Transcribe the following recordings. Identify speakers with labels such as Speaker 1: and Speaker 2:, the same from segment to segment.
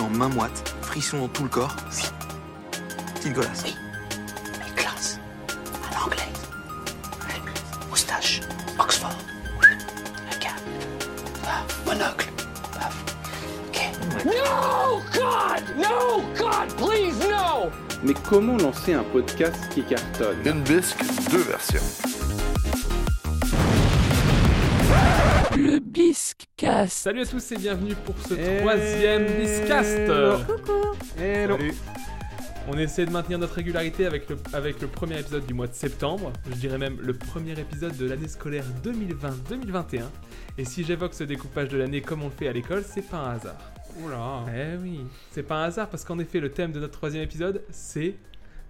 Speaker 1: en main moite, frisson dans tout le corps.
Speaker 2: Oui.
Speaker 1: Petite golasse.
Speaker 2: Oui. Mais classe. À l'anglais. Moustache. Oxford. Un gars.
Speaker 3: Ah,
Speaker 2: Paf. Monocle. Paf. Ok.
Speaker 4: No, God! No, God, please, no!
Speaker 5: Mais comment lancer un podcast qui cartonne
Speaker 6: Une bisque, deux versions.
Speaker 7: Le bisque casse.
Speaker 8: Salut à tous et bienvenue pour ce
Speaker 5: Hello.
Speaker 8: troisième Biscast.
Speaker 5: Hello.
Speaker 8: On essaie de maintenir notre régularité avec le, avec le premier épisode du mois de septembre, je dirais même le premier épisode de l'année scolaire 2020-2021. Et si j'évoque ce découpage de l'année comme on le fait à l'école, c'est pas un hasard.
Speaker 5: Oula.
Speaker 8: Eh oui, c'est pas un hasard parce qu'en effet le thème de notre troisième épisode c'est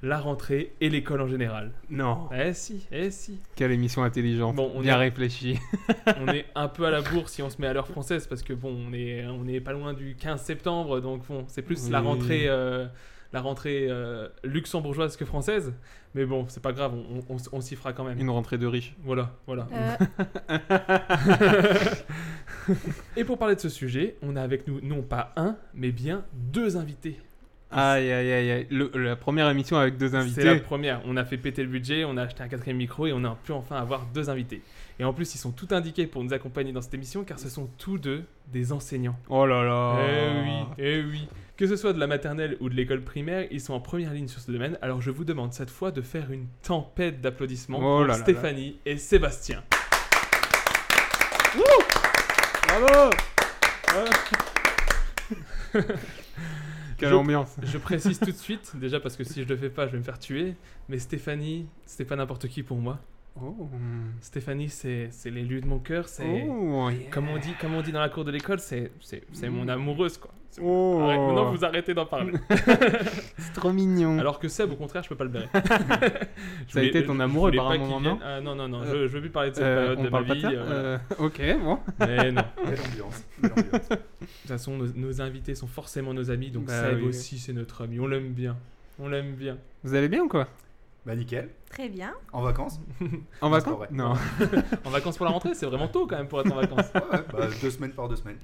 Speaker 8: la rentrée et l'école en général.
Speaker 5: Non.
Speaker 8: Eh si, eh si.
Speaker 5: Quelle émission intelligente.
Speaker 8: Bon, on
Speaker 5: bien
Speaker 8: est-
Speaker 5: réfléchi.
Speaker 8: on est un peu à la bourre si on se met à l'heure française parce que bon, on est, on est pas loin du 15 septembre, donc bon, c'est plus la
Speaker 5: Oui.
Speaker 8: rentrée, euh, la rentrée euh, luxembourgeoise que française. Mais bon, c'est pas grave, on, on- on s- on s'y fera quand même.
Speaker 5: Une rentrée de riches.
Speaker 8: Voilà, voilà.
Speaker 9: Euh,
Speaker 8: Et pour parler de ce sujet, on a avec nous non pas un, mais bien deux invités.
Speaker 5: Aïe aïe aïe aïe. Le- la première émission avec deux
Speaker 8: C'est la
Speaker 5: invités.
Speaker 8: première. On a fait péter le budget, on a acheté un quatrième micro et on a pu enfin avoir deux invités. Et en plus, ils sont tout indiqués pour nous accompagner dans cette émission car ce sont tous deux des enseignants.
Speaker 5: Oh là là.
Speaker 8: Eh oui,
Speaker 5: Oh.
Speaker 8: eh oui. Que ce soit de la maternelle ou de l'école primaire, ils sont en première ligne sur ce domaine. Alors je vous demande cette fois de faire une tempête d'applaudissements
Speaker 5: Oh
Speaker 8: pour
Speaker 5: là là là.
Speaker 8: Stéphanie et Sébastien.
Speaker 5: Bravo. Quelle
Speaker 8: Je-
Speaker 5: ambiance.
Speaker 8: Je précise tout de suite, déjà parce que si je le fais pas, je vais me faire tuer. Mais Stéphanie, c'est pas n'importe qui pour moi.
Speaker 5: Oh.
Speaker 8: Stéphanie, c'est c'est l'élu de mon cœur. C'est
Speaker 5: Oh, yeah.
Speaker 8: comme on dit, comme on dit dans la cour de l'école, c'est c'est c'est mon amoureuse quoi. C'est-
Speaker 5: Oh.
Speaker 8: Arrête- non, vous arrêtez d'en parler.
Speaker 5: C'est trop mignon.
Speaker 8: Alors que Seb, au contraire, je peux pas le bérer. Je
Speaker 5: Ça a
Speaker 8: voulais-
Speaker 5: été ton
Speaker 8: je- je
Speaker 5: amoureux
Speaker 8: voulais
Speaker 5: par
Speaker 8: pas
Speaker 5: un moment,
Speaker 8: qu'il
Speaker 5: non
Speaker 8: vienne. Ah, non, non, non,
Speaker 5: Euh,
Speaker 8: je, je veux plus parler de cette
Speaker 5: Euh,
Speaker 8: période
Speaker 5: on
Speaker 8: de
Speaker 5: parle
Speaker 8: ma
Speaker 5: pas de
Speaker 8: vie.
Speaker 5: ça
Speaker 8: euh, voilà.
Speaker 5: Euh, Ok, bon.
Speaker 8: Mais non.
Speaker 6: Quelle ambiance. Quelle ambiance.
Speaker 8: De toute façon, nos, nos invités sont forcément nos amis, donc
Speaker 5: Bah
Speaker 8: Seb
Speaker 5: oui.
Speaker 8: aussi, c'est notre ami. On l'aime bien. On l'aime bien.
Speaker 5: Vous allez bien ou quoi
Speaker 6: Bah nickel.
Speaker 9: très bien.
Speaker 6: En vacances
Speaker 5: En
Speaker 6: Non, c'est
Speaker 5: vacances
Speaker 6: pas vrai.
Speaker 5: Non.
Speaker 8: En vacances pour la rentrée, c'est vraiment tôt quand même pour être en vacances.
Speaker 6: Ouais, ouais, bah, deux semaines par deux semaines.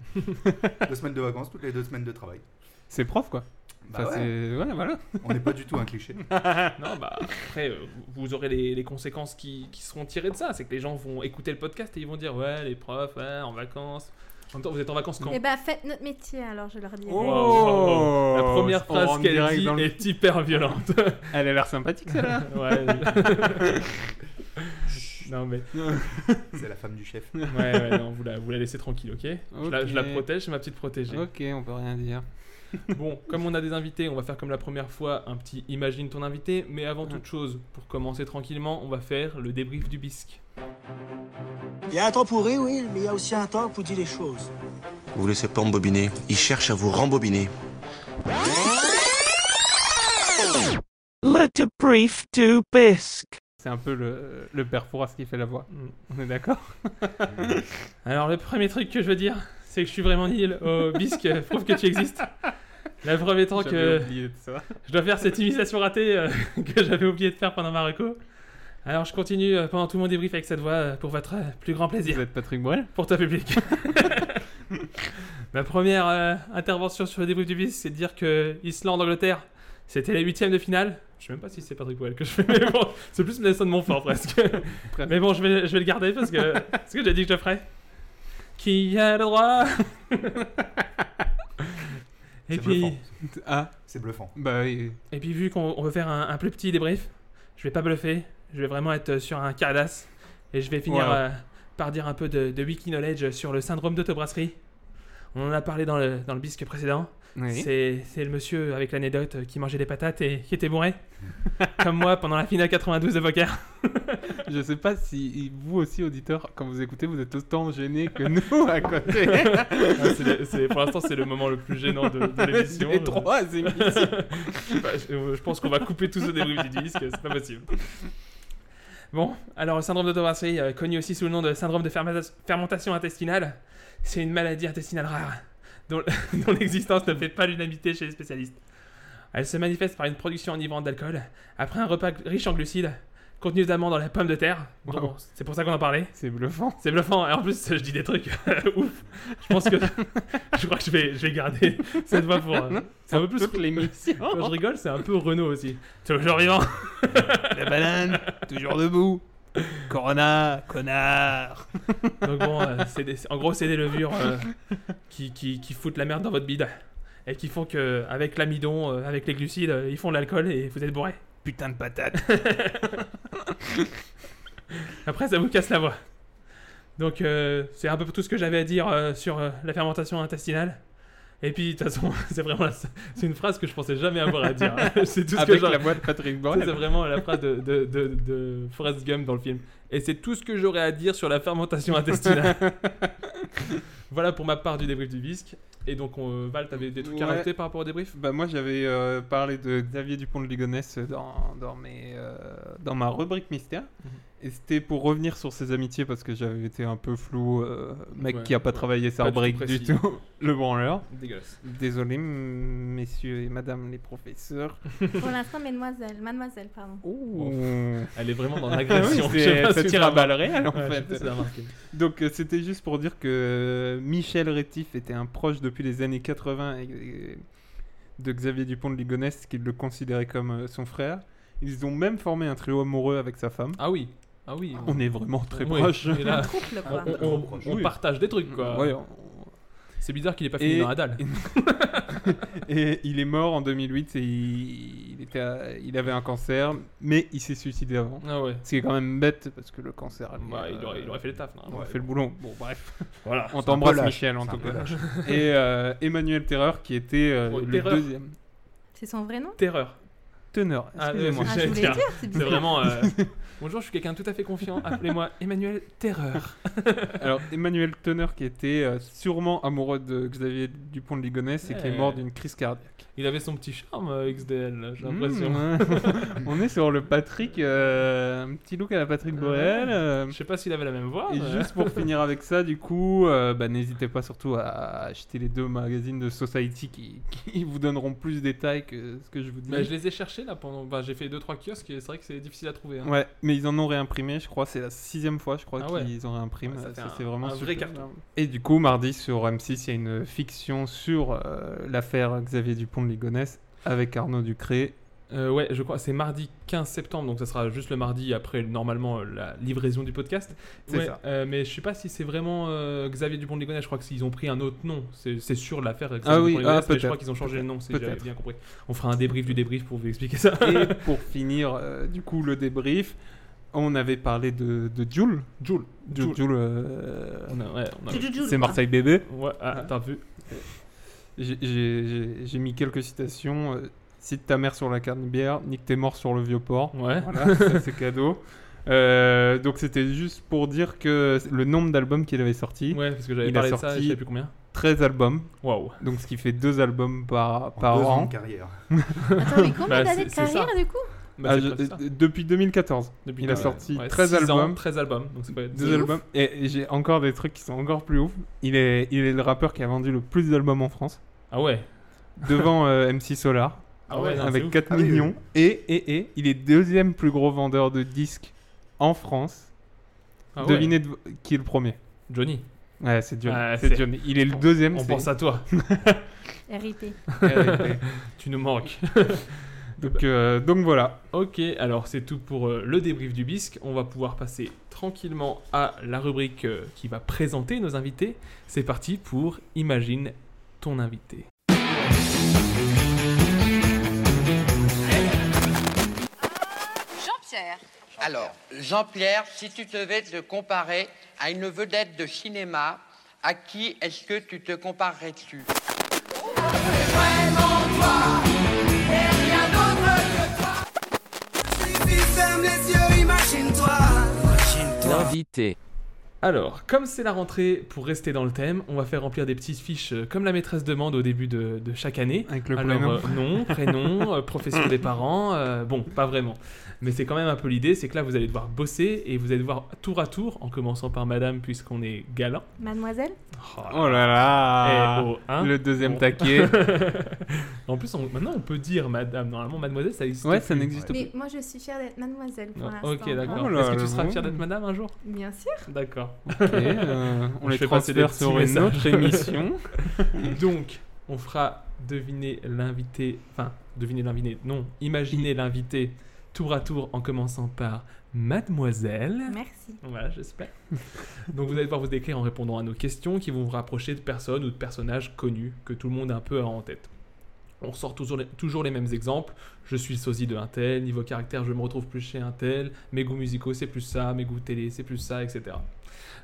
Speaker 6: deux semaines de vacances, toutes les deux semaines de travail.
Speaker 5: C'est prof quoi.
Speaker 6: Bah
Speaker 5: Enfin,
Speaker 6: ouais,
Speaker 5: c'est- ouais, voilà.
Speaker 6: on n'est pas du tout un cliché.
Speaker 8: non, bah après, euh, vous aurez les, les conséquences qui, qui seront tirées de ça. C'est que les gens vont écouter le podcast et ils vont dire Ouais, les profs, ouais, en vacances. En même temps, vous êtes en vacances quand
Speaker 9: Eh bah, faites notre métier, alors, je leur dis.
Speaker 5: Oh.
Speaker 8: Waouh, La
Speaker 5: On
Speaker 8: première phrase
Speaker 5: rentre
Speaker 8: qu'elle
Speaker 5: direct
Speaker 8: dit
Speaker 5: dans le-
Speaker 8: est hyper violente.
Speaker 5: Elle a l'air sympathique celle-là.
Speaker 8: ouais. non, mais.
Speaker 6: C'est la femme du chef.
Speaker 8: Ouais, ouais, non, vous la, vous la laissez tranquille, ok, Je, la,
Speaker 5: Ok.
Speaker 8: je la protège, c'est ma petite protégée.
Speaker 5: ok, on peut rien dire.
Speaker 8: Bon, comme on a des invités, on va faire comme la première fois un petit imagine ton invité, mais avant toute chose, pour commencer tranquillement, on va faire le débrief du bisque.
Speaker 10: Il y a un temps pour rire, oui, mais il y a aussi un temps pour dire les choses.
Speaker 11: Vous laissez pas embobiner. Il cherche à vous rembobiner.
Speaker 7: Le brief du bisque.
Speaker 5: C'est un peu le, le père Fouras qui fait la voix.
Speaker 8: Mm.
Speaker 5: On est d'accord
Speaker 8: Alors, le premier truc que je veux dire, c'est que je suis vraiment nul au bisque, euh, prouve que tu existes. La preuve étant que
Speaker 5: oublié de ça.
Speaker 8: je dois faire cette imitation ratée euh, que j'avais oublié de faire pendant ma reco. Alors, je continue euh, pendant tout mon débrief avec cette voix euh, pour votre euh, plus grand plaisir.
Speaker 5: Vous êtes Patrick Bruel
Speaker 8: pour ton public. Ma première euh, intervention sur le débrief du bis, c'est de dire que Islande-Angleterre, c'était les huitièmes de finale. Je sais même pas si c'est Patrick Powell que je fais, mais bon, c'est plus Nelson Montfort presque. mais bon, je vais, je vais le garder parce que ce que j'ai dit que je le ferais. Qui a le droit Et
Speaker 6: C'est
Speaker 8: puis,
Speaker 6: bluffant.
Speaker 5: Ah,
Speaker 6: C'est bluffant.
Speaker 5: bah oui.
Speaker 8: et puis vu qu'on on veut faire un, un plus petit débrief, je vais pas bluffer, je vais vraiment être euh, sur un cardas et je vais finir
Speaker 5: Wow.
Speaker 8: euh, par dire un peu de, de wiki knowledge sur le syndrome d'autobrasserie. On en a parlé dans le, dans le bisque précédent.
Speaker 5: Oui.
Speaker 8: C'est c'est le monsieur avec l'anecdote euh, qui mangeait des patates et qui était bourré. Comme moi pendant la finale 92 de poker.
Speaker 5: Je sais pas si vous aussi, auditeurs, quand vous écoutez, vous êtes autant gênés que nous à côté.
Speaker 8: pour l'instant, c'est Ah, le moment le plus gênant de, euh.
Speaker 5: Les trois émissions.
Speaker 8: Bah, je, je pense qu'on va couper tout ce débrief du disque, c'est pas possible. Bon, alors le syndrome d'autobrasserie, euh, connu aussi sous le nom de syndrome de fermenta- fermentation intestinale, c'est une maladie intestinale rare, dont, dont l'existence ne fait pas l'unanimité chez les spécialistes. Elle se manifeste par une production enivrante d'alcool, après un repas riche en glucides, contenu d'amande dans la pomme de terre. Donc,
Speaker 5: Waouh.
Speaker 8: bon, C'est pour ça qu'on en parlait.
Speaker 5: C'est bluffant.
Speaker 8: C'est bluffant. Et en plus, je dis des trucs ouf. Je pense que je crois que je vais, je vais garder cette voix pour. euh, C'est un peu plus.
Speaker 5: Toute l'émission.
Speaker 8: Quand je rigole, c'est un peu Renault aussi. Toujours vivant.
Speaker 5: La banane, toujours debout. Corona, connard.
Speaker 8: Donc bon, euh, c'est des- en gros, c'est des levures euh, qui, qui, qui foutent la merde dans votre bide. Et qui font que, avec l'amidon, euh, avec les glucides, euh, ils font de l'alcool et vous êtes bourré.
Speaker 5: Putain de patate.
Speaker 8: Après, ça vous casse la voix. Donc, euh, c'est un peu tout ce que j'avais à dire euh, sur euh, la fermentation intestinale. Et puis, de toute façon, c'est vraiment la- c'est une phrase que je pensais jamais avoir à dire. c'est tout ce que
Speaker 5: Avec
Speaker 8: j'aurais-
Speaker 5: Oh, la voix de Patrick
Speaker 8: Ça, C'est
Speaker 5: Borel.
Speaker 8: vraiment la phrase de, de, de, de Forrest Gump dans le film. Et c'est tout ce que j'aurais à dire sur la fermentation intestinale. voilà pour ma part du débrief du bisque. Et donc, on, euh, Val, t'avais des trucs à
Speaker 5: Ouais.
Speaker 8: rajouter par rapport au débrief
Speaker 5: Bah moi j'avais euh, parlé de Xavier Dupont de Ligonnès dans, dans, mes, euh, dans ma rubrique mystère.
Speaker 8: Mhm.
Speaker 5: Et c'était pour revenir sur ses amitiés parce que j'avais été un peu flou, euh, mec
Speaker 8: Ouais,
Speaker 5: qui a pas
Speaker 8: ouais.
Speaker 5: travaillé sa
Speaker 8: Pas du tout
Speaker 5: rubrique du
Speaker 8: précis.
Speaker 5: tout, le branleur.
Speaker 8: Dégueulasse.
Speaker 5: Désolé m- messieurs et madame les professeurs.
Speaker 9: Pour l'instant, mesdemoiselles. Mademoiselle, pardon.
Speaker 5: Oh.
Speaker 8: Elle est vraiment dans
Speaker 5: Ah oui,
Speaker 8: l'agression.
Speaker 5: c'est-
Speaker 8: Je sais pas
Speaker 5: ça
Speaker 8: si
Speaker 5: tire
Speaker 8: vous
Speaker 5: à balles réelles en
Speaker 8: Ouais, je sais pas
Speaker 5: fait.
Speaker 8: si vous avez remarqué.
Speaker 5: Donc euh, c'était juste pour dire que euh, Michel Rétif était un proche depuis les années 80 et- et de Xavier Dupont de Ligonnès qui le considérait comme euh, son frère. Ils ont même formé un trio amoureux avec sa femme.
Speaker 8: Ah oui. Ah oui.
Speaker 5: On est vraiment très
Speaker 8: Oui,
Speaker 5: proches.
Speaker 8: et là,
Speaker 9: Couple,
Speaker 8: on,
Speaker 9: quoi.
Speaker 8: on- on- on
Speaker 5: Oui.
Speaker 8: partage des trucs, quoi.
Speaker 5: Ouais, on-
Speaker 8: C'est bizarre qu'il ait pas
Speaker 5: Et-
Speaker 8: fini dans la dalle.
Speaker 5: Et il est mort en 2008 et il, il était à- il avait un cancer, mais il s'est suicidé avant.
Speaker 8: Ah ouais.
Speaker 5: Ce qui est quand même bête parce que le cancer, elle,
Speaker 8: Bah, il,
Speaker 5: euh,
Speaker 8: aurait, il aurait fait le taf. non
Speaker 5: on fait le boulot. Bon, bref.
Speaker 8: Voilà.
Speaker 5: On t'embrasse,
Speaker 6: lâche.
Speaker 5: Michel, en
Speaker 6: C'est un
Speaker 5: tout
Speaker 6: peu
Speaker 5: cas.
Speaker 6: lâche.
Speaker 5: Et euh, Emmanuel Terreur, qui était euh,
Speaker 8: Oh,
Speaker 5: le
Speaker 8: Terreur.
Speaker 5: deuxième.
Speaker 9: C'est son vrai nom
Speaker 8: Terreur.
Speaker 5: Teneur,
Speaker 8: Ah,
Speaker 5: excusez-moi.
Speaker 8: ouais,
Speaker 9: Ah,
Speaker 8: j'allais
Speaker 9: je voulais
Speaker 8: dire.
Speaker 9: dire, c'est
Speaker 8: C'est
Speaker 9: bizarre.
Speaker 8: vraiment. euh, Bonjour, je suis quelqu'un de tout à fait confiant. Appelez-moi Emmanuel Terreur.
Speaker 5: Alors, Emmanuel Teneur, qui était euh, sûrement amoureux de Xavier Dupont de Ligonnès et qui est
Speaker 8: Ouais.
Speaker 5: mort d'une crise cardiaque.
Speaker 8: Il avait son petit charme, euh, XDL, j'ai l'impression.
Speaker 5: Mmh. On est sur le Patrick, euh, un petit look à la Patrick
Speaker 8: Ouais.
Speaker 5: Borel. euh,
Speaker 8: Je sais pas s'il avait la même voix.
Speaker 5: Et
Speaker 8: mais-
Speaker 5: juste pour finir avec ça, du coup, euh, bah, n'hésitez pas surtout à acheter les deux magazines de Society qui, qui vous donneront plus de détails que ce que je vous dis.
Speaker 8: Mais euh, je les ai cherchés là pendant. Enfin, j'ai fait 2-3 kiosques et c'est vrai que c'est difficile à trouver. hein.
Speaker 5: Ouais, mais ils en ont réimprimé, je crois, c'est la sixième fois, je crois,
Speaker 8: Ah ouais.
Speaker 5: qu'ils en réimpriment.
Speaker 8: Ouais, ça fait
Speaker 5: ça,
Speaker 8: un-
Speaker 5: c'est vraiment
Speaker 8: un vrai
Speaker 5: super.
Speaker 8: carton.
Speaker 5: Et du coup, mardi sur M6, il y a une fiction sur euh, l'affaire Xavier Dupont de Ligonnès avec Arnaud Ducré.
Speaker 8: Euh, ouais, je crois que c'est mardi 15 septembre, donc ça sera juste le mardi après normalement euh, la livraison du podcast.
Speaker 5: C'est
Speaker 8: Ouais,
Speaker 5: ça.
Speaker 8: euh, mais je sais pas si c'est vraiment euh, Xavier Dupont de Ligonnès, je crois qu'ils ont pris un autre nom. C'est c'est sûr l'affaire Xavier
Speaker 5: Ah oui,
Speaker 8: Dupont de Ligonnès,
Speaker 5: ah,
Speaker 8: mais je
Speaker 5: peut-être,
Speaker 8: crois qu'ils ont changé le nom, si
Speaker 5: peut-être.
Speaker 8: j'avais bien compris. On fera un débrief du débrief pour vous expliquer ça.
Speaker 5: Et pour finir, euh, du coup, le débrief, on avait parlé de, de Jules. Jules. Jules.
Speaker 8: Jul.
Speaker 5: euh,
Speaker 8: On a- ouais, on a-
Speaker 5: c'est Marseille Bébé.
Speaker 8: Ouais,
Speaker 5: Hein
Speaker 8: ah, t'as vu
Speaker 5: J'ai- J'ai j'ai- j'ai mis quelques citations. euh, Cite ta mère sur la bière, nique tes morts sur le vieux port.
Speaker 8: Ouais.
Speaker 5: Voilà, ça, c'est cadeau. Euh, donc c'était juste pour dire que le nombre d'albums qu'il avait sorti,
Speaker 8: Ouais, parce que j'avais
Speaker 5: Il
Speaker 8: parlé
Speaker 5: a
Speaker 8: de ça,
Speaker 5: sorti-
Speaker 8: je sais plus combien.
Speaker 5: 13 albums,
Speaker 8: Waouh.
Speaker 5: donc ce qui fait deux albums par,
Speaker 6: En
Speaker 5: par
Speaker 6: deux ans
Speaker 5: an.
Speaker 6: de carrière.
Speaker 9: Attends, mais combien
Speaker 8: Bah,
Speaker 9: d'années de
Speaker 8: c'est- c'est ça.
Speaker 9: carrière, du coup
Speaker 8: Bah,
Speaker 5: Ah,
Speaker 8: c'est
Speaker 5: je-
Speaker 8: presque ça.
Speaker 5: euh, depuis 2014,
Speaker 8: Depuis
Speaker 5: il a
Speaker 8: que-
Speaker 5: sorti 13
Speaker 8: six ans,
Speaker 5: albums.
Speaker 8: 13 albums, donc ça peut être
Speaker 5: deux
Speaker 9: C'est ouf.
Speaker 5: albums. Et, et j'ai encore des trucs qui sont encore plus ouf. Il est, il est le rappeur qui a vendu le plus d'albums en France,
Speaker 8: Ah ouais.
Speaker 5: devant euh, MC Solar,
Speaker 8: Ah ouais, non, c'est
Speaker 5: avec
Speaker 8: ouf.
Speaker 5: 4
Speaker 6: Ah oui, oui.
Speaker 5: millions. Et, et, et il est deuxième plus gros vendeur de disques en France.
Speaker 8: Ah ouais.
Speaker 5: Devinez de- qui est le premier.
Speaker 8: Johnny,
Speaker 5: Ouais, c'est Johnny.
Speaker 8: Ah,
Speaker 5: c'est
Speaker 8: c'est-
Speaker 5: Johnny. Il est le deuxième.
Speaker 8: on
Speaker 5: c'est-
Speaker 8: pense à toi.
Speaker 9: RIP.
Speaker 8: tu nous manques.
Speaker 5: donc, euh, donc voilà.
Speaker 8: ok, alors c'est tout pour euh, le débrief du bisque. On va pouvoir passer tranquillement à la rubrique euh, qui va présenter nos invités. C'est parti pour Imagine ton invité.
Speaker 12: Jean-Pierre. Alors, Jean-Pierre, si tu devais te comparer à une vedette de cinéma, à qui est-ce que tu te comparerais-tu
Speaker 7: L'invité.
Speaker 8: Alors, comme c'est la rentrée, pour rester dans le thème, on va faire remplir des petites fiches euh, comme la maîtresse demande au début de, de chaque année.
Speaker 5: Avec le
Speaker 8: Alors,
Speaker 5: prénom.
Speaker 8: euh, nom, prénom, euh, profession des parents, euh, bon, pas vraiment. Mais c'est quand même un peu l'idée, c'est que là, vous allez devoir bosser et vous allez devoir tour à tour, en commençant par madame, puisqu'on est galant.
Speaker 9: Mademoiselle
Speaker 5: Oh là là.
Speaker 8: Eh, oh, hein.
Speaker 5: le deuxième
Speaker 8: Bon.
Speaker 5: taquet.
Speaker 8: En plus, on- maintenant, on peut dire madame. Normalement, mademoiselle, ça existe.
Speaker 5: Ouais, ça
Speaker 8: plus.
Speaker 5: n'existe
Speaker 9: Mais moi, je suis fière d'être mademoiselle pour
Speaker 8: Non,
Speaker 9: l'instant.
Speaker 8: Ok, d'accord.
Speaker 5: Oh là
Speaker 8: Est-ce que
Speaker 5: là,
Speaker 8: tu seras fier
Speaker 5: bon.
Speaker 8: d'être madame un jour
Speaker 9: Bien sûr.
Speaker 8: D'accord.
Speaker 5: Ok, euh, on
Speaker 8: Je
Speaker 5: les
Speaker 8: fais passer des
Speaker 5: transfère
Speaker 8: petits
Speaker 5: sur une
Speaker 8: messages.
Speaker 5: autre émission.
Speaker 8: Donc, on fera deviner l'invité. Enfin, deviner l'invité. Non, imaginer l'invité tour à tour en commençant par mademoiselle.
Speaker 9: Merci.
Speaker 8: Voilà, j'espère. Donc vous allez pouvoir vous décrire en répondant à nos questions qui vont vous rapprocher de personnes ou de personnages connus que tout le monde a un peu en tête. On ressort toujours les, toujours les mêmes exemples. Je suis le sosie de un tel, niveau caractère, je me retrouve plus chez un tel, mes goûts musicaux, c'est plus ça, mes goûts télé, c'est plus ça, etc.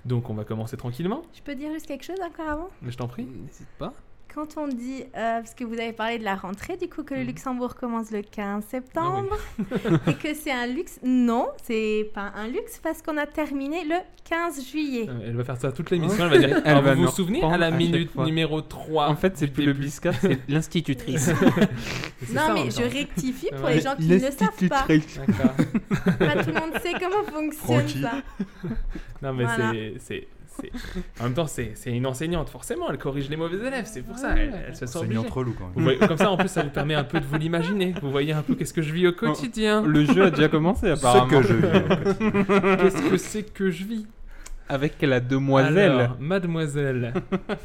Speaker 8: Donc on va commencer tranquillement,
Speaker 9: Je peux dire juste quelque chose encore avant
Speaker 8: mais je t'en prie. N'hésite pas.
Speaker 9: Quand on dit, euh, parce que vous avez parlé de la rentrée, du coup, que le
Speaker 8: Mm.
Speaker 9: Luxembourg commence le 15 septembre,
Speaker 8: Ah
Speaker 9: et que c'est un luxe. Non, c'est pas un luxe, parce qu'on a terminé le 15 juillet.
Speaker 8: Euh, Elle va faire ça toute l'émission, elle va dire.
Speaker 5: Elle
Speaker 8: Alors,
Speaker 5: va
Speaker 8: vous
Speaker 5: nous
Speaker 8: vous souvenez à
Speaker 5: reprendre
Speaker 8: la
Speaker 5: à chaque
Speaker 8: minute
Speaker 5: fois.
Speaker 8: numéro 3
Speaker 5: En fait, c'est plus le biscat, c'est l'institutrice.
Speaker 9: Non, mais je rectifie pour
Speaker 8: Ouais.
Speaker 9: les gens qui ne le savent pas.
Speaker 8: D'accord.
Speaker 9: Pas tout le monde sait comment
Speaker 8: Francky.
Speaker 9: fonctionne ça.
Speaker 8: Non, mais
Speaker 9: Voilà.
Speaker 8: c'est- c'est. c'est- En même temps, c'est c'est une enseignante, forcément, elle corrige les mauvais élèves, c'est pour ça, elle, elle se sent
Speaker 6: Enseignante
Speaker 8: obligée.
Speaker 6: relou, quand même.
Speaker 8: Vous voyez- comme ça, en plus, ça vous permet un peu de vous l'imaginer. Vous voyez un peu qu'est-ce que je
Speaker 5: Oh.
Speaker 8: vis au quotidien. Euh,
Speaker 5: Le jeu a déjà commencé, apparemment.
Speaker 6: que je vis
Speaker 8: Qu'est-ce que c'est que je vis
Speaker 5: Avec la demoiselle.
Speaker 8: Alors, mademoiselle,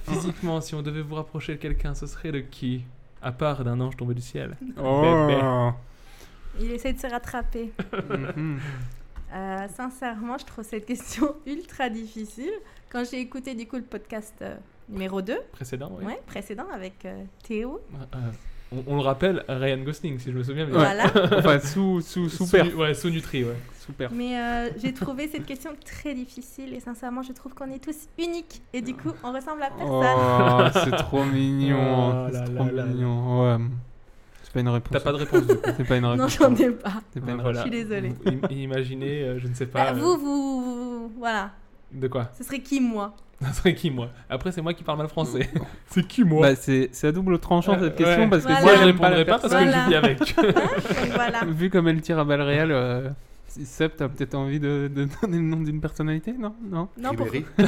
Speaker 8: physiquement, si on devait vous rapprocher de quelqu'un, ce serait de qui À part d'un ange tombé du ciel.
Speaker 5: Oh.
Speaker 9: Il essaie de se rattraper.
Speaker 5: Mhm.
Speaker 9: Euh, sincèrement, je trouve cette question ultra difficile. Quand j'ai écouté du coup le podcast euh, numéro 2,
Speaker 8: Précédent, oui.
Speaker 9: ouais, précédent avec euh, Théo,
Speaker 8: Euh, on, on le rappelle, Ryan Gosling, si je me souviens bien.
Speaker 9: Voilà.
Speaker 5: Enfin, sous, sous, sous perf.
Speaker 8: ouais, sous nutri, ouais.
Speaker 5: Super.
Speaker 9: mais euh, j'ai trouvé cette question très difficile et sincèrement, je trouve qu'on est tous uniques et du coup, on ressemble à
Speaker 5: Oh,
Speaker 9: personne.
Speaker 5: c'est trop mignon.
Speaker 8: Oh là
Speaker 5: c'est
Speaker 8: là
Speaker 5: trop
Speaker 8: là là.
Speaker 5: mignon. Ouais. C'est pas une réponse.
Speaker 8: T'as pas de réponse, du coup.
Speaker 5: C'est pas une
Speaker 9: Non,
Speaker 5: réponse.
Speaker 9: j'en ai pas.
Speaker 5: C'est pas une
Speaker 8: Voilà.
Speaker 9: Je suis désolée.
Speaker 8: Im- Imaginez, euh, je ne sais
Speaker 9: Bah,
Speaker 8: pas. euh,
Speaker 9: vous, vous, vous- voilà.
Speaker 8: De quoi
Speaker 9: Ce serait qui moi
Speaker 8: Ça serait qui, moi Après, c'est moi qui parle mal français. c'est qui, moi
Speaker 5: Bah, c'est c'est à double tranchant
Speaker 8: Euh,
Speaker 5: cette question
Speaker 8: ouais.
Speaker 5: parce que
Speaker 9: Voilà.
Speaker 8: Moi,
Speaker 5: si
Speaker 8: je
Speaker 5: j'aime la
Speaker 8: répondrai pas, parce que
Speaker 5: personne-
Speaker 9: Voilà.
Speaker 8: je vis avec.
Speaker 9: Donc, voilà.
Speaker 5: Vu comme elle tire à balles réelles, euh, Seb, t'as peut-être envie de, de donner le nom d'une personnalité Non Non
Speaker 9: Non, pour
Speaker 6: Ribéry.
Speaker 9: C'est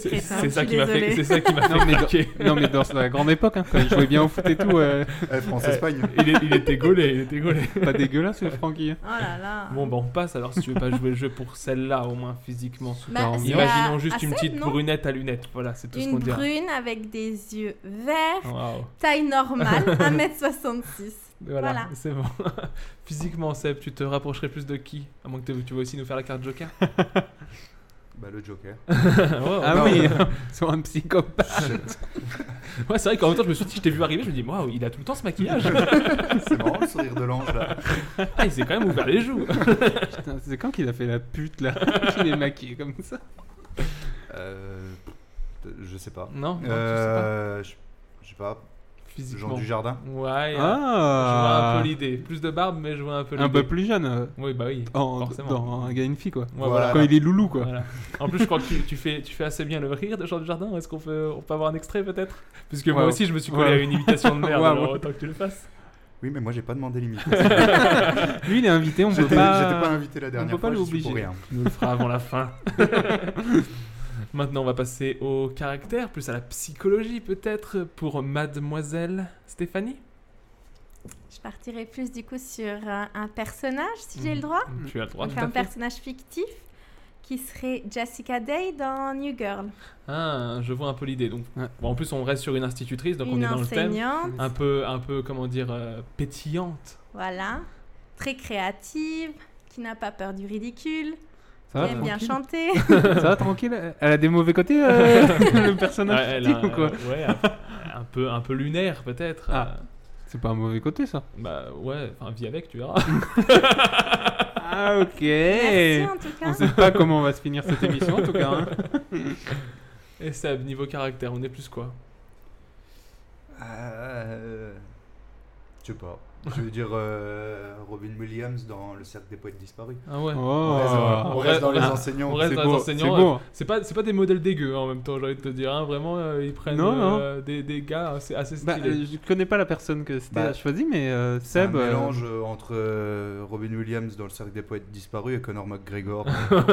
Speaker 8: C'est
Speaker 9: crétin,
Speaker 8: c'est
Speaker 9: je
Speaker 8: ça
Speaker 9: suis
Speaker 8: qui m'a fait,
Speaker 9: désolée.
Speaker 8: c'est ça qui m'a fait
Speaker 5: Non, mais
Speaker 8: marquer.
Speaker 5: Non, mais dans la grande époque, hein, quand il jouait bien au foot et tout, euh,
Speaker 6: Eh, France-Espagne.
Speaker 8: Il, est- il était gaulé, il était gaulé.
Speaker 5: pas dégueulasse, le hein. Francky.
Speaker 9: Oh là là.
Speaker 8: Bon, bah on passe alors si tu veux pas jouer le jeu pour celle-là, au moins physiquement.
Speaker 9: Bah,
Speaker 5: Non,
Speaker 9: c'est
Speaker 8: Imaginons
Speaker 9: à-
Speaker 8: juste
Speaker 9: à
Speaker 8: une
Speaker 9: Seb,
Speaker 8: petite
Speaker 9: non
Speaker 8: brunette à lunettes, voilà, c'est tout ce
Speaker 9: Une
Speaker 8: qu'on dira.
Speaker 9: brune avec des yeux verts,
Speaker 8: Waouh.
Speaker 9: taille normale, 1m66.
Speaker 8: Voilà,
Speaker 9: Voilà.
Speaker 8: c'est bon. Physiquement, Seb, tu te rapprocherais plus de qui À moins que tu veux aussi nous faire la carte Joker
Speaker 6: Bah, le Joker.
Speaker 8: Wow.
Speaker 5: Ah
Speaker 6: Non.
Speaker 5: oui, sur un psychopathe.
Speaker 8: Ouais, c'est vrai qu'en même temps, je me suis dit, je t'ai vu arriver, je me dis, waouh, il a tout le temps ce maquillage.
Speaker 6: C'est marrant le sourire de l'ange là.
Speaker 8: Ah, il s'est quand même ouvert les joues.
Speaker 5: Putain, hein. C'est quand qu'il a fait la pute là Qu'il est maquillé comme ça
Speaker 6: Euh, je sais pas.
Speaker 8: Non, non, tu sais pas.
Speaker 6: Euh, je je sais pas.
Speaker 8: Physiquement.
Speaker 6: Jean du Ah. Jardin.
Speaker 8: Ouais, euh, je vois un
Speaker 5: Ah
Speaker 8: peu l'idée. Plus de barbe, mais je vois un peu l'idée.
Speaker 5: Un peu plus jeune, euh,
Speaker 8: Oui, bah oui.
Speaker 5: en,
Speaker 8: Forcément.
Speaker 5: dans un gars et une fille quoi.
Speaker 8: Ouais,
Speaker 6: Voilà.
Speaker 5: Quand il est loulou quoi.
Speaker 8: Voilà. En plus, je crois que tu, tu fais, tu fais assez bien le rire de Jean du Jardin. Est-ce qu'on peut, on peut avoir un extrait peut-être Parce que moi
Speaker 5: Wow.
Speaker 8: aussi, je me suis collé
Speaker 5: Wow.
Speaker 8: à une imitation de merde.
Speaker 5: Wow.
Speaker 8: alors autant que tu le fasses.
Speaker 6: Oui, mais moi j'ai pas demandé limite.
Speaker 5: Lui il est invité, on peut
Speaker 6: J'étais
Speaker 5: pas.
Speaker 6: j'étais pas invité la dernière
Speaker 5: peut pas
Speaker 6: fois.
Speaker 5: le
Speaker 6: j'y suis pour
Speaker 5: obliger.
Speaker 6: rien.
Speaker 8: Tu nous le feras avant la fin. Maintenant, on va passer au caractère, plus à la psychologie peut-être, pour Mademoiselle Stéphanie.
Speaker 9: Je partirais plus du coup sur euh, un personnage, si j'ai le droit.
Speaker 8: Tu as le droit,
Speaker 9: Donc
Speaker 8: Mhm. tout à fait.
Speaker 9: un personnage fictif qui serait Jessica Day dans New Girl.
Speaker 8: Ah, je vois un peu l'idée. Donc,
Speaker 5: Ouais.
Speaker 8: bon, en plus, on reste sur une institutrice, donc on
Speaker 9: Une
Speaker 8: est dans le thème.
Speaker 9: enseignante,
Speaker 8: Un peu, un peu, comment dire, euh, pétillante.
Speaker 9: voilà, très créative, qui n'a pas peur du ridicule, qui
Speaker 8: Ah.
Speaker 5: Ça va,
Speaker 9: aime bien
Speaker 5: tranquille
Speaker 9: chanter.
Speaker 5: Ça va tranquille Elle a des mauvais côtés euh, le personnage
Speaker 8: Ouais, elle
Speaker 5: fictif,
Speaker 8: a-
Speaker 5: ou quoi
Speaker 8: ouais, un, un peu, un peu lunaire peut-être.
Speaker 5: Ah.
Speaker 8: Euh,
Speaker 5: C'est pas un mauvais côté ça.
Speaker 8: bah ouais, enfin vis avec, tu verras.
Speaker 5: Ah ok.
Speaker 9: Merci en tout
Speaker 5: On
Speaker 9: cas.
Speaker 5: sait pas comment on va se finir cette émission en tout cas. hein.
Speaker 8: Et Seb, niveau caractère, on est plus quoi
Speaker 6: Euh, Je sais pas. Je veux dire euh, Robin Williams dans Le cercle des poètes disparus.
Speaker 8: Ah ouais.
Speaker 5: Oh.
Speaker 6: On reste, on reste dans les enseignants.
Speaker 8: On reste dans les enseignants. euh, C'est pas, c'est pas des modèles dégueux hein, en même temps, j'ai envie de te dire. hein, Vraiment, euh, ils prennent
Speaker 5: Non, non.
Speaker 8: euh, des, des gars assez, assez
Speaker 5: Bah,
Speaker 8: stylés.
Speaker 5: euh, je connais pas la personne que c'était
Speaker 6: Bah,
Speaker 5: choisie, mais euh,
Speaker 6: C'est un
Speaker 5: Seb. euh,
Speaker 6: mélange euh, entre euh, Robin Williams dans le cercle des poètes disparus et Conor McGregor,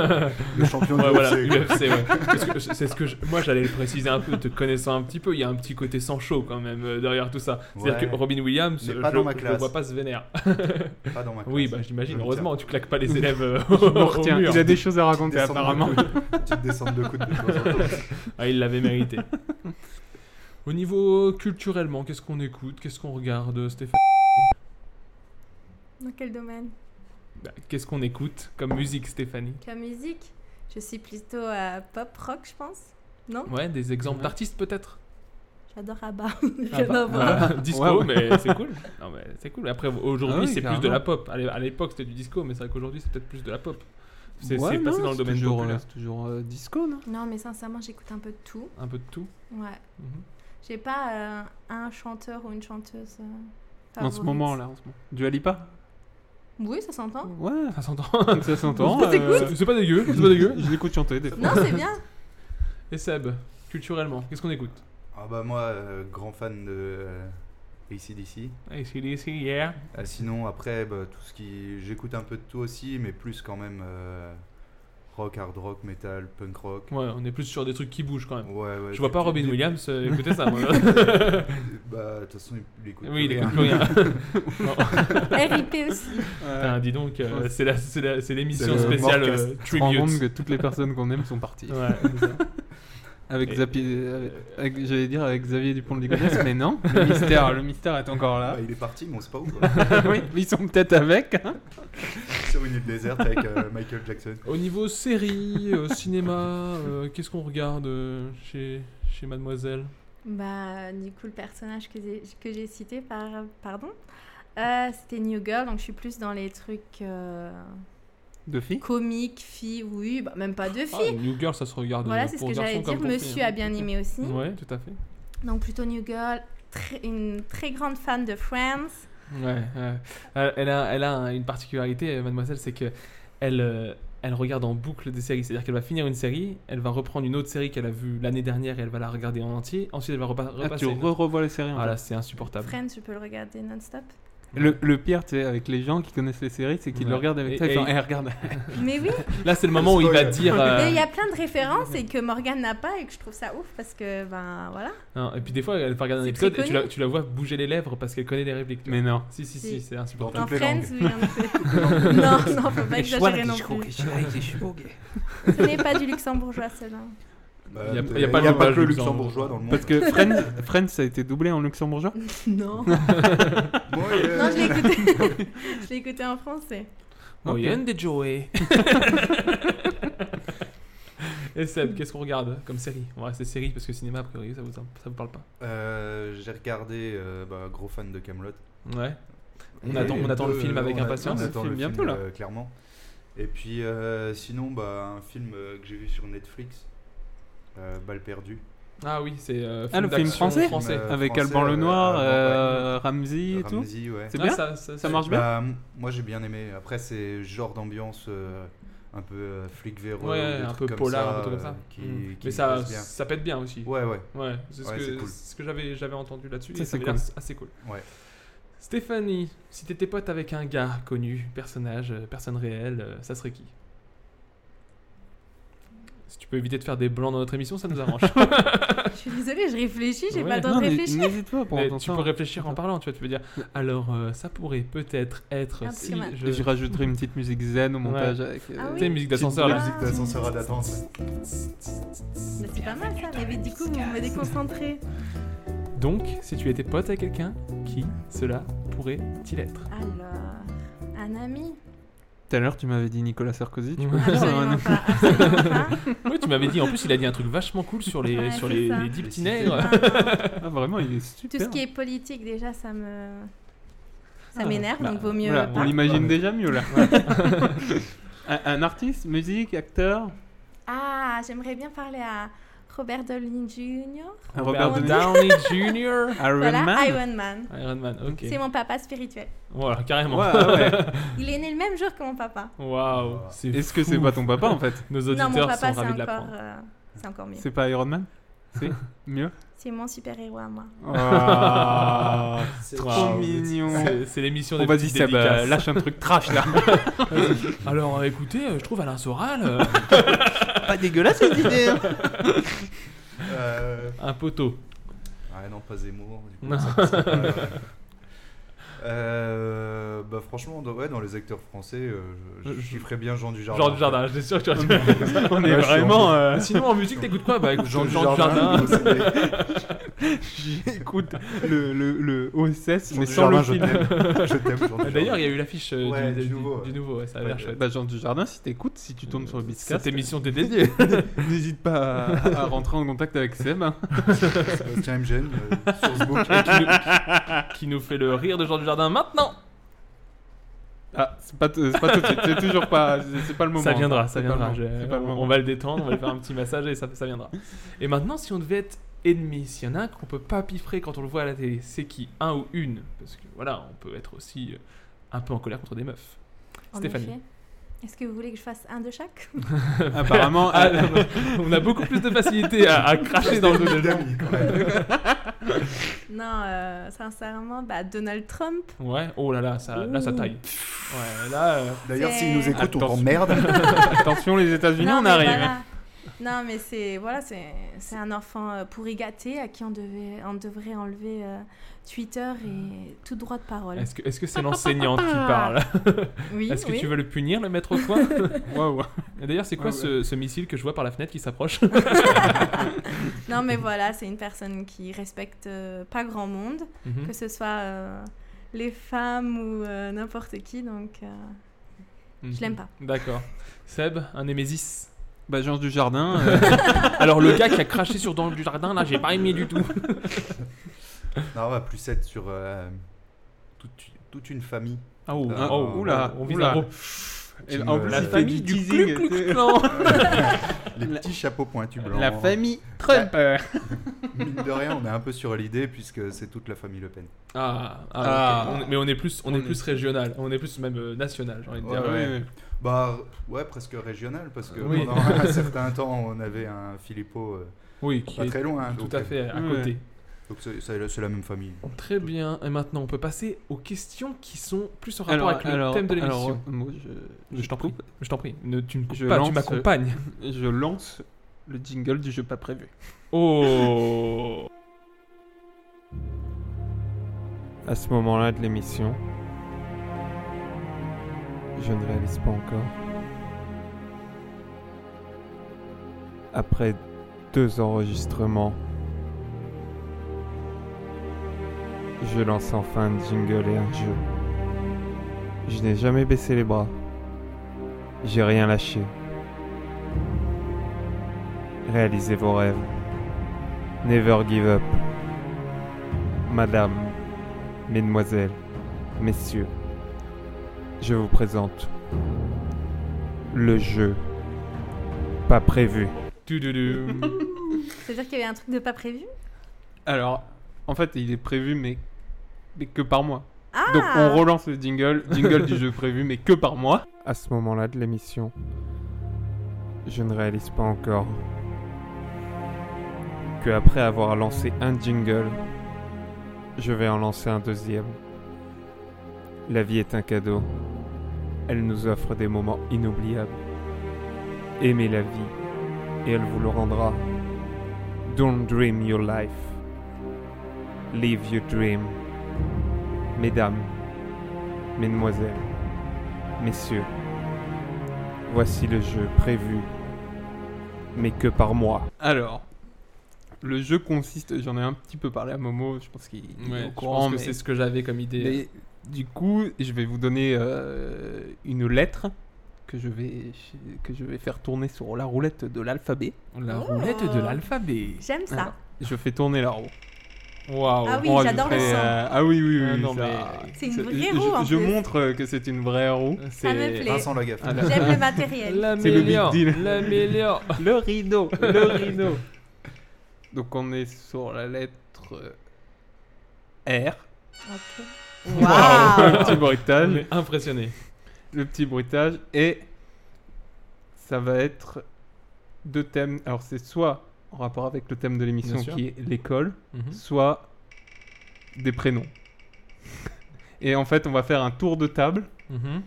Speaker 6: le champion
Speaker 8: Ouais,
Speaker 6: du
Speaker 8: voilà,
Speaker 6: UFC.
Speaker 8: UFC, ouais. Parce que C'est ce que je- moi j'allais le préciser un peu, te connaissant un petit peu, il y a un petit côté sans chaud quand même euh, derrière tout ça. C'est-à-dire
Speaker 6: Ouais.
Speaker 8: que Robin Williams,
Speaker 6: Mais
Speaker 8: euh,
Speaker 6: pas
Speaker 8: je,
Speaker 6: dans ma
Speaker 8: je le
Speaker 6: classe.
Speaker 8: vois pas se vénère.
Speaker 6: Pas dans ma
Speaker 8: Oui, bah
Speaker 6: classe. Je
Speaker 8: j'imagine.
Speaker 6: le
Speaker 8: Heureusement, tu claques pas les élèves. euh,
Speaker 5: Je me
Speaker 8: au
Speaker 5: retiens.
Speaker 8: mur.
Speaker 5: Il a des choses à raconter
Speaker 6: Descendre de
Speaker 5: apparemment.
Speaker 6: coude. Petite descente de coude de temps en temps.
Speaker 8: Ah, il l'avait mérité. Au niveau euh, culturellement, qu'est-ce qu'on écoute Qu'est-ce qu'on regarde, Stéphane
Speaker 9: Dans quel domaine
Speaker 8: Bah, Qu'est-ce qu'on écoute comme musique, Stéphanie
Speaker 9: La musique Je suis plutôt euh, pop rock, je pense. Non
Speaker 8: Ouais, des exemples d'artistes peut-être
Speaker 9: J'adore Abba.
Speaker 8: Ah
Speaker 9: Rien
Speaker 8: bah,
Speaker 9: à voir.
Speaker 8: ah bah, Disco,
Speaker 5: Ouais, ouais.
Speaker 8: mais c'est cool. Non, mais c'est cool. Après, aujourd'hui,
Speaker 5: Ah oui,
Speaker 8: c'est plus de
Speaker 5: carrément.
Speaker 8: la pop. À l'é- à l'époque, c'était du disco, mais c'est vrai qu'aujourd'hui, c'est peut-être plus de la pop. C'est
Speaker 5: Ouais,
Speaker 8: c'est passé
Speaker 5: non,
Speaker 8: dans le
Speaker 5: c'est
Speaker 8: domaine
Speaker 5: toujours,
Speaker 8: populaire.
Speaker 5: euh, c'est toujours euh, disco, non
Speaker 9: Non, mais sincèrement, j'écoute un peu de tout.
Speaker 5: euh,
Speaker 8: Un peu de tout.
Speaker 9: Ouais.
Speaker 8: Mhm.
Speaker 9: J'ai pas euh, un chanteur ou une chanteuse. euh,
Speaker 5: En ce
Speaker 9: favorite.
Speaker 5: moment, là, en ce moment. Du Alipa
Speaker 9: Oui, ça s'entend.
Speaker 5: Ouais.
Speaker 8: Ça s'entend.
Speaker 5: Ça s'entend.
Speaker 8: Ça
Speaker 5: euh,
Speaker 8: s'écoute. C'est pas dégueu. C'est pas dégueu.
Speaker 5: Je l'écoute chanter des fois.
Speaker 9: Non, c'est bien.
Speaker 8: Et Seb, culturellement, qu'est-ce qu'on écoute
Speaker 6: Ah bah moi, euh, grand fan de euh, ACDC.
Speaker 8: Ah, ACDC, yeah.
Speaker 6: Ah, sinon, après, bah, tout ce qui. J'écoute un peu de tout aussi, mais plus quand même euh, rock, hard rock, metal, punk rock.
Speaker 8: Ouais, on est plus sur des trucs qui bougent quand même.
Speaker 6: Ouais, ouais,
Speaker 8: Je vois
Speaker 6: des-
Speaker 8: pas
Speaker 6: des-
Speaker 8: Robin
Speaker 6: des-
Speaker 8: Williams euh, écouter ça, moi.
Speaker 6: bah, de toute façon, il écoute
Speaker 8: Oui, il
Speaker 6: rien.
Speaker 8: écoute plus rien.
Speaker 9: RIP aussi.
Speaker 8: Putain, dis donc, euh, c'est la- c'est la- c'est l'émission
Speaker 5: le
Speaker 8: spéciale
Speaker 6: Morcast.
Speaker 8: euh,
Speaker 5: Je me rends compte
Speaker 8: Tribute.
Speaker 5: que toutes les personnes qu'on aime sont parties.
Speaker 8: Ouais, c'est ça.
Speaker 5: Avec,
Speaker 8: Et-
Speaker 5: Zapi- avec- avec- j'allais dire avec Xavier Dupont de Ligonnès, mais non, le mystère, le mystère est encore là.
Speaker 6: Bah, il est parti, mais on sait pas où. quoi.
Speaker 5: oui, ils sont peut-être avec. hein.
Speaker 6: Sur une île déserte avec euh, Michael Jackson.
Speaker 8: Au niveau série, euh, cinéma, euh, qu'est-ce qu'on regarde euh, chez, chez Mademoiselle
Speaker 9: Bah, du coup, le personnage que j'ai- que j'ai cité, par, pardon, euh, c'était New Girl, donc je suis plus dans les trucs euh,
Speaker 5: Deux filles.
Speaker 9: comiques, filles, oui, bah, même pas de
Speaker 8: Ah,
Speaker 9: filles.
Speaker 8: New Girl, ça se regarde
Speaker 9: voilà,
Speaker 8: euh,
Speaker 9: c'est ce
Speaker 8: pour
Speaker 9: que j'allais
Speaker 8: garçons
Speaker 9: dire.
Speaker 8: comme pour
Speaker 9: Monsieur
Speaker 8: filles, hein.
Speaker 9: a bien aimé aussi.
Speaker 8: Ouais, tout à fait.
Speaker 9: Donc, plutôt New Girl, très- une très grande fan de Friends.
Speaker 8: Ouais, ouais. Euh, Elle a, elle a un- une particularité, euh, Mademoiselle, c'est que elle, euh, elle regarde en boucle des séries. C'est-à-dire qu'elle va finir une série, elle va reprendre une autre série qu'elle a vue l'année dernière et elle va la regarder en entier. Ensuite, elle va repa-
Speaker 5: Ah,
Speaker 8: repasser.
Speaker 5: tu
Speaker 8: une autre.
Speaker 5: re-revois les séries. en
Speaker 8: ah
Speaker 5: fait.
Speaker 8: là, c'est insupportable.
Speaker 9: Friends, je peux le regarder non-stop.
Speaker 5: le, le pire, c'est avec les gens qui connaissent les séries, c'est qu'ils
Speaker 8: Ouais.
Speaker 5: le regardent avec
Speaker 8: Et-
Speaker 5: toi. ils font,
Speaker 8: et-
Speaker 5: Eh, regarde.
Speaker 9: Mais oui,
Speaker 8: Là, c'est le moment où il va
Speaker 6: Spoil.
Speaker 8: dire. euh,
Speaker 9: mais il y a plein de références et que Morgane n'a pas et que je trouve ça ouf parce que, ben voilà.
Speaker 8: Non, et puis des fois, elle va regarder un
Speaker 9: C'est
Speaker 8: épisode et tu la,
Speaker 9: préconisé.
Speaker 8: tu la vois bouger les lèvres parce qu'elle connaît les répliques. tu vois.
Speaker 5: eh, Mais non.
Speaker 8: Si, si, si,
Speaker 9: Si.
Speaker 8: c'est
Speaker 6: Dans
Speaker 8: insupportable.
Speaker 9: Dans
Speaker 6: toutes les
Speaker 9: Friends,
Speaker 6: langues.
Speaker 9: oui, en effet. non, non, faut pas exagérer non plus. Ce n'est pas du luxembourgeois, cela.
Speaker 6: Bah,
Speaker 8: Il y a-
Speaker 6: t'es-
Speaker 8: il y a pas
Speaker 6: il y a
Speaker 8: le
Speaker 6: pas que le
Speaker 8: luxembourgeois
Speaker 6: luxembourgeois dans le monde.
Speaker 5: Parce que Friends, Friends, ça a été doublé en luxembourgeois.
Speaker 9: Non.
Speaker 6: Moi, euh,
Speaker 9: Non, je l'ai écouté. je l'ai écouté en français.
Speaker 5: Ok.
Speaker 8: Moyenne des Joey. Et Seb, qu'est-ce qu'on regarde comme série On va rester série parce que cinéma, a priori, ça vous, ça vous parle pas.
Speaker 6: euh, J'ai regardé, euh, bah, gros fan de Camelot.
Speaker 8: Ouais. On attend- on attend le film avec
Speaker 6: on attend-
Speaker 8: impatience.
Speaker 6: On
Speaker 5: Le
Speaker 6: attend
Speaker 5: film
Speaker 6: le film
Speaker 5: bientôt, là.
Speaker 6: euh, clairement. Et puis euh, sinon, bah, un film euh, que j'ai vu sur Netflix, euh, Balle perdue.
Speaker 8: Ah oui, c'est. euh,
Speaker 5: Ah, le film
Speaker 8: d'action
Speaker 5: français
Speaker 8: français.
Speaker 6: Film, euh,
Speaker 5: Avec
Speaker 6: français,
Speaker 5: Alban
Speaker 6: euh,
Speaker 5: Lenoir,
Speaker 6: Alban,
Speaker 5: euh, Ramsey et tout.
Speaker 6: Ramsey, ouais.
Speaker 5: C'est
Speaker 8: Ah,
Speaker 5: bien
Speaker 8: ça, ça,
Speaker 5: Ça marche bien
Speaker 6: Bah, m- moi j'ai bien aimé. Après, c'est genre d'ambiance euh, un peu euh, flic véreux,
Speaker 8: Ouais,
Speaker 6: ou des
Speaker 8: un
Speaker 6: trucs
Speaker 8: peu
Speaker 6: comme
Speaker 8: polar,
Speaker 6: ça,
Speaker 8: un peu comme ça.
Speaker 6: euh, qui,
Speaker 8: Mm.
Speaker 6: qui
Speaker 8: Mais ça,
Speaker 6: passe bien.
Speaker 8: ça pète bien aussi.
Speaker 6: Ouais, ouais.
Speaker 8: Ouais, c'est ce,
Speaker 6: Ouais,
Speaker 8: que-
Speaker 6: c'est cool.
Speaker 8: c'est ce que j'avais j'avais entendu là-dessus.
Speaker 5: Ça,
Speaker 8: et
Speaker 5: c'est
Speaker 8: Ça, avait l'air
Speaker 5: cool.
Speaker 8: assez cool.
Speaker 6: Ouais.
Speaker 8: Stéphanie, si t'étais pote avec un gars connu, personnage, euh, personne réelle, euh, ça serait qui Si tu peux éviter de faire des blancs dans notre émission, ça nous arrange.
Speaker 9: Je suis désolée, je réfléchis, j'ai
Speaker 8: Ouais.
Speaker 9: pas le temps
Speaker 5: Non,
Speaker 9: de
Speaker 5: mais
Speaker 9: réfléchir.
Speaker 5: N'hésite pas pour
Speaker 8: Mais
Speaker 5: entendre hein.
Speaker 8: tu peux réfléchir en parlant, tu vois. Tu peux dire, alors euh, ça pourrait peut-être être
Speaker 9: Ah, parce
Speaker 8: si
Speaker 9: que ma-
Speaker 8: je.
Speaker 5: Je rajouterai une petite musique zen au montage avec. euh,
Speaker 9: Ah
Speaker 8: Tu
Speaker 9: oui.
Speaker 8: sais, musique d'ascenseur
Speaker 6: La
Speaker 8: là.
Speaker 6: musique d'ascenseur à d'attente.
Speaker 9: Mais c'est pas mal ça, mais du coup, vous me déconcentrez.
Speaker 8: Donc, si tu étais pote avec quelqu'un, qui cela pourrait-il être
Speaker 9: Alors, un ami
Speaker 5: Tout à l'heure, tu m'avais dit Nicolas Sarkozy. Tu
Speaker 8: Ouais.
Speaker 5: peux faire un
Speaker 9: Absolument pas. Absolument pas.
Speaker 8: Oui, tu m'avais dit, en plus, il a dit un truc vachement cool sur les,
Speaker 9: Ouais,
Speaker 8: sur
Speaker 9: c'est
Speaker 8: les,
Speaker 9: ça.
Speaker 8: les dix petits
Speaker 6: Les cités.
Speaker 8: nègres.
Speaker 9: Non, non.
Speaker 5: Ah, vraiment, il est
Speaker 9: Tout
Speaker 5: super.
Speaker 9: ce qui est politique, déjà, ça me.
Speaker 5: Ah,
Speaker 9: Ça m'énerve,
Speaker 8: bah,
Speaker 9: donc vaut mieux.
Speaker 5: Voilà,
Speaker 9: pas.
Speaker 5: on l'imagine déjà mieux là. un, un artiste, musique, acteur.
Speaker 9: Ah, j'aimerais bien parler à Robert Downey Jr.
Speaker 5: Ah, bah,
Speaker 8: Robert
Speaker 9: Comment on dit
Speaker 8: Downey Jr. Iron
Speaker 9: Voilà,
Speaker 8: Man
Speaker 9: Iron Man.
Speaker 8: Iron Man, ok.
Speaker 9: C'est mon papa spirituel.
Speaker 8: Voilà, carrément.
Speaker 9: Il est né le même jour que mon papa.
Speaker 8: Waouh.
Speaker 5: Est-ce que c'est
Speaker 8: fou.
Speaker 5: pas ton papa en fait
Speaker 8: Nos
Speaker 9: non,
Speaker 8: auditeurs
Speaker 9: mon
Speaker 8: sont
Speaker 9: papa, c'est
Speaker 8: ravis de l'apprendre.
Speaker 9: encore, euh, c'est encore mieux.
Speaker 5: C'est pas Iron Man C'est mieux
Speaker 9: C'est mon super-héros à moi.
Speaker 5: Ah,
Speaker 8: C'est
Speaker 5: Oh, trop
Speaker 8: waouh.
Speaker 5: mignon.
Speaker 8: C'est- C'est l'émission
Speaker 5: Bon,
Speaker 8: des
Speaker 5: vas-y,
Speaker 8: petites
Speaker 5: Seb,
Speaker 8: dédicaces.
Speaker 5: euh, lâche un truc trash, là.
Speaker 8: Vas-y. Alors euh, écoutez, euh, je trouve Alain Soral. euh,
Speaker 5: Pas dégueulasse, cette idée, hein.
Speaker 6: Euh,
Speaker 8: Un poteau.
Speaker 6: Ouais, non, pas Zemmour. Du coup,
Speaker 8: Non.
Speaker 6: ça passerait pas, ouais. Euh, bah franchement, dans, ouais, dans les acteurs français, euh, je, je chiffrais bien Jean Dujardin.
Speaker 8: Jean Dujardin, je suis sûr que tu vas- On est vraiment, euh, Sinon, en musique, t'écoutes quoi Bah, écoute, Jean Dujardin.
Speaker 5: euh, J'écoute le, le, le OSS,
Speaker 6: Jean
Speaker 5: mais sans le
Speaker 6: Dujardin, je
Speaker 5: film.
Speaker 6: t'aime. Je t'aime, Jean Dujardin.
Speaker 8: Ah, D'ailleurs, il y a eu l'affiche euh,
Speaker 6: Ouais,
Speaker 8: du,
Speaker 6: du
Speaker 8: du-
Speaker 6: nouveau, ouais.
Speaker 8: du nouveau, ouais, ça a l'air chouette.
Speaker 5: Bah, Jean Dujardin, si t'écoutes, si tu tournes sur le biscuit.
Speaker 8: Euh, Cette émission t'est dédiée.
Speaker 5: N'hésite pas à, à rentrer en contact avec Seb. hein.
Speaker 6: Tiens, MGN, euh, sur ce book.
Speaker 8: qui, nous, qui nous fait le rire de Jean Dujardin maintenant.
Speaker 5: Ah, c'est pas, t- c'est pas tout de suite, c'est toujours pas, c'est- c'est pas le moment.
Speaker 8: Ça viendra,
Speaker 5: encore,
Speaker 8: ça
Speaker 5: c'est pas le
Speaker 8: viendra.
Speaker 5: moment,
Speaker 8: Je-
Speaker 5: c'est pas le
Speaker 8: on-
Speaker 5: moment.
Speaker 8: on va le détendre, on va lui faire un petit massage et ça, ça viendra. Et maintenant, si on devait être ennemi, s'il y en a un qu'on peut pas piffrer quand on le voit à la télé, c'est qui Un ou une Parce que voilà, on peut être aussi euh, un peu en colère contre des meufs.
Speaker 9: En
Speaker 8: Stéphanie.
Speaker 9: effet. Est-ce que vous voulez que je fasse un de chaque
Speaker 5: Apparemment,
Speaker 8: Ah, non,
Speaker 5: euh,
Speaker 8: non, on a beaucoup plus de facilité à, à cracher dans le dos des gens.
Speaker 9: Non, euh, sincèrement, bah, Donald Trump.
Speaker 8: Ouais, oh là là, ça, là, ça
Speaker 9: Ouh.
Speaker 8: taille. Ouais, là. euh,
Speaker 6: D'ailleurs,
Speaker 9: C'est-
Speaker 6: s'il nous écoute, on
Speaker 5: Attention.
Speaker 6: t'emmerde.
Speaker 5: Attention, les États-Unis, on
Speaker 9: mais
Speaker 5: arrive.
Speaker 9: voilà. Non, mais c'est voilà, c'est c'est un enfant euh, pourri gâté à qui on, devait, on devrait enlever euh, Twitter et tout droit de parole.
Speaker 8: Est-ce que est-ce que c'est l'enseignante qui parle
Speaker 9: Oui,
Speaker 8: Est-ce que
Speaker 9: oui.
Speaker 8: tu veux le punir, le mettre au coin
Speaker 5: Waouh.
Speaker 8: Et D'ailleurs, c'est quoi
Speaker 5: Ouais,
Speaker 8: ce, ce missile que je vois par la fenêtre qui s'approche
Speaker 9: Non, mais voilà, c'est une personne qui respecte euh, pas grand monde,
Speaker 8: Mhm.
Speaker 5: Mmh.
Speaker 9: que ce soit euh, les femmes ou euh, n'importe qui, donc euh, je l'aime pas.
Speaker 8: mhm. D'accord. Seb, un Némésis.
Speaker 5: Bah, Jean Dujardin. euh,
Speaker 8: Alors, le gars qui a craché sur dans du jardin, là, j'ai pas aimé du tout.
Speaker 6: Non, on va plus être sur euh, toute, toute une famille.
Speaker 8: Ah, oh,
Speaker 6: Ah,
Speaker 8: oh,
Speaker 5: hein, oula,
Speaker 8: on vise
Speaker 5: oula.
Speaker 8: un gros.
Speaker 5: et
Speaker 6: Team,
Speaker 5: en
Speaker 6: euh,
Speaker 5: plus, il
Speaker 6: la
Speaker 5: fait
Speaker 8: famille du
Speaker 5: teasing,
Speaker 8: Klu Klux
Speaker 5: tu sais.
Speaker 8: Klan.
Speaker 6: Les
Speaker 5: La-
Speaker 6: petits chapeaux pointus blancs.
Speaker 5: La famille Trump.
Speaker 6: Mine de rien, on est un peu sur l'idée puisque c'est toute la famille Le Pen.
Speaker 8: Ah, ah,
Speaker 5: Ah.
Speaker 8: ok. On- mais on est plus, on est
Speaker 5: On
Speaker 8: plus
Speaker 5: est-
Speaker 8: régional, on est plus même euh, national, j'ai envie de dire.
Speaker 6: Ouais, ouais.
Speaker 5: oui.
Speaker 6: Bah ouais, presque régional parce que
Speaker 8: Oui.
Speaker 6: pendant un certain temps, on avait un Filippo euh,
Speaker 8: Oui, qui
Speaker 6: pas
Speaker 8: est
Speaker 6: très loin. hein,
Speaker 8: tout
Speaker 6: donc,
Speaker 8: à
Speaker 6: euh,
Speaker 8: fait à
Speaker 5: Ouais.
Speaker 8: côté.
Speaker 6: Donc c'est c'est- c'est la même famille.
Speaker 8: Très bien. Et maintenant, on peut passer aux questions qui sont plus en rapport
Speaker 5: Alors,
Speaker 8: avec le
Speaker 5: alors,
Speaker 8: thème de
Speaker 5: alors,
Speaker 8: l'émission.
Speaker 5: euh, moi, je,
Speaker 8: Je t'en prie.
Speaker 5: coupe.
Speaker 8: Je t'en prie. Ne, tu ne coupes
Speaker 5: Je
Speaker 8: pas,
Speaker 5: lance-
Speaker 8: tu m'accompagnes.
Speaker 5: Je lance le jingle du jeu pas prévu.
Speaker 8: Oh.
Speaker 5: À ce moment-là de l'émission, je ne réalise pas encore. Après deux enregistrements, je lance enfin un jingle et un jeu. Je n'ai jamais baissé les bras. J'ai rien lâché. Réalisez vos rêves. Never give up. Madame. Mesdemoiselles, messieurs, je vous présente le jeu pas prévu.
Speaker 8: Toudoudou.
Speaker 9: C'est-à-dire qu'il y avait un truc de pas prévu
Speaker 5: Alors, en fait, il est prévu, mais, mais que par mois.
Speaker 9: Ah
Speaker 5: Donc, on relance le jingle, jingle du jeu prévu, mais que par mois. À ce moment-là de l'émission, je ne réalise pas encore que après avoir lancé un jingle, je vais en lancer un deuxième. La vie est un cadeau. Elle nous offre des moments inoubliables. Aimez la vie et elle vous le rendra. Don't dream your life. Live your dream. Mesdames, mesdemoiselles, messieurs, voici le jeu prévu, mais que par moi. Alors, le jeu consiste, j'en ai un petit peu parlé à Momo, je pense qu'il il est
Speaker 8: Ouais,
Speaker 5: au
Speaker 8: je
Speaker 5: courant,
Speaker 8: pense que
Speaker 5: mais-
Speaker 8: c'est ce que j'avais comme idée.
Speaker 5: mais du coup, je vais vous donner euh, une lettre que je, vais, que je vais faire tourner sur la roulette de l'alphabet.
Speaker 8: La
Speaker 9: Oh.
Speaker 8: roulette de l'alphabet.
Speaker 9: J'aime ça.
Speaker 5: Alors, Je fais tourner la roue.
Speaker 8: Waouh.
Speaker 9: Ah oui,
Speaker 5: Oh, je
Speaker 9: j'adore le
Speaker 5: fais,
Speaker 9: son.
Speaker 5: euh, Ah oui, oui, oui.
Speaker 8: Ah non,
Speaker 5: ça-
Speaker 8: mais-
Speaker 9: C'est une vraie
Speaker 5: je-
Speaker 9: roue, en
Speaker 5: Je, je
Speaker 9: plus.
Speaker 5: montre euh, que c'est une vraie roue.
Speaker 9: Ça me plaît.
Speaker 6: Vincent Lagaffe.
Speaker 5: Ah,
Speaker 9: J'aime le matériel.
Speaker 5: C'est le big
Speaker 8: L'améliore.
Speaker 5: deal.
Speaker 8: L'améliore.
Speaker 5: Le rideau, le rideau. Donc on est sur la lettre euh, R.
Speaker 9: Ok.
Speaker 5: Waouh, le petit bruitage.
Speaker 8: On est impressionné.
Speaker 5: Le petit bruitage. Et ça va être deux thèmes. Alors, c'est soit en rapport avec le thème de l'émission
Speaker 8: Bien sûr.
Speaker 5: qui est l'école,
Speaker 8: Mhm.
Speaker 5: soit des prénoms. et en fait, on va faire un tour de table.
Speaker 8: Mhm.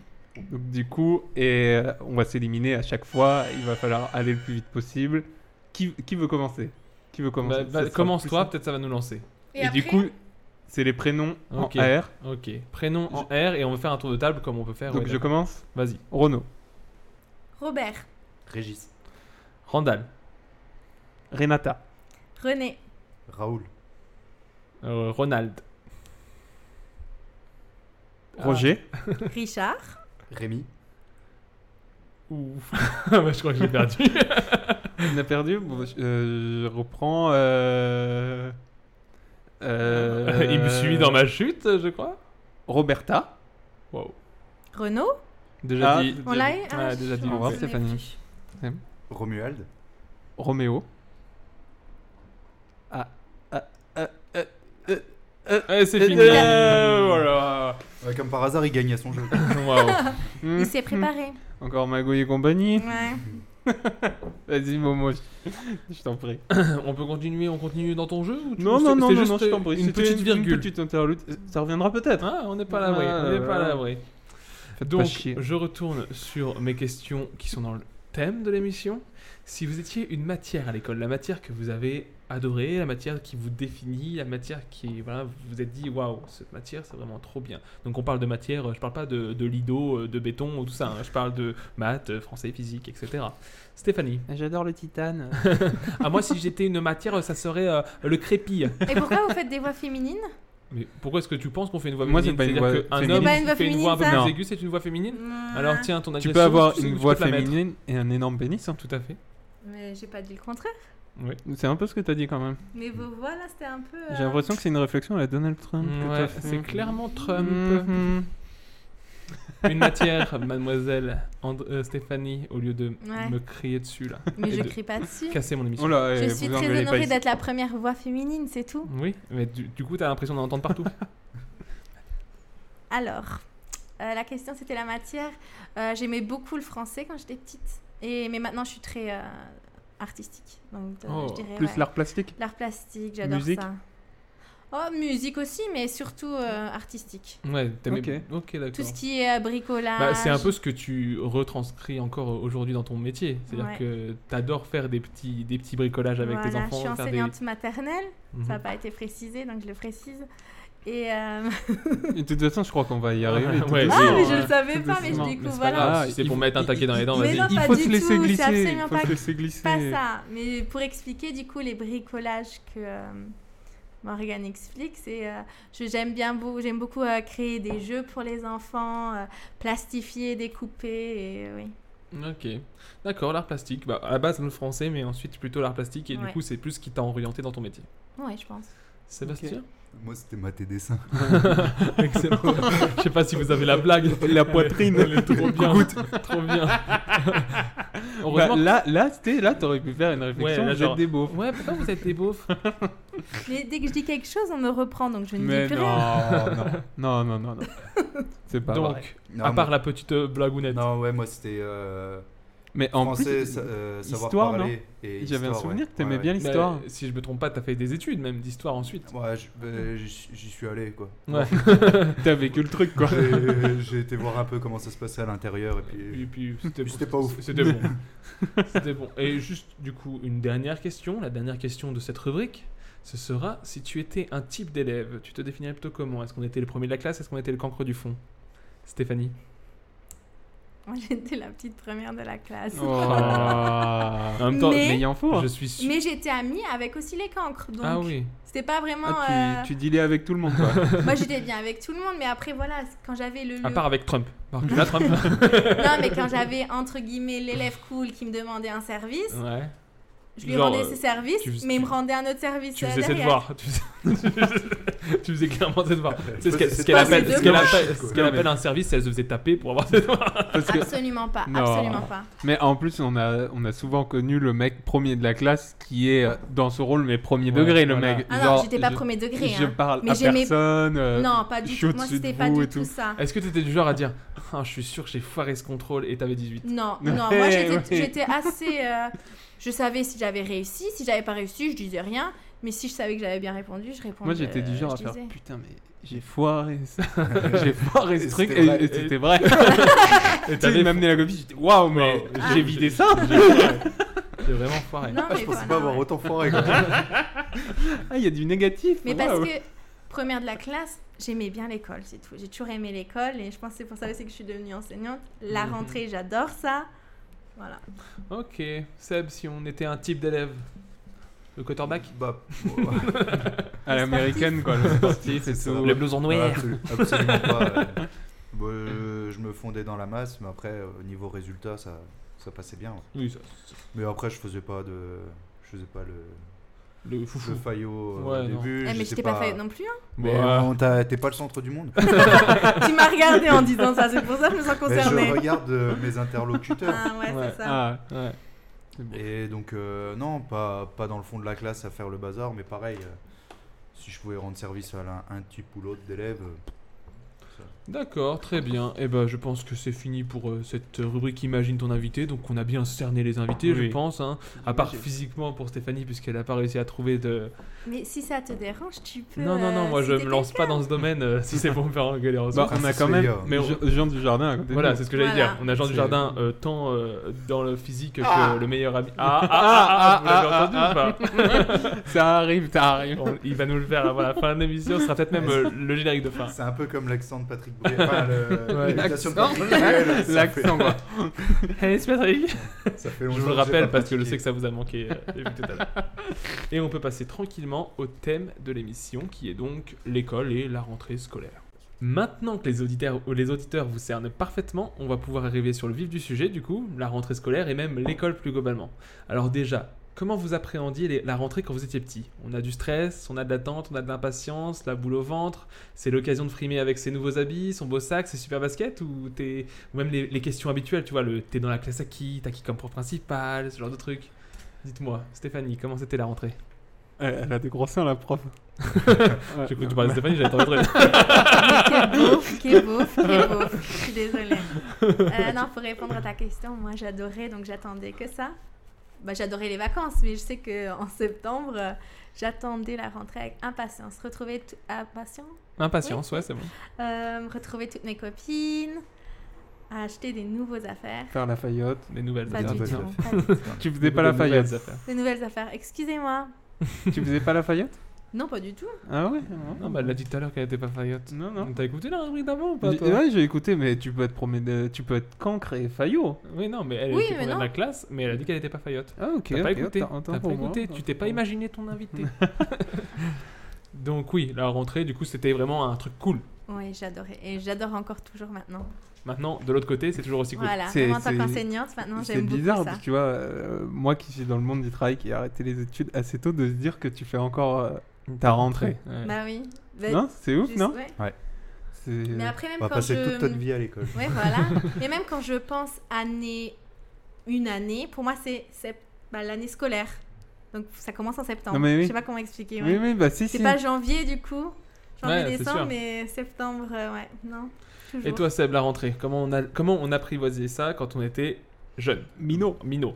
Speaker 5: Donc, du coup, et euh, on va s'éliminer à chaque fois. Il va falloir aller le plus vite possible. Qui, qui veut commencer Qui veut
Speaker 8: Bah,
Speaker 5: commencer
Speaker 8: bah,
Speaker 5: Ça sera plus
Speaker 8: Commence-toi,
Speaker 5: simple.
Speaker 8: peut-être ça va nous lancer.
Speaker 5: Et, du coup, c'est les prénoms
Speaker 8: Ok.
Speaker 5: en R.
Speaker 8: Ok. Prénom en R et on va faire un tour de table comme on peut faire.
Speaker 5: Donc
Speaker 8: ouais,
Speaker 5: je
Speaker 8: d'accord.
Speaker 5: commence.
Speaker 8: Vas-y.
Speaker 5: Renaud.
Speaker 9: Robert,
Speaker 8: Régis. Randall.
Speaker 5: Renata.
Speaker 9: René,
Speaker 6: Raoul.
Speaker 8: Euh, Ronald.
Speaker 5: Roger.
Speaker 9: Richard,
Speaker 6: Rémi.
Speaker 8: Ouf. Bah, je crois que j'ai perdu.
Speaker 5: On a perdu. Bon, je, euh, je reprends. Euh... euh,
Speaker 8: Il me suit dans ma chute, je crois.
Speaker 5: Roberta.
Speaker 8: Wow.
Speaker 9: Renaud,
Speaker 8: Déjà
Speaker 5: Déjà Ah. dit-
Speaker 8: dit.
Speaker 9: on l'a eu Ah,
Speaker 5: déjà
Speaker 9: je
Speaker 5: dit, au revoir,
Speaker 9: sais
Speaker 5: Stéphanie.
Speaker 9: plus.
Speaker 6: Romuald.
Speaker 5: Roméo. Ah. ah, ah, ah, euh, euh,
Speaker 8: Eh, c'est fini. Oh
Speaker 5: euh, voilà.
Speaker 6: Ouais, comme par hasard, il gagne à son jeu.
Speaker 8: Waouh.
Speaker 5: Hmm.
Speaker 9: Il s'est préparé.
Speaker 5: Encore Magouille et compagnie.
Speaker 9: Ouais.
Speaker 5: Vas-y, Momo. Je t'en prie.
Speaker 8: On peut continuer, on continue dans ton jeu ou tu-
Speaker 5: Non,
Speaker 8: Ah, c'était-
Speaker 5: non, non,
Speaker 8: c'était
Speaker 5: non,
Speaker 8: juste
Speaker 5: non, je t'en prie.
Speaker 8: Une
Speaker 5: C'était
Speaker 8: petite virgule.
Speaker 5: Une petite interlude. Euh, Ça reviendra peut-être.
Speaker 8: Ah, on n'est pas là, oui.
Speaker 5: Ah,
Speaker 8: on
Speaker 5: là,
Speaker 8: n'est pas
Speaker 5: là.
Speaker 8: là, oui.
Speaker 5: Faites pas
Speaker 8: Donc,
Speaker 5: chier.
Speaker 8: je retourne sur mes questions qui sont dans le thème de l'émission. Si vous étiez une matière à l'école, la matière que vous avez adorée, la matière qui vous définit, la matière qui, voilà, vous vous êtes dit, waouh, cette matière, c'est vraiment trop bien. Donc, on parle de matière, euh, je parle pas de, de lido, euh, de béton, tout ça. hein. Je parle de maths, euh, français, physique, etc. Stéphanie.
Speaker 5: J'adore le titane.
Speaker 8: Ah, moi, si j'étais une matière, ça serait euh, le crépi.
Speaker 9: Et pourquoi vous faites des voix féminines
Speaker 8: Mais pourquoi est-ce que tu penses qu'on fait une voix
Speaker 5: Moi, c'est
Speaker 8: féminine
Speaker 5: pas une
Speaker 8: C'est-à-dire
Speaker 5: voix
Speaker 8: qu'un homme
Speaker 5: féminine.
Speaker 8: qui
Speaker 9: C'est pas une voix
Speaker 8: fait une voix un peu
Speaker 9: féminine,
Speaker 8: plus aiguë,
Speaker 5: ça
Speaker 8: c'est une voix féminine
Speaker 9: Mmh.
Speaker 8: Alors tiens, ton
Speaker 5: Tu
Speaker 8: agression,
Speaker 5: peux avoir
Speaker 8: tu- tu
Speaker 5: une
Speaker 8: peux
Speaker 5: voix
Speaker 8: te la mettre.
Speaker 5: féminine et un énorme pénis. hein.
Speaker 8: Tout à fait.
Speaker 9: Mais j'ai pas dit le contraire.
Speaker 5: C'est un peu ce que t'as dit quand même.
Speaker 9: Mais vos voix là, c'était un peu. euh,
Speaker 5: J'ai l'impression que c'est une réflexion à la Donald Trump. que
Speaker 8: Mmh, Ouais,
Speaker 5: t'as fait.
Speaker 8: c'est clairement Trump.
Speaker 5: Mhm.
Speaker 8: Une matière, mademoiselle And- euh, Stéphanie, au lieu de
Speaker 9: Ouais.
Speaker 8: me crier dessus là.
Speaker 9: Mais
Speaker 8: et
Speaker 9: je
Speaker 8: de
Speaker 9: crie pas dessus.
Speaker 8: Casser mon émission.
Speaker 5: Oh là,
Speaker 9: Je
Speaker 5: eh,
Speaker 9: suis
Speaker 5: vous
Speaker 9: très
Speaker 5: engueulez pas
Speaker 9: honorée
Speaker 5: ici.
Speaker 9: d'être la première voix féminine, c'est tout.
Speaker 8: Oui, mais du, du coup, t'as l'impression d'en entendre partout.
Speaker 9: Alors, euh, la question c'était la matière. Euh, J'aimais beaucoup le français quand j'étais petite. Et, mais maintenant je suis très euh, artistique. Donc, euh,
Speaker 8: Oh,
Speaker 9: je dirais,
Speaker 5: Plus
Speaker 9: ouais.
Speaker 5: l'art plastique.
Speaker 9: L'art plastique, j'adore
Speaker 5: Musique
Speaker 9: ça. Oh, musique aussi, mais surtout euh, artistique.
Speaker 8: Ouais, t'aimais.
Speaker 5: Ok.
Speaker 8: Ok, d'accord.
Speaker 9: Tout ce qui est euh, bricolage.
Speaker 8: Bah, c'est un peu ce que tu retranscris encore aujourd'hui dans ton métier. C'est-à-dire
Speaker 9: Ouais.
Speaker 8: que t'adores faire des petits, des petits bricolages avec tes
Speaker 9: Voilà,
Speaker 8: enfants.
Speaker 9: Je
Speaker 8: faire
Speaker 9: suis
Speaker 8: des-
Speaker 9: enseignante maternelle.
Speaker 8: Mhm.
Speaker 9: Ça n'a pas été précisé, donc je le précise. Et euh,
Speaker 5: Et De toute façon, je crois qu'on va y arriver. tout
Speaker 8: Ouais,
Speaker 5: doucement.
Speaker 9: ah, mais je
Speaker 8: ouais.
Speaker 9: le savais pas, mais je
Speaker 5: doucement.
Speaker 9: découvre.
Speaker 8: Mais c'est pas
Speaker 9: voilà.
Speaker 8: grave, si c'est pour mettre un taquet dans les dents,
Speaker 9: Mais
Speaker 8: vas-y. Bah,
Speaker 9: non,
Speaker 5: Ah, il
Speaker 9: pas
Speaker 5: faut
Speaker 9: du
Speaker 5: se laisser
Speaker 9: tout, c'est
Speaker 5: glisser.
Speaker 9: absolument
Speaker 5: il faut
Speaker 9: pas-
Speaker 5: se laisser glisser.
Speaker 9: Pas ça, mais pour expliquer du coup les bricolages que euh, Morgan explique, c'est euh, je- j'aime bien beau- j'aime beaucoup euh, créer des jeux pour les enfants, euh, plastifier, découper et euh, oui.
Speaker 8: Ok, d'accord, l'art plastique. Bah, à la base, le français, mais ensuite plutôt l'art plastique, et du
Speaker 9: Ouais.
Speaker 8: coup, c'est plus ce qui t'a orienté dans ton métier.
Speaker 9: Ouais, je pense.
Speaker 8: Sébastien
Speaker 6: Moi, c'était maté dessin.
Speaker 8: Excellent. Je sais pas si vous avez la blague.
Speaker 5: La poitrine.
Speaker 8: Elle est trop bien. trop bien. Bah,
Speaker 5: Bah,
Speaker 8: Heureusement.
Speaker 5: là, là, c'était- là, t'aurais pu faire une réflexion.
Speaker 8: là,
Speaker 5: vous
Speaker 8: genre-
Speaker 5: êtes des beaufs.
Speaker 8: Ouais, pourquoi vous êtes des beaufs
Speaker 9: Mais dès que je dis quelque chose, on me reprend, donc je ne
Speaker 5: Mais
Speaker 9: dis plus rien.
Speaker 5: non, non, non, non, non, non. C'est pas vrai.
Speaker 8: Donc,
Speaker 6: Non,
Speaker 8: à
Speaker 6: moi-
Speaker 8: part la petite euh, blagounette.
Speaker 6: Non, ouais, moi, c'était euh,
Speaker 5: Mais en
Speaker 6: français,
Speaker 5: plus,
Speaker 6: sa- euh, savoir
Speaker 5: histoire, non
Speaker 6: parler. et
Speaker 5: j'avais un
Speaker 6: histoire,
Speaker 5: souvenir
Speaker 6: ouais.
Speaker 5: que t'aimais
Speaker 6: Ouais,
Speaker 5: bien
Speaker 8: Mais,
Speaker 5: l'histoire.
Speaker 8: si je me trompe pas, t'as fait des études même d'histoire ensuite.
Speaker 6: Ouais, je- euh, j'y j'y suis allé, quoi.
Speaker 8: Ouais.
Speaker 5: T'as vécu le truc, quoi.
Speaker 6: J'ai- J'ai été voir un peu comment ça se passait à l'intérieur, et puis... euh,
Speaker 8: Et puis, c'était
Speaker 6: Puis c'était pas ouf.
Speaker 8: C'était bon. C'était bon. Et juste, du coup, une dernière question, la dernière question de cette rubrique, ce sera si tu étais un type d'élève, tu te définirais plutôt comment Est-ce qu'on était le premier de la classe Est-ce qu'on était le cancre du fond Stéphanie
Speaker 9: Moi, j'étais la petite première de la classe.
Speaker 5: Oh. En
Speaker 8: même
Speaker 9: temps,
Speaker 5: Mais
Speaker 9: Mais-
Speaker 5: il en faut.
Speaker 8: Je suis sûr.
Speaker 9: Mais j'étais amie avec aussi les cancres, donc
Speaker 8: Ah oui.
Speaker 9: c'était pas vraiment.
Speaker 5: Ah,
Speaker 9: euh,
Speaker 5: tu, tu dealais avec tout le monde, quoi.
Speaker 9: Moi, j'étais bien avec tout le monde, mais après voilà, quand j'avais le,
Speaker 8: À
Speaker 9: le-
Speaker 8: part avec Trump. Par contre, là, Trump.
Speaker 9: non, mais quand j'avais entre guillemets l'élève cool qui me demandait un service,
Speaker 8: ouais.
Speaker 9: Je lui
Speaker 8: Genre,
Speaker 9: rendais
Speaker 8: euh,
Speaker 9: ses services,
Speaker 8: tu fais-
Speaker 9: mais il me
Speaker 8: tu-
Speaker 9: rendait un autre service
Speaker 8: Tu
Speaker 9: euh,
Speaker 8: faisais ses
Speaker 9: derrière.
Speaker 8: devoirs. Tu faisais- tu faisais clairement tes devoirs. C'est ce
Speaker 6: c'est-
Speaker 8: qu'elle
Speaker 6: c'est
Speaker 8: ce qu'elle
Speaker 6: pas-
Speaker 8: appelle,
Speaker 6: c'est
Speaker 8: ce qu'elle
Speaker 6: dommage,
Speaker 8: appelle-
Speaker 6: quoi.
Speaker 8: ce qu'elle
Speaker 6: Non,
Speaker 8: appelle
Speaker 6: mais-
Speaker 8: un service, elle se faisait taper pour avoir ses devoirs.
Speaker 9: Absolument pas, absolument pas.
Speaker 5: Mais en plus, on a, on a souvent connu le mec premier de la classe qui est euh, dans ce rôle, mais premier
Speaker 8: Ouais,
Speaker 5: degré, le
Speaker 8: voilà.
Speaker 5: mec.
Speaker 9: Ah non,
Speaker 5: Genre,
Speaker 9: j'étais pas
Speaker 5: je-
Speaker 9: premier degré,
Speaker 5: Je
Speaker 9: hein.
Speaker 5: parle
Speaker 9: Mais
Speaker 5: à
Speaker 9: j'aimais-
Speaker 5: personne. euh,
Speaker 9: Non, pas du
Speaker 5: je suis
Speaker 9: tout. Moi,
Speaker 5: au-dessus de
Speaker 9: c'était pas
Speaker 5: vous
Speaker 9: du
Speaker 5: et
Speaker 9: tout ça.
Speaker 8: Est-ce que t'étais du genre à dire Ah, je suis sûr que j'ai foiré ce contrôle et t'avais 18
Speaker 9: Non, non, moi j'étais j'étais assez. euh, je savais si j'avais réussi, si j'avais pas réussi, je disais rien. Mais si je savais que j'avais bien répondu, je répondais.
Speaker 5: Moi, j'étais du
Speaker 9: euh,
Speaker 5: genre à
Speaker 9: je
Speaker 5: faire
Speaker 9: disais.
Speaker 5: putain, mais j'ai foiré ça. j'ai foiré ce
Speaker 8: Et
Speaker 5: truc
Speaker 8: c'était vrai.
Speaker 5: et et c'était vrai.
Speaker 8: Et
Speaker 5: Et
Speaker 8: t'avais-
Speaker 5: t'avais amené la copie, j'étais waouh, mais
Speaker 8: Ah,
Speaker 5: j'ai
Speaker 8: j'ai-
Speaker 5: vidé ça.
Speaker 8: j'ai foiré. J'ai vraiment foiré.
Speaker 9: Non, Ah, mais
Speaker 6: Je pensais
Speaker 9: voilà,
Speaker 6: pas avoir
Speaker 9: ouais.
Speaker 6: autant foiré. quoi.
Speaker 5: Ah, il y a du négatif.
Speaker 9: Mais
Speaker 5: waouh.
Speaker 9: parce que, première de la classe, j'aimais bien l'école, c'est tout. J'ai toujours aimé l'école et je pense que c'est pour ça aussi que je suis devenue enseignante. La
Speaker 8: Mhm.
Speaker 9: rentrée, j'adore ça. Voilà.
Speaker 8: Ok, Seb, si on était un type d'élève, le quarterback
Speaker 6: Bah,
Speaker 5: À l'américaine, quoi, le sportif et
Speaker 6: C'est
Speaker 5: tout.
Speaker 6: ça.
Speaker 8: Le blouson noir.
Speaker 6: Ah, absolu- Absolument pas. ouais. Bon, euh, je me fondais dans la masse, mais après, au niveau résultat, ça, ça passait bien. ouais.
Speaker 8: Oui, ça.
Speaker 6: Mais après, je faisais pas de. Je faisais pas le.
Speaker 8: Le foufou.
Speaker 6: Le faillot euh,
Speaker 8: Ouais,
Speaker 6: au
Speaker 8: non.
Speaker 6: début.
Speaker 9: Eh, mais
Speaker 6: j'étais
Speaker 9: j'étais pas faillot non plus. hein.
Speaker 6: Mais
Speaker 8: Ouais.
Speaker 6: on t'a- t'es pas le centre du monde.
Speaker 9: tu m'as regardé en disant ça, c'est pour ça que je me sens
Speaker 6: mais
Speaker 9: concernée.
Speaker 6: je regarde euh, mes interlocuteurs.
Speaker 9: Ah ouais,
Speaker 8: Ouais.
Speaker 9: c'est ça.
Speaker 5: Ah,
Speaker 8: Ouais.
Speaker 9: Ah.
Speaker 6: Et donc, euh, non, pas, pas dans le fond de la classe à faire le bazar, mais pareil, euh, si je pouvais rendre service à l'un- un type ou l'autre euh, d'élèves.
Speaker 8: D'accord, très bien. Et ben, je pense que c'est fini pour euh, cette rubrique Imagine ton invité. Donc, on a bien cerné les invités,
Speaker 5: Oui.
Speaker 8: je pense. hein. À part
Speaker 5: Imagine.
Speaker 8: physiquement pour Stéphanie, puisqu'elle n'a pas réussi à trouver de.
Speaker 9: Mais si ça te dérange, tu peux.
Speaker 8: Non, non, non,
Speaker 9: euh,
Speaker 8: moi je
Speaker 9: citer
Speaker 8: me lance
Speaker 9: quelqu'un.
Speaker 8: pas dans ce domaine euh, si c'est pour me faire engueuler. en
Speaker 5: Bah,
Speaker 8: soi.
Speaker 5: on a
Speaker 6: Francis
Speaker 5: quand même
Speaker 6: Leia.
Speaker 8: Mais on-
Speaker 5: Je- Jean du Jardin à côté de
Speaker 8: Voilà,
Speaker 5: nous.
Speaker 8: c'est ce que j'allais
Speaker 9: Voilà.
Speaker 8: dire. On a Jean
Speaker 5: C'est-
Speaker 8: du Jardin tant euh, dans le physique que
Speaker 10: Ah.
Speaker 8: le meilleur ami. Ah, ah, ah, ah, vous l'avez
Speaker 5: ah,
Speaker 8: entendu
Speaker 5: ah,
Speaker 8: ou pas
Speaker 5: Ça arrive, ça arrive.
Speaker 8: On- il va nous le faire avant la fin de l'émission. Ce sera peut-être même euh, le générique de fin.
Speaker 6: C'est un peu comme l'accent de Patrick Bruel. Enfin, le-
Speaker 8: Ouais.
Speaker 6: l'imitation de
Speaker 5: L'accent.
Speaker 6: Patrick Bruel, ça
Speaker 5: L'accent, quoi.
Speaker 8: Allez, c'est Patrick.
Speaker 6: fait- ça fait
Speaker 8: Je
Speaker 6: longtemps
Speaker 8: vous
Speaker 6: que
Speaker 8: le
Speaker 6: j'ai
Speaker 8: rappelle
Speaker 6: pas
Speaker 8: parce que je
Speaker 6: pratiqué.
Speaker 8: sais que ça vous a manqué euh, depuis tout à l'heure. Et on peut passer tranquillement au thème de l'émission qui est donc l'école et la rentrée scolaire. Maintenant que les auditeurs, euh, les auditeurs vous cernent parfaitement, on va pouvoir arriver sur le vif du sujet, du coup, la rentrée scolaire et même l'école plus globalement. Alors déjà, comment vous appréhendiez les- la rentrée quand vous étiez petit On a du stress, on a de l'attente, on a de l'impatience, la boule au ventre, c'est l'occasion de frimer avec ses nouveaux habits, son beau sac, ses super baskets, ou, t'es- ou même les, les questions habituelles, tu vois, le t'es dans la classe à qui, t'as qui comme prof principal, ce genre de trucs. Dites-moi, Stéphanie, comment c'était la rentrée
Speaker 5: Elle, elle a des gros seins, la prof.
Speaker 8: J'ai cru que tu parlais de Stéphanie, j'avais entendu le truc.
Speaker 9: Quel beauf, quel beauf, quel beauf. Je suis désolée. Euh, non, pour répondre à ta question, moi j'adorais, donc j'attendais que ça. Bah, j'adorais les vacances, mais je sais que en septembre, euh, j'attendais la rentrée avec impatience. Retrouver, tout- impatience
Speaker 8: Impatience, ouais, c'est bon.
Speaker 9: Euh, retrouver toutes mes copines, acheter des nouvelles affaires.
Speaker 5: Faire la faillotte.
Speaker 8: Les nouvelles
Speaker 9: Pas
Speaker 6: des
Speaker 9: du
Speaker 6: nouvelles
Speaker 9: tout.
Speaker 6: affaires.
Speaker 9: pas du tout.
Speaker 5: Tu faisais pas la faillotte.
Speaker 9: Des nouvelles affaires, excusez-moi.
Speaker 5: tu faisais pas la faillotte
Speaker 9: Non, pas du tout.
Speaker 5: Ah ouais
Speaker 8: Non, bah elle l'a dit tout à l'heure qu'elle était pas faillotte.
Speaker 5: Non, non.
Speaker 8: Donc, T'as écouté la rubrique d'avant ou pas
Speaker 5: J'ai-
Speaker 8: toi
Speaker 5: Ouais, j'ai écouté, mais tu peux être, promis de- tu peux être cancre et faillot.
Speaker 8: Oui, non, mais elle
Speaker 9: Oui,
Speaker 8: était
Speaker 9: mais
Speaker 8: première
Speaker 9: non.
Speaker 8: de la classe, mais elle a dit qu'elle était pas faillotte.
Speaker 5: Ah, ok.
Speaker 8: T'as pas
Speaker 5: ok,
Speaker 8: écouté,
Speaker 5: autant- autant
Speaker 8: t'as pas
Speaker 5: pour moi,
Speaker 8: écouté,
Speaker 5: autant
Speaker 8: tu t'es
Speaker 5: pour
Speaker 8: pas
Speaker 5: moi.
Speaker 8: imaginé ton invité. Donc oui, la rentrée, du coup, c'était vraiment un truc cool.
Speaker 9: Oui, j'adorais. Et j'adore encore toujours maintenant.
Speaker 8: Maintenant, de l'autre côté, c'est toujours aussi cool.
Speaker 9: Voilà,
Speaker 5: C'est-
Speaker 9: même en tant
Speaker 5: c'est-
Speaker 9: qu'enseignante, maintenant
Speaker 5: C'est
Speaker 9: j'aime beaucoup
Speaker 5: bizarre,
Speaker 9: ça.
Speaker 5: tu vois, euh, moi qui suis dans le monde du travail, qui ai arrêté les études assez tôt, de se dire que tu fais encore euh, ta rentrée.
Speaker 8: Ouais.
Speaker 9: Bah oui. Bah,
Speaker 5: Non C'est ouf,
Speaker 9: juste-
Speaker 5: non Ah,
Speaker 9: ouais.
Speaker 5: C'est-
Speaker 9: Mais après, même
Speaker 6: On va
Speaker 9: quand
Speaker 6: passer
Speaker 9: je...
Speaker 6: toute notre vie à l'école.
Speaker 9: Ouais, voilà. Mais même quand je pense année, une année, pour moi, c'est sept- bah, l'année scolaire. Donc ça commence en septembre.
Speaker 5: Non, mais oui.
Speaker 9: Je sais pas comment expliquer. ouais.
Speaker 5: Oui, oui, bah si,
Speaker 9: C'est
Speaker 5: si.
Speaker 9: pas janvier du coup, janvier,
Speaker 8: Ouais, c'est sûr.
Speaker 9: décembre, mais septembre, euh, ouais, non. Toujours.
Speaker 8: Et toi, Seb, la rentrée, comment on, a, comment on apprivoisait ça quand on était jeune Minot. Minot.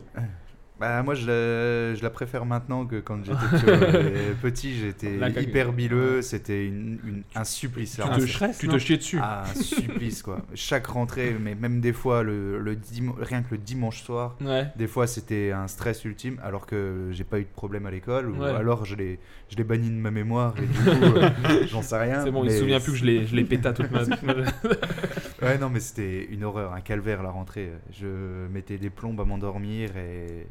Speaker 6: Bah, moi, je la, je la préfère maintenant que quand j'étais petit. Euh, petit.
Speaker 8: La
Speaker 6: J'étais
Speaker 8: cague.
Speaker 6: hyper bileux. C'était une, une- un supplice. la
Speaker 8: Tu te,
Speaker 6: rentrée.
Speaker 5: stresses,
Speaker 8: tu
Speaker 5: non
Speaker 8: te chiais dessus.
Speaker 6: Ah, un supplice quoi. Chaque rentrée, mais même des fois, le, le dim- rien que le dimanche soir,
Speaker 8: Ouais.
Speaker 6: des fois c'était un stress ultime alors que j'ai pas eu de problème à l'école ou
Speaker 8: Ouais.
Speaker 6: alors je l'ai je l'ai banni de ma mémoire et du coup euh, j'en sais rien.
Speaker 8: C'est bon, il
Speaker 6: mais
Speaker 8: se souvient plus que je l'ai, je l'ai péta toute ma vie.
Speaker 6: Ouais, non, mais c'était une horreur, un calvaire la rentrée. Je mettais des plombes à m'endormir et.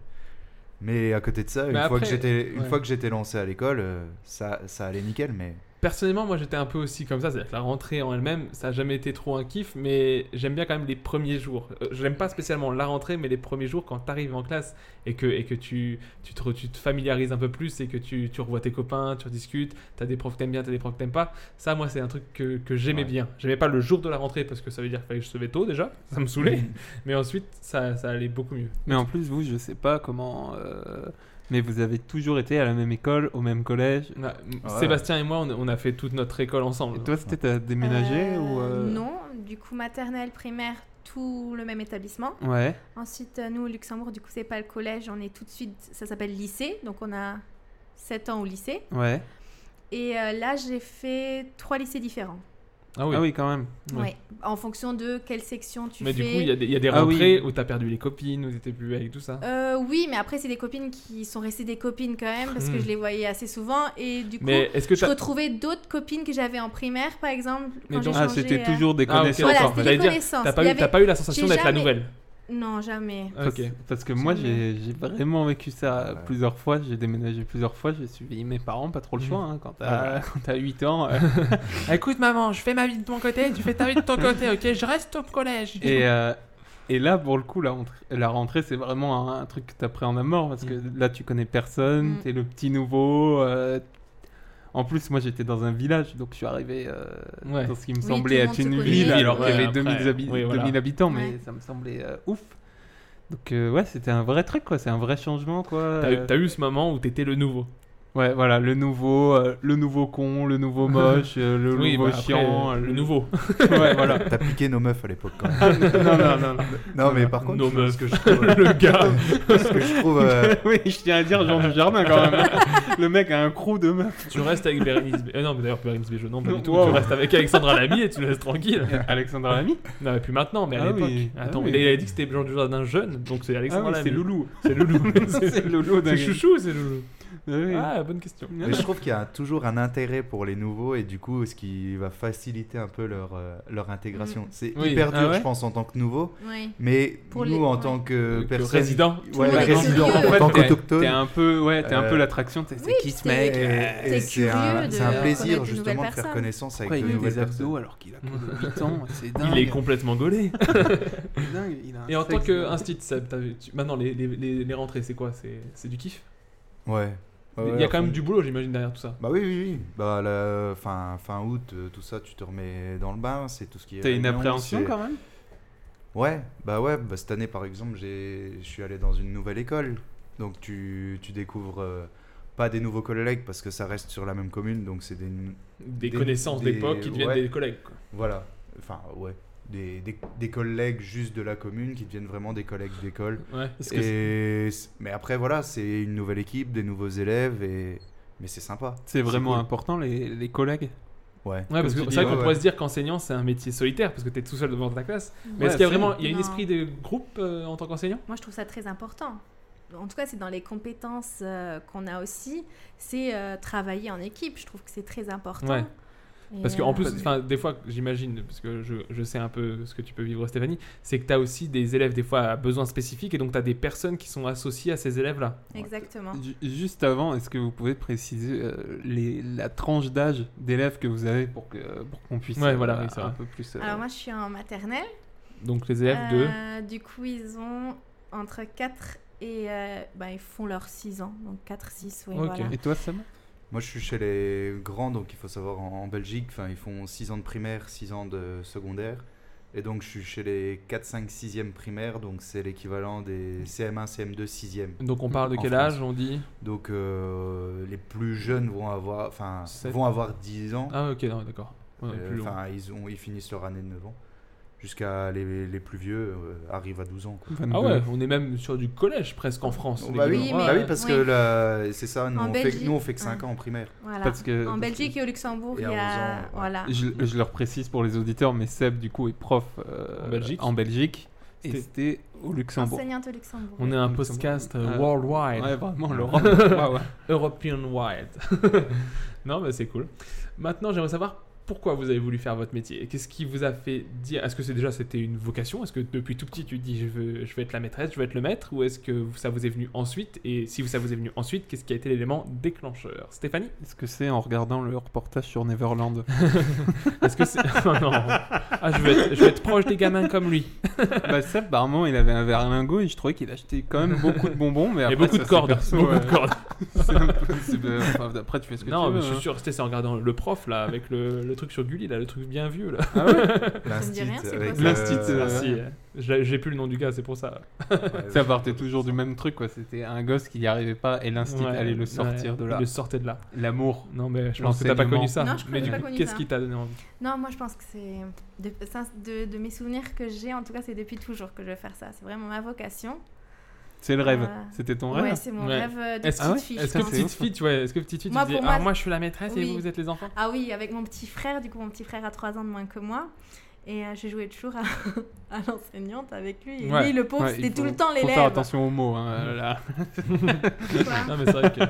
Speaker 6: Mais à côté de ça, une,
Speaker 8: Mais
Speaker 6: fois, que
Speaker 8: Bah après,
Speaker 6: j'étais, une
Speaker 8: ouais.
Speaker 6: fois que j'étais lancé à l'école, euh, ça, ça allait nickel, mais
Speaker 8: Personnellement, moi j'étais un peu aussi comme ça, c'est-à-dire que la rentrée en elle-même, ça n'a jamais été trop un kiff, mais j'aime bien quand même les premiers jours. Euh, Je n'aime pas spécialement la rentrée, mais les premiers jours quand tu arrives en classe et que, et que tu, tu, te, re- tu te familiarises un peu plus et que tu, tu revois tes copains, tu rediscutes, tu as des profs que t'aimes bien, tu as des profs que t'aimes pas. Ça, moi, c'est un truc que, que j'aimais bien. J'aimais pas le jour de la rentrée parce que ça veut dire qu'il fallait que je se levais tôt déjà, ça me saoulait, mais ensuite ça, ça allait beaucoup mieux.
Speaker 5: Mais en plus, vous, je sais pas comment. euh, mais vous avez toujours été à la même école, au même collège.
Speaker 8: Ouais, Ah, m- Sébastien et moi, on, on a fait toute notre école ensemble.
Speaker 5: Toi, c'était t'as déménagé ou euh,
Speaker 9: Non, du coup, maternelle, primaire, tout le même établissement.
Speaker 5: Ouais.
Speaker 9: Ensuite, euh, nous, au Luxembourg, du coup, c'est pas le collège, on est tout de suite, ça s'appelle lycée, donc on a 7 ans au lycée.
Speaker 5: Ouais.
Speaker 8: Ah
Speaker 9: Et euh, là, j'ai fait trois lycées différents.
Speaker 8: Ah oui.
Speaker 5: Ah oui, quand même.
Speaker 9: Ouais. En fonction de quelle section tu
Speaker 8: Mais du
Speaker 9: fais.
Speaker 8: coup, il y a des, il y a des
Speaker 5: Ah oui.
Speaker 8: rentrées où t'as perdu les copines, où t'étais plus avec tout ça.
Speaker 9: Euh, oui, mais après, c'est des copines qui sont restées des copines quand même, parce que
Speaker 8: Hmm.
Speaker 9: je les voyais assez souvent. Et du coup,
Speaker 8: Mais est-ce que
Speaker 9: je
Speaker 8: t'as-
Speaker 9: retrouvais d'autres copines que j'avais en primaire, par exemple.
Speaker 8: Mais
Speaker 9: quand
Speaker 8: donc-
Speaker 9: j'ai
Speaker 8: Ah,
Speaker 9: changé,
Speaker 5: c'était
Speaker 9: euh,
Speaker 5: toujours des
Speaker 8: Ah, ok,
Speaker 5: connaissances.
Speaker 9: Voilà,
Speaker 8: d'accord.
Speaker 9: c'était
Speaker 8: J'allais
Speaker 9: des
Speaker 8: dire,
Speaker 9: connaissances.
Speaker 8: t'as pas
Speaker 9: Il y
Speaker 8: eu- t'as
Speaker 9: avait-
Speaker 8: pas eu la sensation
Speaker 9: j'ai
Speaker 8: d'être la
Speaker 9: jamais-
Speaker 8: nouvelle.
Speaker 9: Non, jamais.
Speaker 5: Parce, parce que moi, j'ai j'ai vraiment vécu ça plusieurs fois. J'ai déménagé plusieurs fois. J'ai suivi mes parents, pas trop le choix. hein, quand
Speaker 8: Ah
Speaker 5: t'as
Speaker 8: ouais.
Speaker 5: quand t'as 8 ans. euh.
Speaker 8: Écoute, maman, je fais ma vie de ton côté, tu fais ta vie de ton côté, ok Je reste au collège.
Speaker 5: et, euh, et là, pour le coup, la rentrée, la rentrée c'est vraiment un, un truc que t'appréhendes à mort. Parce que
Speaker 8: Mm.
Speaker 5: là, tu connais personne.
Speaker 9: Mm.
Speaker 5: T'es le petit nouveau. euh, En plus, moi, j'étais dans un village. Donc, je suis arrivé euh,
Speaker 8: Ouais.
Speaker 5: dans ce qui me
Speaker 8: Oui,
Speaker 5: semblait
Speaker 8: tout le
Speaker 5: être
Speaker 8: monde se
Speaker 5: une
Speaker 8: connaît.
Speaker 5: ville.
Speaker 8: Une ville,
Speaker 5: Alors qu'il y
Speaker 8: ouais,
Speaker 5: avait
Speaker 8: après,
Speaker 5: 2000, habi-
Speaker 8: oui, voilà.
Speaker 5: 2000 habitants. Mais
Speaker 8: Ouais.
Speaker 5: ça me semblait euh, ouf. Donc, euh, ouais, c'était un vrai truc, quoi. C'est un vrai changement, quoi.
Speaker 8: T'as eu-
Speaker 5: Euh,
Speaker 8: t'as eu ce moment où t'étais le nouveau.
Speaker 5: Ouais, voilà, le nouveau, euh, le nouveau con, le nouveau moche, euh, le
Speaker 8: Oui,
Speaker 5: nouveau
Speaker 8: bah, après,
Speaker 5: chiant,
Speaker 8: euh,
Speaker 5: euh,
Speaker 8: le nouveau.
Speaker 5: ouais, voilà.
Speaker 6: T'as piqué nos meufs à l'époque quand
Speaker 5: Ah,
Speaker 6: même.
Speaker 5: non, non, non, non.
Speaker 6: Non, mais par contre,
Speaker 8: Nos
Speaker 6: ce
Speaker 8: meufs.
Speaker 6: que je trouve-
Speaker 8: Le gars.
Speaker 6: Ce que je trouve. euh,
Speaker 5: oui, je tiens à dire Jean du Jardin quand même. le mec a un crew de meufs.
Speaker 8: Tu restes avec Bérénice Bé- euh, Non, mais d'ailleurs, Bérénice Béjot, non, pas
Speaker 5: Non,
Speaker 8: du tout.
Speaker 5: wow.
Speaker 8: Tu restes avec Alexandra Lamy et tu le laisses tranquille.
Speaker 5: Alexandra Lamy
Speaker 8: Non, mais plus maintenant, mais à
Speaker 5: Ah
Speaker 8: l'époque.
Speaker 5: oui, ah
Speaker 8: Attends,
Speaker 5: oui.
Speaker 8: il a dit que c'était Jean du Jardin jeune, donc c'est
Speaker 5: Ah
Speaker 8: Alexandra
Speaker 5: oui,
Speaker 8: Lamy.
Speaker 5: c'est Loulou.
Speaker 8: C'est Loulou.
Speaker 5: C'est Loulou,
Speaker 8: C'est
Speaker 5: dingue.
Speaker 8: Chouchou ou c'est Loulou
Speaker 5: Ah oui. Euh,
Speaker 8: Ah, bonne question.
Speaker 6: Mais je trouve qu'il y a toujours un intérêt pour les nouveaux et du coup, ce qui va faciliter un peu leur, euh, leur intégration.
Speaker 9: Mm.
Speaker 6: C'est
Speaker 8: Oui.
Speaker 6: hyper dur,
Speaker 8: Ah ouais
Speaker 6: je pense, en tant que nouveau.
Speaker 8: Euh,
Speaker 9: Oui.
Speaker 6: Mais
Speaker 9: Pour
Speaker 6: nous,
Speaker 9: les-
Speaker 6: en
Speaker 9: ouais.
Speaker 6: tant que
Speaker 8: Que
Speaker 6: personne.
Speaker 8: résident.
Speaker 6: Ouais,
Speaker 9: Ouais,
Speaker 6: résident,
Speaker 9: curieux.
Speaker 6: en
Speaker 5: En
Speaker 6: tant
Speaker 5: fait, t'es-
Speaker 6: qu'autochtone.
Speaker 5: T'es un peu, ouais, t'es un peu
Speaker 6: Euh,
Speaker 5: l'attraction. t'es-
Speaker 9: Oui,
Speaker 5: C'est qui ce
Speaker 9: t'es-
Speaker 5: mec
Speaker 6: Et-
Speaker 9: T'es
Speaker 6: euh, et c'est un, c'est un
Speaker 9: curieux de connaître
Speaker 6: plaisir
Speaker 9: de
Speaker 6: justement de
Speaker 9: nouvelles
Speaker 6: faire
Speaker 9: personnes.
Speaker 6: connaissance
Speaker 5: Pourquoi
Speaker 6: avec
Speaker 5: il
Speaker 6: de
Speaker 5: met
Speaker 6: nouvelles
Speaker 5: des
Speaker 6: personnes.
Speaker 5: abdos alors qu'il a que 8 ans C'est dingue.
Speaker 8: Il est complètement gaulé.
Speaker 5: dingue. il a un
Speaker 8: Et en tant
Speaker 5: sexe de-
Speaker 8: qu'instit, Seb, t'as vu- tu- maintenant les, les, les, les rentrées, c'est quoi C'est c'est du kiff
Speaker 6: Ouais. Ouais,
Speaker 8: Il
Speaker 6: ouais,
Speaker 8: y a
Speaker 6: à
Speaker 8: quand même
Speaker 6: fond.
Speaker 8: du boulot, j'imagine, derrière tout ça.
Speaker 6: Bah oui, oui, oui. Bah, la- fin, fin août, euh, tout ça, tu te remets dans le bain. C'est tout ce qui est.
Speaker 5: T'as une
Speaker 6: réunion,
Speaker 5: appréhension
Speaker 6: c'est-
Speaker 5: quand même
Speaker 6: Ouais, bah ouais, bah cette année par exemple, j'ai, je suis allé dans une nouvelle école. Donc tu, tu découvres euh, pas des nouveaux collègues parce que ça reste sur la même commune, donc c'est des.
Speaker 8: Des,
Speaker 6: Des-
Speaker 8: connaissances
Speaker 6: des-
Speaker 8: d'époque qui deviennent
Speaker 6: ouais.
Speaker 8: des collègues. quoi.
Speaker 6: Voilà, enfin ouais. Des, des, des collègues juste de la commune qui deviennent vraiment des collègues d'école.
Speaker 8: Ouais. Est-ce que c'est-
Speaker 6: Et, c'est- mais après voilà, c'est une nouvelle équipe, des nouveaux élèves, et, mais c'est sympa.
Speaker 5: C'est vraiment
Speaker 6: cool.
Speaker 5: important, les, les collègues.
Speaker 6: Ouais.
Speaker 8: Ouais, parce que
Speaker 5: Comme tu
Speaker 8: c'est vrai
Speaker 5: dis,
Speaker 6: ouais,
Speaker 8: qu'on
Speaker 6: ouais.
Speaker 8: pourrait se dire qu'enseignant, c'est un métier solitaire parce que t'es tout seul devant ta classe. Mais
Speaker 5: Ouais,
Speaker 8: est-ce qu'il y a
Speaker 5: absolument.
Speaker 8: vraiment il y a un
Speaker 9: Non.
Speaker 8: esprit de groupe euh, en tant qu'enseignant
Speaker 9: Moi, je trouve ça très important. En tout cas, c'est dans les compétences euh, qu'on a aussi, c'est euh, travailler en équipe. Je trouve que c'est très important.
Speaker 8: Ouais.
Speaker 9: Et,
Speaker 8: Parce qu'en
Speaker 9: euh,
Speaker 8: plus, enfin, des fois, j'imagine, parce que je, je sais un peu ce que tu peux vivre, Stéphanie, c'est que tu as aussi des élèves, des fois, à besoins spécifiques, et donc tu as des personnes qui sont associées à ces élèves-là.
Speaker 9: Exactement.
Speaker 8: euh,
Speaker 5: Ju- Juste avant, est-ce que vous pouvez préciser euh, les, la tranche d'âge d'élèves que vous avez pour que pour qu'on puisse
Speaker 8: Ouais, voilà,
Speaker 5: euh,
Speaker 8: oui, c'est
Speaker 5: un
Speaker 8: vrai.
Speaker 5: peu plus. euh,
Speaker 9: Alors, moi, je suis en maternelle.
Speaker 8: Donc les élèves de.
Speaker 9: Euh, Du coup, ils ont entre 4 et. euh, ben, ils font leurs 6 ans. Donc, 4, 6, oui.
Speaker 8: Ok.
Speaker 9: Voilà.
Speaker 5: Et toi, Sam
Speaker 6: Moi, je suis chez les grands, donc il faut savoir en, en Belgique, enfin, ils font 6 ans de primaire, 6 ans de secondaire. Et donc, je suis chez les 4, 5, 6e primaires, donc c'est l'équivalent des CM1, CM2, 6e.
Speaker 8: Donc on parle de
Speaker 6: En
Speaker 8: quel
Speaker 6: France.
Speaker 8: âge On dit.
Speaker 6: Donc, euh, les plus jeunes vont avoir, enfin,
Speaker 8: Sept.
Speaker 6: vont avoir 10 ans.
Speaker 8: Ah, ok, non, d'accord. Ouais,
Speaker 6: Euh,
Speaker 8: plus long.
Speaker 6: Enfin, ils, ont- ils finissent leur année de 9 ans. Jusqu'à les, les plus vieux, euh, arrivent à 12 ans. quoi.
Speaker 5: 22.
Speaker 8: Ah ouais, on est même sur du collège presque en France.
Speaker 6: bah, oui,
Speaker 9: Oui, mais-
Speaker 6: bah oui, parce que
Speaker 9: oui.
Speaker 6: là, c'est ça, nous
Speaker 9: En
Speaker 6: on, fait,
Speaker 9: Belgique,
Speaker 6: nous on fait que
Speaker 9: hein.
Speaker 6: 5 ans en primaire.
Speaker 9: Voilà.
Speaker 5: Parce que-
Speaker 9: en
Speaker 8: euh,
Speaker 5: parce
Speaker 9: Belgique et au Luxembourg,
Speaker 6: Et
Speaker 9: il y
Speaker 6: à 11
Speaker 9: a.
Speaker 6: ans, ouais.
Speaker 9: Voilà.
Speaker 5: Je, je leur précise pour les auditeurs, mais Seb, du coup, est prof euh,
Speaker 8: En Belgique.
Speaker 5: Belgique, et
Speaker 8: C'était-
Speaker 5: c'était au Luxembourg.
Speaker 9: Enseignante au Luxembourg.
Speaker 8: On est un
Speaker 5: Luxembourg.
Speaker 8: podcast euh,
Speaker 5: Euh,
Speaker 8: worldwide.
Speaker 5: Ouais, vraiment, l'Europe. Waouh.
Speaker 8: European wide. non, mais c'est cool. Maintenant, j'aimerais savoir pourquoi vous avez voulu faire votre métier et qu'est-ce qui vous a fait dire Est-ce que c'est déjà c'était une vocation Est-ce que depuis tout petit tu dis je veux, je veux être la maîtresse, je veux être le maître Ou est-ce que ça vous est venu ensuite Et si ça vous est venu ensuite, qu'est-ce qui a été l'élément déclencheur Stéphanie
Speaker 5: Est-ce que c'est en regardant le reportage sur Neverland
Speaker 8: Est-ce que c'est. Oh non Ah, je veux, être, je veux être proche des gamins comme lui
Speaker 5: Bah, Seb, par moment, il avait un verlingot et je trouvais qu'il achetait quand même beaucoup de bonbons. Mais
Speaker 8: Et
Speaker 5: après,
Speaker 8: beaucoup
Speaker 5: ça,
Speaker 8: de
Speaker 5: c'est
Speaker 8: cordes,
Speaker 5: perso,
Speaker 8: beaucoup
Speaker 5: ouais.
Speaker 8: de cordes.
Speaker 5: C'est un peu- c'est- enfin, après, tu fais ce que
Speaker 8: non,
Speaker 5: tu veux.
Speaker 8: mais je
Speaker 5: hein.
Speaker 8: suis sûr, c'était c'est en regardant le prof là, avec le, le truc sur Gulli là, le truc bien vieux là.
Speaker 5: Ah ouais
Speaker 6: Ça me dit rien, c'est quoi ça
Speaker 5: L'instit.
Speaker 6: Euh,
Speaker 5: euh,
Speaker 8: Merci. J'ai j'ai plus le nom du gars, c'est pour ça.
Speaker 5: hein. Ça partait toujours du même truc, quoi. C'était un gosse qui n'y arrivait pas et l'instit
Speaker 8: Ouais,
Speaker 5: allait
Speaker 8: ouais,
Speaker 5: le sortir de là.
Speaker 8: il Le sortait de là.
Speaker 5: L'amour.
Speaker 8: Non, mais je pense que t'as pas connu ça.
Speaker 9: Non, je
Speaker 8: mais
Speaker 9: connais
Speaker 8: du
Speaker 9: pas
Speaker 8: coup,
Speaker 9: connu
Speaker 8: qu'est-ce
Speaker 9: ça.
Speaker 8: qui t'a donné envie
Speaker 9: Non, moi je pense que c'est de, ça, de, de mes souvenirs que j'ai, en tout cas c'est depuis toujours que je veux faire ça. C'est vraiment ma vocation.
Speaker 5: C'est le rêve.
Speaker 9: Euh,
Speaker 5: C'était ton
Speaker 9: ouais,
Speaker 5: rêve
Speaker 9: c'est mon rêve, euh, de
Speaker 8: hein. Est-ce
Speaker 9: petite
Speaker 8: que-
Speaker 9: fille,
Speaker 8: Est-ce
Speaker 9: je
Speaker 8: que
Speaker 9: pense.
Speaker 8: petite fille, tu vois, est-ce que petite fille, tu
Speaker 9: Moi,
Speaker 8: disais,
Speaker 9: pour
Speaker 8: alors
Speaker 9: moi,
Speaker 8: moi je suis la maîtresse et
Speaker 9: oui.
Speaker 8: vous, vous êtes les enfants
Speaker 9: Ah oui, avec mon petit frère, du coup mon petit frère a 3 ans de moins que moi. Et euh, je jouais toujours à, à l'enseignante avec lui. Et
Speaker 5: Ouais.
Speaker 9: lui, le pauvre,
Speaker 5: Ouais, il
Speaker 9: c'était tout
Speaker 5: faut-
Speaker 9: le temps
Speaker 5: faut
Speaker 9: l'élève.
Speaker 5: faire attention aux mots,
Speaker 9: Ah,
Speaker 5: hein, là.
Speaker 8: Non, mais c'est vrai que.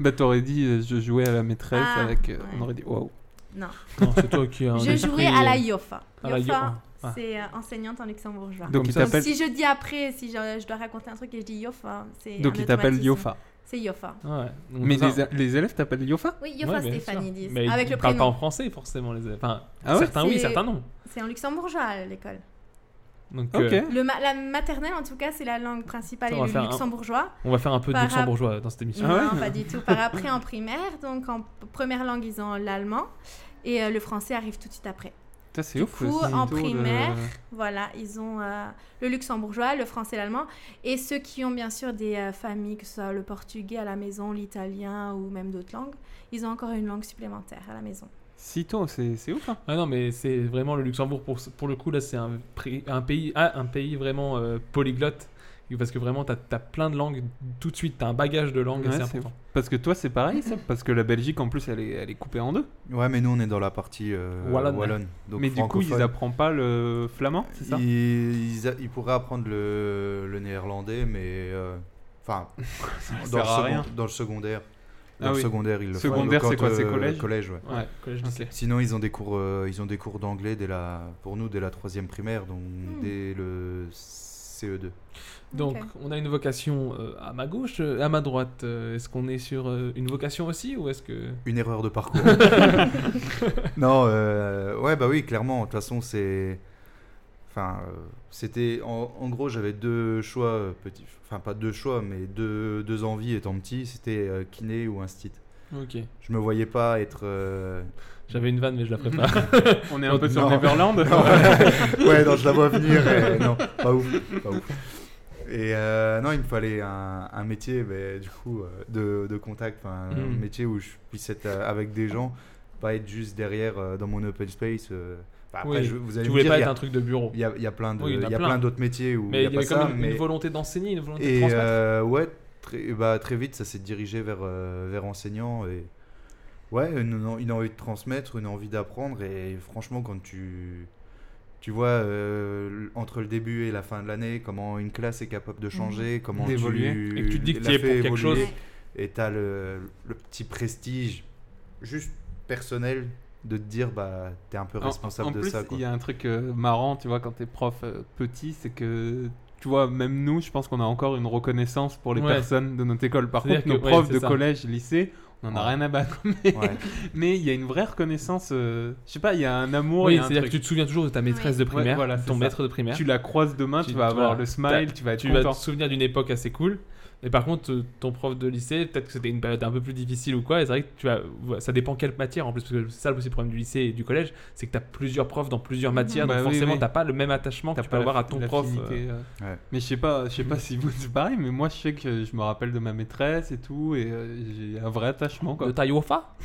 Speaker 5: Bah, t'aurais dit, euh, je jouais à la maîtresse
Speaker 9: Ah,
Speaker 5: avec. euh, On aurait dit, waouh.
Speaker 9: Non.
Speaker 8: Non, c'est toi qui as un
Speaker 9: Je jouais
Speaker 8: esprit,
Speaker 9: à la
Speaker 8: euh,
Speaker 9: Yofa.
Speaker 8: à la
Speaker 9: Yofa,
Speaker 8: Yofa. Ah.
Speaker 9: c'est euh, enseignante en luxembourgeois.
Speaker 5: Donc, il t'appelle-
Speaker 9: si je dis après, si je, je dois raconter un truc et je dis Yofa, c'est.
Speaker 5: Donc,
Speaker 9: un
Speaker 5: il t'appelle
Speaker 9: automatisme.
Speaker 5: Yofa.
Speaker 9: C'est Yofa.
Speaker 8: Ouais. Donc,
Speaker 5: Mais
Speaker 8: ça-
Speaker 5: les, les élèves t'appellent Yofa
Speaker 9: Oui, Yofa
Speaker 8: bien
Speaker 9: Stéphanie,
Speaker 8: sûr.
Speaker 9: disent,
Speaker 8: Mais
Speaker 9: avec
Speaker 8: ils
Speaker 9: le
Speaker 8: parlent pas
Speaker 9: prénom.
Speaker 8: en français forcément les élèves. Enfin,
Speaker 5: Ah ouais
Speaker 8: certains oui,
Speaker 9: C'est-
Speaker 8: certains non.
Speaker 9: C'est en luxembourgeois à l'école.
Speaker 8: Donc,
Speaker 5: Ok.
Speaker 8: euh,
Speaker 9: Le ma- la maternelle, en tout cas, c'est la langue principale
Speaker 8: Attends, on
Speaker 9: et
Speaker 8: va
Speaker 9: le
Speaker 8: faire un-
Speaker 9: luxembourgeois.
Speaker 8: on va faire un peu de
Speaker 9: Par
Speaker 8: luxembourgeois dans cette émission.
Speaker 9: Non, pas du tout. Par après, en primaire, donc en p- première langue, ils ont l'allemand et euh, le français arrive tout de suite après.
Speaker 5: Ça, c'est
Speaker 9: Du
Speaker 5: ouf.
Speaker 9: coup,
Speaker 5: ce
Speaker 9: en
Speaker 5: taux de-
Speaker 9: primaire, voilà, ils ont euh, le luxembourgeois, le français, l'allemand et ceux qui ont bien sûr des euh, familles, que ce soit le portugais à la maison, l'italien ou même d'autres langues, ils ont encore une langue supplémentaire à la maison.
Speaker 5: Si tôt, c'est c'est ouf. hein.
Speaker 8: Ah non, mais c'est vraiment le Luxembourg pour, pour le coup là, c'est un, pri- un pays ah, un pays vraiment euh, polyglotte parce que vraiment t'as as plein de langues tout de suite, t'as un bagage de langues
Speaker 5: Ouais,
Speaker 8: assez
Speaker 5: c'est
Speaker 8: important.
Speaker 5: Parce que toi, c'est pareil, ça. Parce que la Belgique, en plus, elle est, elle est coupée en deux.
Speaker 6: Ouais, mais nous on est dans la partie euh,
Speaker 8: Wallonne.
Speaker 6: wallonne. donc
Speaker 5: mais du coup, ils
Speaker 6: francophone.
Speaker 5: apprennent pas le flamand, c'est ça
Speaker 6: Ils, ils a- ils pourraient apprendre le, le néerlandais, mais euh, enfin,
Speaker 5: Ça
Speaker 6: dans, le
Speaker 5: sert à
Speaker 6: second-
Speaker 5: rien.
Speaker 6: dans le secondaire. Dans
Speaker 5: Ah
Speaker 6: le
Speaker 5: oui.
Speaker 6: secondaire, ils le font.
Speaker 5: Secondaire,
Speaker 6: Donc,
Speaker 5: c'est
Speaker 6: quand,
Speaker 5: quoi, c'est
Speaker 6: euh,
Speaker 5: collège
Speaker 6: ouais.
Speaker 8: Ouais, collège
Speaker 5: Ok.
Speaker 8: lycée.
Speaker 6: Sinon, ils ont des cours, euh, ils ont des cours d'anglais dès la, pour nous dès la troisième primaire, donc dès le E CE2.
Speaker 8: Donc,
Speaker 9: Ok.
Speaker 8: on a une vocation euh, à ma gauche, euh, à ma droite. Euh, est-ce qu'on est sur euh, une vocation aussi ou est-ce que.
Speaker 6: Une erreur de parcours. non, euh, ouais, bah oui, clairement. De toute façon, c'est. Enfin, euh, c'était. En, en gros, j'avais deux choix, euh, petits. Enfin, pas deux choix, mais deux, deux envies étant petit. C'était euh, kiné ou instit.
Speaker 8: Ok.
Speaker 6: Je me voyais pas être. euh,
Speaker 8: J'avais une vanne, mais je la ferai pas.
Speaker 5: On est un peu sur
Speaker 6: Non.
Speaker 5: Neverland.
Speaker 6: Non, ouais. ouais, non, je la vois venir. et non, pas ouf. pas ouf. Et euh, non, il me fallait un, un métier, mais, du coup, euh, de, de contact, enfin, un
Speaker 8: Mm.
Speaker 6: métier où je puisse être euh, avec des gens, pas être juste derrière euh, dans mon open space. euh. Enfin, après,
Speaker 8: Oui,
Speaker 6: je- vous allez
Speaker 8: tu
Speaker 6: me
Speaker 8: voulais
Speaker 6: dire,
Speaker 8: pas
Speaker 6: il y
Speaker 8: être
Speaker 6: a-
Speaker 8: un truc de bureau.
Speaker 6: Il y a, il y a plein de-
Speaker 8: Oui, il y en a
Speaker 6: il y a
Speaker 8: plein.
Speaker 6: plein d'autres métiers où
Speaker 8: Mais
Speaker 6: il y a pas
Speaker 8: avait
Speaker 6: ça.
Speaker 8: quand même
Speaker 6: mais-
Speaker 8: une volonté d'enseigner, une volonté de
Speaker 6: et
Speaker 8: transmettre.
Speaker 6: euh, ouais, très, bah, très vite, ça s'est dirigé vers, euh, vers enseignant. Et... Ouais, une, une envie de transmettre, une envie d'apprendre. Et franchement, quand tu, tu vois euh, l- entre le début et la fin de l'année, comment une classe est capable de changer, comment
Speaker 5: D'évoluer.
Speaker 6: tu,
Speaker 8: Mhm. Et que tu te dis que
Speaker 6: la
Speaker 8: t'y es
Speaker 6: fais
Speaker 8: pour quelque chose.
Speaker 6: Et tu as le, le petit prestige juste personnel de te dire, bah, tu es un peu
Speaker 5: En-
Speaker 6: responsable
Speaker 5: en
Speaker 6: de
Speaker 5: plus,
Speaker 6: ça. quoi.
Speaker 5: Il y a un truc euh, marrant, tu vois, quand t'es prof euh, petit, c'est que tu vois, même nous, je pense qu'on a encore une reconnaissance pour les
Speaker 8: Ouais.
Speaker 5: personnes de notre école. Par
Speaker 8: C'est-à-dire
Speaker 5: contre, nos
Speaker 8: que- ouais,
Speaker 5: profs
Speaker 8: c'est
Speaker 5: de
Speaker 8: ça.
Speaker 5: collège, lycée, on en a
Speaker 6: Ouais.
Speaker 5: rien à battre. Mais
Speaker 6: Ouais.
Speaker 5: mais il y a une vraie reconnaissance. euh, je sais pas, il y a un amour. il
Speaker 8: Oui,
Speaker 5: y a un
Speaker 8: c'est-à-dire que tu
Speaker 5: truc.
Speaker 8: te souviens toujours de ta maîtresse de
Speaker 5: Ouais,
Speaker 8: primaire,
Speaker 5: voilà, c'est
Speaker 8: ton
Speaker 5: ça.
Speaker 8: maître de primaire.
Speaker 5: Tu la croises demain, tu, vas avoir
Speaker 8: voilà.
Speaker 5: le
Speaker 8: T'as-
Speaker 5: smile, tu vas être
Speaker 8: tu vas
Speaker 5: content.
Speaker 8: te souvenir d'une époque assez cool. Mais par contre, euh, ton prof de lycée, peut-être que c'était une période un peu plus difficile ou quoi. Et c'est vrai que tu vas, ouais, ça dépend quelle matière en plus, parce que c'est ça le aussi le problème du lycée et du collège, c'est que t'as plusieurs profs dans
Speaker 9: Mhm.
Speaker 8: plusieurs matières,
Speaker 5: Bah
Speaker 8: donc
Speaker 5: oui,
Speaker 8: forcément
Speaker 5: oui.
Speaker 8: t'as pas le même attachement que
Speaker 5: T'as
Speaker 8: tu peux
Speaker 5: pas la-
Speaker 8: avoir à ton prof.
Speaker 5: l'affinité,
Speaker 8: euh,
Speaker 5: euh.
Speaker 6: Ouais.
Speaker 5: Mais je sais pas, je sais pas si vous c'est pareil, mais moi je sais que je me rappelle de ma maîtresse et tout, et euh, j'ai un vrai attachement quoi.
Speaker 8: de Taïofa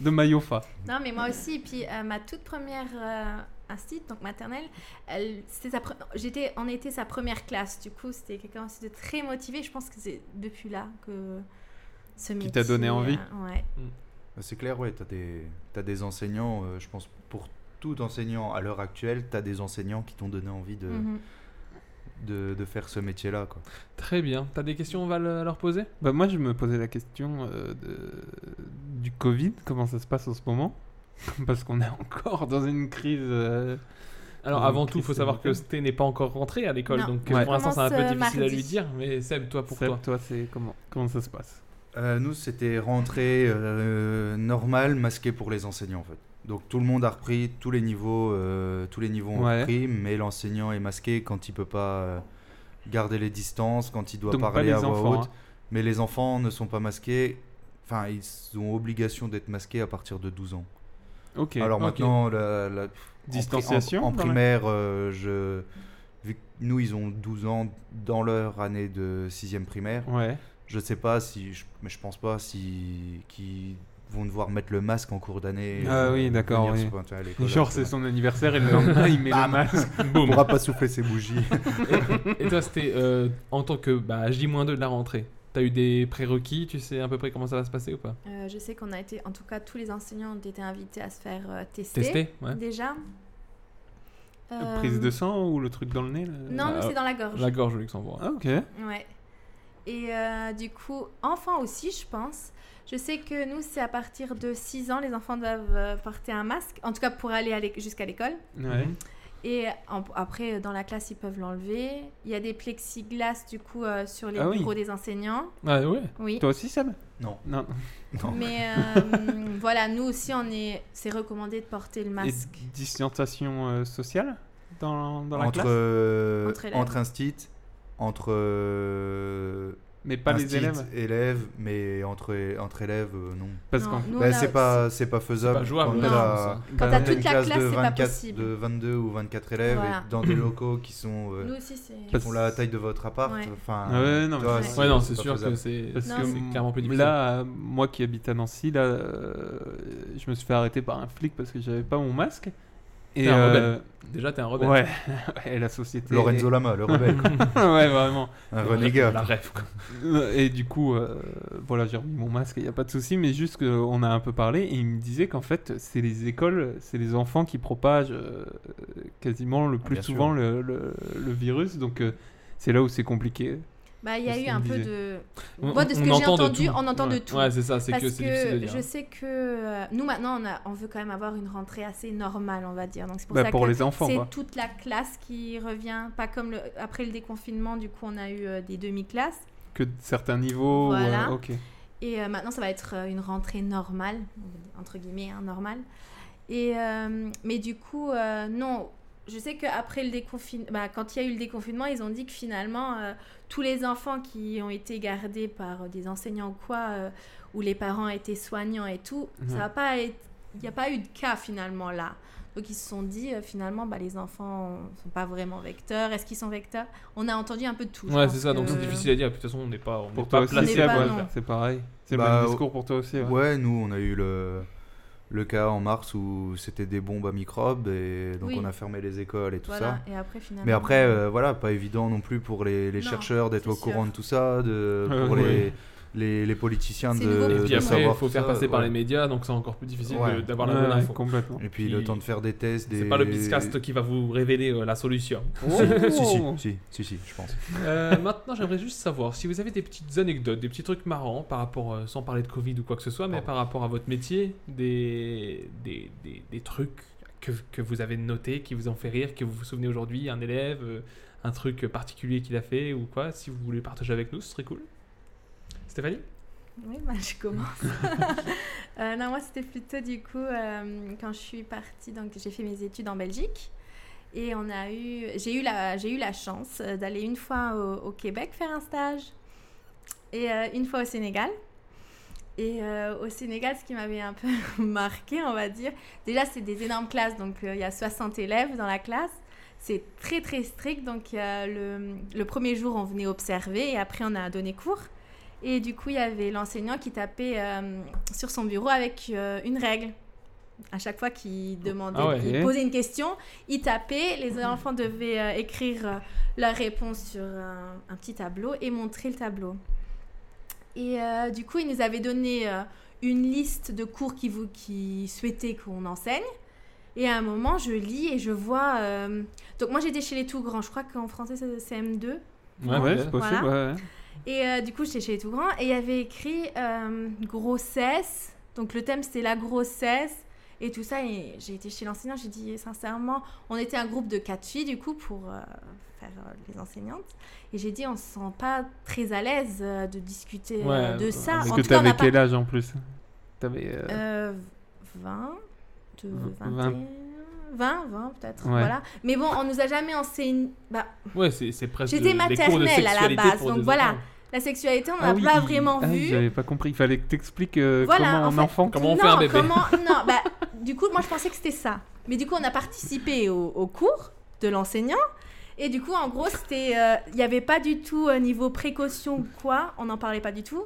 Speaker 5: De Mayofa.
Speaker 9: Non, mais moi aussi. Et puis, euh, ma toute première euh, instit, donc maternelle, elle- c'était sa pre- j'étais en été sa première classe. Du coup, c'était quelqu'un aussi de très motivé. Je pense que c'est depuis là que ce métier...
Speaker 5: Qui t'a donné envie.
Speaker 9: euh, Ouais.
Speaker 6: Bah, C'est clair, ouais, tu as des, t'as des enseignants, euh, je pense pour tout enseignant à l'heure actuelle, tu as des enseignants qui t'ont donné envie de,
Speaker 9: Mhm.
Speaker 6: de, de faire ce métier-là. quoi.
Speaker 8: Très bien. T'as des questions, on va le- leur poser
Speaker 5: Bah moi je me posais la question euh, de- du Covid, comment ça se passe en ce moment Parce qu'on est encore dans une crise. euh,
Speaker 8: Alors
Speaker 5: dans une
Speaker 8: avant tout,
Speaker 5: crise
Speaker 8: faut savoir que
Speaker 5: sanitaire.
Speaker 8: Sté n'est pas encore rentré à l'école,
Speaker 5: Non.
Speaker 8: donc euh,
Speaker 5: Ouais.
Speaker 8: pour l'instant, c'est un peu
Speaker 9: Commence, euh,
Speaker 8: difficile à
Speaker 9: mardi.
Speaker 8: lui dire. Mais Seb, toi, pour
Speaker 5: Seb,
Speaker 8: toi
Speaker 5: toi, c'est comment Comment ça se passe
Speaker 6: Euh, nous, c'était rentrée euh, normale, masquée pour les enseignants, en fait. Donc tout le monde a repris, tous les niveaux, euh, tous les niveaux ont
Speaker 5: Ouais.
Speaker 6: repris, mais l'enseignant est masqué quand il peut pas euh, garder les distances, quand il doit
Speaker 5: Donc pas
Speaker 6: parler
Speaker 5: les
Speaker 6: à voix
Speaker 5: enfants,
Speaker 6: haute.
Speaker 5: hein.
Speaker 6: Mais les enfants ne sont pas masqués. Enfin, ils ont obligation d'être masqués à partir de 12 ans.
Speaker 5: hein. Ok,
Speaker 6: Alors
Speaker 5: ok.
Speaker 6: maintenant, la, la- en pri- en-
Speaker 5: Distanciation,
Speaker 6: en,
Speaker 5: dans la-
Speaker 6: primaire, euh, je vu que nous ils ont 12 ans dans leur année de 6 primaire.
Speaker 5: Ouais.
Speaker 6: Je sais pas si je, mais je pense pas si qui vont devoir mettre le masque en cours d'année.
Speaker 5: Ah
Speaker 6: euh,
Speaker 5: oui,
Speaker 6: venir
Speaker 5: d'accord.
Speaker 6: se
Speaker 5: oui.
Speaker 6: pointer à l'école
Speaker 5: Genre,
Speaker 6: avec
Speaker 5: c'est
Speaker 6: le
Speaker 5: son
Speaker 6: masque.
Speaker 5: anniversaire et le lendemain, il met le
Speaker 6: Bam.
Speaker 5: masque.
Speaker 6: On pourra pas souffler ses bougies.
Speaker 8: Et, et toi, c'était en tant que bah, J-2 de la rentrée. T'as eu des prérequis, tu sais à peu près comment ça va se passer ou pas
Speaker 9: Euh, je sais qu'on a été, en tout cas, tous les enseignants ont été invités à se faire euh, tester.
Speaker 8: Tester, ouais.
Speaker 9: Déjà. Euh,
Speaker 5: Prise de Ah. sang ou le truc dans le nez là
Speaker 9: Non, nous, c'est dans la gorge.
Speaker 8: La gorge au Luxembourg.
Speaker 5: Ah, ok.
Speaker 9: Ouais. Et euh, du coup, enfants aussi, je pense. Je sais que nous, c'est à partir de 6 ans, les enfants doivent euh, porter un masque, en tout cas pour aller à l'é- jusqu'à l'école.
Speaker 5: Ouais.
Speaker 6: Mhm.
Speaker 9: Et en- après, dans la classe, ils peuvent l'enlever. Il y a des plexiglas, du coup, euh, sur les
Speaker 5: Ah oui.
Speaker 9: bureaux des enseignants.
Speaker 8: Ah ouais
Speaker 9: Oui.
Speaker 5: Toi aussi, Seb
Speaker 6: Non.
Speaker 5: Non.
Speaker 9: Mais euh, voilà, nous aussi, on est, c'est recommandé de porter le
Speaker 5: Et
Speaker 9: masque.
Speaker 5: distanciation euh, sociale dans, dans la
Speaker 6: entre
Speaker 5: classe
Speaker 6: euh,
Speaker 9: Entre élèves.
Speaker 6: entre instits, entre euh,
Speaker 5: Mais pas les
Speaker 6: instits,
Speaker 5: élèves.
Speaker 6: élèves, mais entre entre élèves euh, non.
Speaker 5: Parce Non, qu'en- bah,
Speaker 9: nous,
Speaker 6: Bah,
Speaker 9: on a-
Speaker 6: c'est pas c'est pas faisable.
Speaker 8: pas jouable,
Speaker 6: quand
Speaker 8: non,
Speaker 6: t'as-
Speaker 8: ça.
Speaker 9: Quand t'as
Speaker 6: une
Speaker 9: toute la classe,
Speaker 6: de
Speaker 9: c'est pas
Speaker 6: 24
Speaker 9: possible.
Speaker 6: de 22 ou 24 élèves
Speaker 9: Voilà.
Speaker 6: et dans des locaux qui sont euh,
Speaker 9: Nous aussi, c'est-
Speaker 6: qui font la taille de votre appart.
Speaker 9: Ouais.
Speaker 6: Enfin,
Speaker 5: ouais, non, mais
Speaker 6: toi,
Speaker 5: c'est-
Speaker 8: Ah Ouais, non, c'est
Speaker 6: pas
Speaker 8: sûr que
Speaker 6: faisable.
Speaker 8: c'est
Speaker 5: Parce
Speaker 9: Non,
Speaker 5: que
Speaker 9: c'est
Speaker 5: m-
Speaker 8: clairement plus difficile.
Speaker 5: Là, euh, moi qui habite à Nancy, là, euh, je me suis fait arrêter par un flic parce que j'avais pas mon masque. euh,
Speaker 8: T'es un rebelle. Déjà, t'es un rebelle.
Speaker 5: Ouais. Et la société.
Speaker 6: Lorenzo
Speaker 5: est-
Speaker 6: Lama, le rebelle, quoi.
Speaker 5: ouais, vraiment.
Speaker 6: Un renégat.
Speaker 8: La ref, quoi.
Speaker 5: Et du coup, euh, voilà, j'ai remis mon masque, il n'y a pas de souci, mais juste qu'on a un peu parlé, et il me disait qu'en fait, c'est les écoles, c'est les enfants qui propagent euh, quasiment le plus
Speaker 6: bien sûr.
Speaker 5: souvent le, le- le virus, donc euh, c'est là où c'est compliqué.
Speaker 9: Bah, il y a
Speaker 5: C'est ce
Speaker 9: eu
Speaker 5: qu'il
Speaker 9: un
Speaker 5: me
Speaker 9: peu
Speaker 5: disait.
Speaker 9: de.
Speaker 8: On-
Speaker 9: Moi, de ce
Speaker 8: on
Speaker 9: que j'ai
Speaker 8: entend de
Speaker 9: entendu,
Speaker 8: tout.
Speaker 9: on entend de
Speaker 8: Ouais.
Speaker 9: tout.
Speaker 8: Ouais, c'est ça, c'est que
Speaker 9: Parce
Speaker 8: c'est difficile de dire,
Speaker 9: Je
Speaker 8: hein.
Speaker 9: sais que euh, nous, maintenant, on, a- on veut quand même avoir une rentrée assez normale, on va dire. Donc, c'est pour
Speaker 5: Bah,
Speaker 9: ça
Speaker 5: pour
Speaker 9: que
Speaker 5: les enfants,
Speaker 9: c'est
Speaker 5: quoi.
Speaker 9: toute la classe qui revient. Pas comme le- après le déconfinement, du coup, on a eu euh, des demi-classes.
Speaker 5: Que de certains niveaux.
Speaker 9: Voilà.
Speaker 5: ouais, ok.
Speaker 9: Et euh, maintenant, ça va être euh, une rentrée normale, entre guillemets, hein, normale. Et, euh, mais du coup, euh, non, je sais qu'après le déconfinement, quand il y a eu le déconfinement, ils ont dit que finalement, euh, tous les enfants qui ont été gardés par euh, des enseignants ou quoi, euh, où les parents étaient soignants et tout, ça
Speaker 5: Ouais.
Speaker 9: va pas être- il n'y a pas eu de cas finalement là. Donc ils se sont dit, euh, finalement, bah, les enfants sont pas vraiment vecteurs. Est-ce qu'ils sont vecteurs On a entendu un peu de tout. je
Speaker 8: Ouais,
Speaker 9: pense
Speaker 8: c'est ça, donc
Speaker 9: que-
Speaker 8: c'est difficile à dire. Puis, De toute façon, on n'est pas, on
Speaker 5: Pour
Speaker 8: n'est
Speaker 5: toi
Speaker 8: pas
Speaker 5: aussi,
Speaker 8: placé
Speaker 5: Seb,
Speaker 9: On n'est pas,
Speaker 8: le
Speaker 5: ouais,
Speaker 9: non.
Speaker 5: c'est pareil. C'est
Speaker 6: Bah,
Speaker 5: le même discours pour toi aussi.
Speaker 6: Ouais.
Speaker 5: ouais.
Speaker 6: nous, on a eu le, le cas en mars où c'était des bombes à microbes et donc
Speaker 9: Oui.
Speaker 6: on a fermé les écoles et tout
Speaker 9: Voilà,
Speaker 6: ça.
Speaker 9: et après, finalement-
Speaker 6: Mais après, euh, voilà, pas évident non plus pour les, les
Speaker 9: Non,
Speaker 6: chercheurs d'être
Speaker 9: c'est
Speaker 6: au
Speaker 9: sûr.
Speaker 6: courant de tout ça, de,
Speaker 5: Euh,
Speaker 6: pour
Speaker 5: oui.
Speaker 6: les, les, les politiciens de,
Speaker 9: C'est nouveau pour
Speaker 6: euh, de
Speaker 8: Et puis après, il
Speaker 6: savoir
Speaker 8: faut
Speaker 6: tout
Speaker 8: faire
Speaker 6: ça,
Speaker 8: passer par
Speaker 6: ouais.
Speaker 8: les médias, donc c'est encore plus difficile
Speaker 6: Ouais.
Speaker 8: de- d'avoir la
Speaker 5: Ouais,
Speaker 8: bonne info.
Speaker 5: complètement.
Speaker 6: Et puis le temps de faire des tests, des...
Speaker 8: C'est pas le Pizcast qui va vous révéler euh, la solution.
Speaker 6: Si, si, si,
Speaker 8: Oh.
Speaker 6: si, si, si, je pense.
Speaker 8: Euh, maintenant, j'aimerais juste savoir si vous avez des petites anecdotes, des petits trucs marrants par rapport, euh, sans parler de Covid ou quoi que ce soit, mais par rapport à votre métier, des, des, des, des trucs que, que vous avez notés, qui vous ont fait rire, que vous vous souvenez aujourd'hui, un élève, euh, un truc particulier qu'il a fait ou quoi, si vous voulez partager avec nous, ce serait cool. Stéphanie
Speaker 9: Oui, bah, je commence. Euh, non, moi, c'était plutôt du coup, euh, quand je suis partie, donc j'ai fait mes études en Belgique. Et on a eu, j'ai eu la, j'ai eu la chance euh, d'aller une fois au, au Québec faire un stage et euh, une fois au Sénégal. Et euh, au Sénégal, ce qui m'avait un peu marqué, on va dire, déjà c'est des énormes classes, donc euh, il y a 60 élèves dans la classe. C'est très très strict, donc euh, le, le premier jour on venait observer et après on a donné cours. Et du coup, il y avait l'enseignant qui tapait euh, sur son bureau avec euh, une règle. À chaque fois qu'il demandait,
Speaker 8: Ah ouais.
Speaker 9: qu'il posait une question, il tapait. Les enfants devaient euh, écrire euh, leur réponse sur un, un petit tableau et montrer le tableau. Et euh, du coup, il nous avait donné euh, une liste de cours qui, vous, qui souhaitait qu'on enseigne. Et à un moment, je lis et je vois. euh, Donc, moi, j'étais chez les tout grands. Je crois qu'en français, c'est CM2.
Speaker 5: Ouais, ouais, c'est possible.
Speaker 9: Voilà.
Speaker 5: ouais, ouais.
Speaker 9: Et euh, du coup, j'étais chez les tout grands et il y avait écrit euh, grossesse. Donc le thème, c'était la grossesse. et tout ça. Et j'ai été chez l'enseignant, j'ai dit sincèrement, on était un groupe de quatre filles du coup pour euh, faire euh, les enseignantes. Et j'ai dit, on se sent pas très à l'aise euh, de discuter euh, de ça.
Speaker 5: Parce
Speaker 9: En
Speaker 5: que
Speaker 9: tout cas, on n'a
Speaker 5: t'avais
Speaker 9: pas-
Speaker 5: quel âge en plus T'avais. euh,
Speaker 9: euh, 20, de
Speaker 5: Vingt-
Speaker 9: 21, 20, 20 peut-être.
Speaker 5: Ouais.
Speaker 9: Voilà. Mais bon, on nous a jamais enseigné. Bah,
Speaker 8: Ouais, c'est c'est presque.
Speaker 9: J'étais
Speaker 8: des cours de
Speaker 9: maternelle à la
Speaker 8: sexualité
Speaker 9: base,
Speaker 8: pour
Speaker 9: donc
Speaker 8: des
Speaker 9: voilà.
Speaker 8: enfants.
Speaker 9: La sexualité, on
Speaker 5: Ah
Speaker 9: n'a
Speaker 5: oui,
Speaker 9: pas vraiment
Speaker 5: ah,
Speaker 9: vu.
Speaker 5: J'avais pas compris. Il fallait que t'expliques euh,
Speaker 9: Voilà,
Speaker 5: comment
Speaker 9: en
Speaker 5: un
Speaker 9: fait-
Speaker 5: enfant.
Speaker 9: non, comment- Non, bah, du coup, moi, je pensais que c'était ça. Mais du coup, on a participé au, au cours de l'enseignant. Et du coup, en gros, c'était, euh, il n'y avait pas du tout euh, niveau précaution ou quoi. On n'en parlait pas du tout.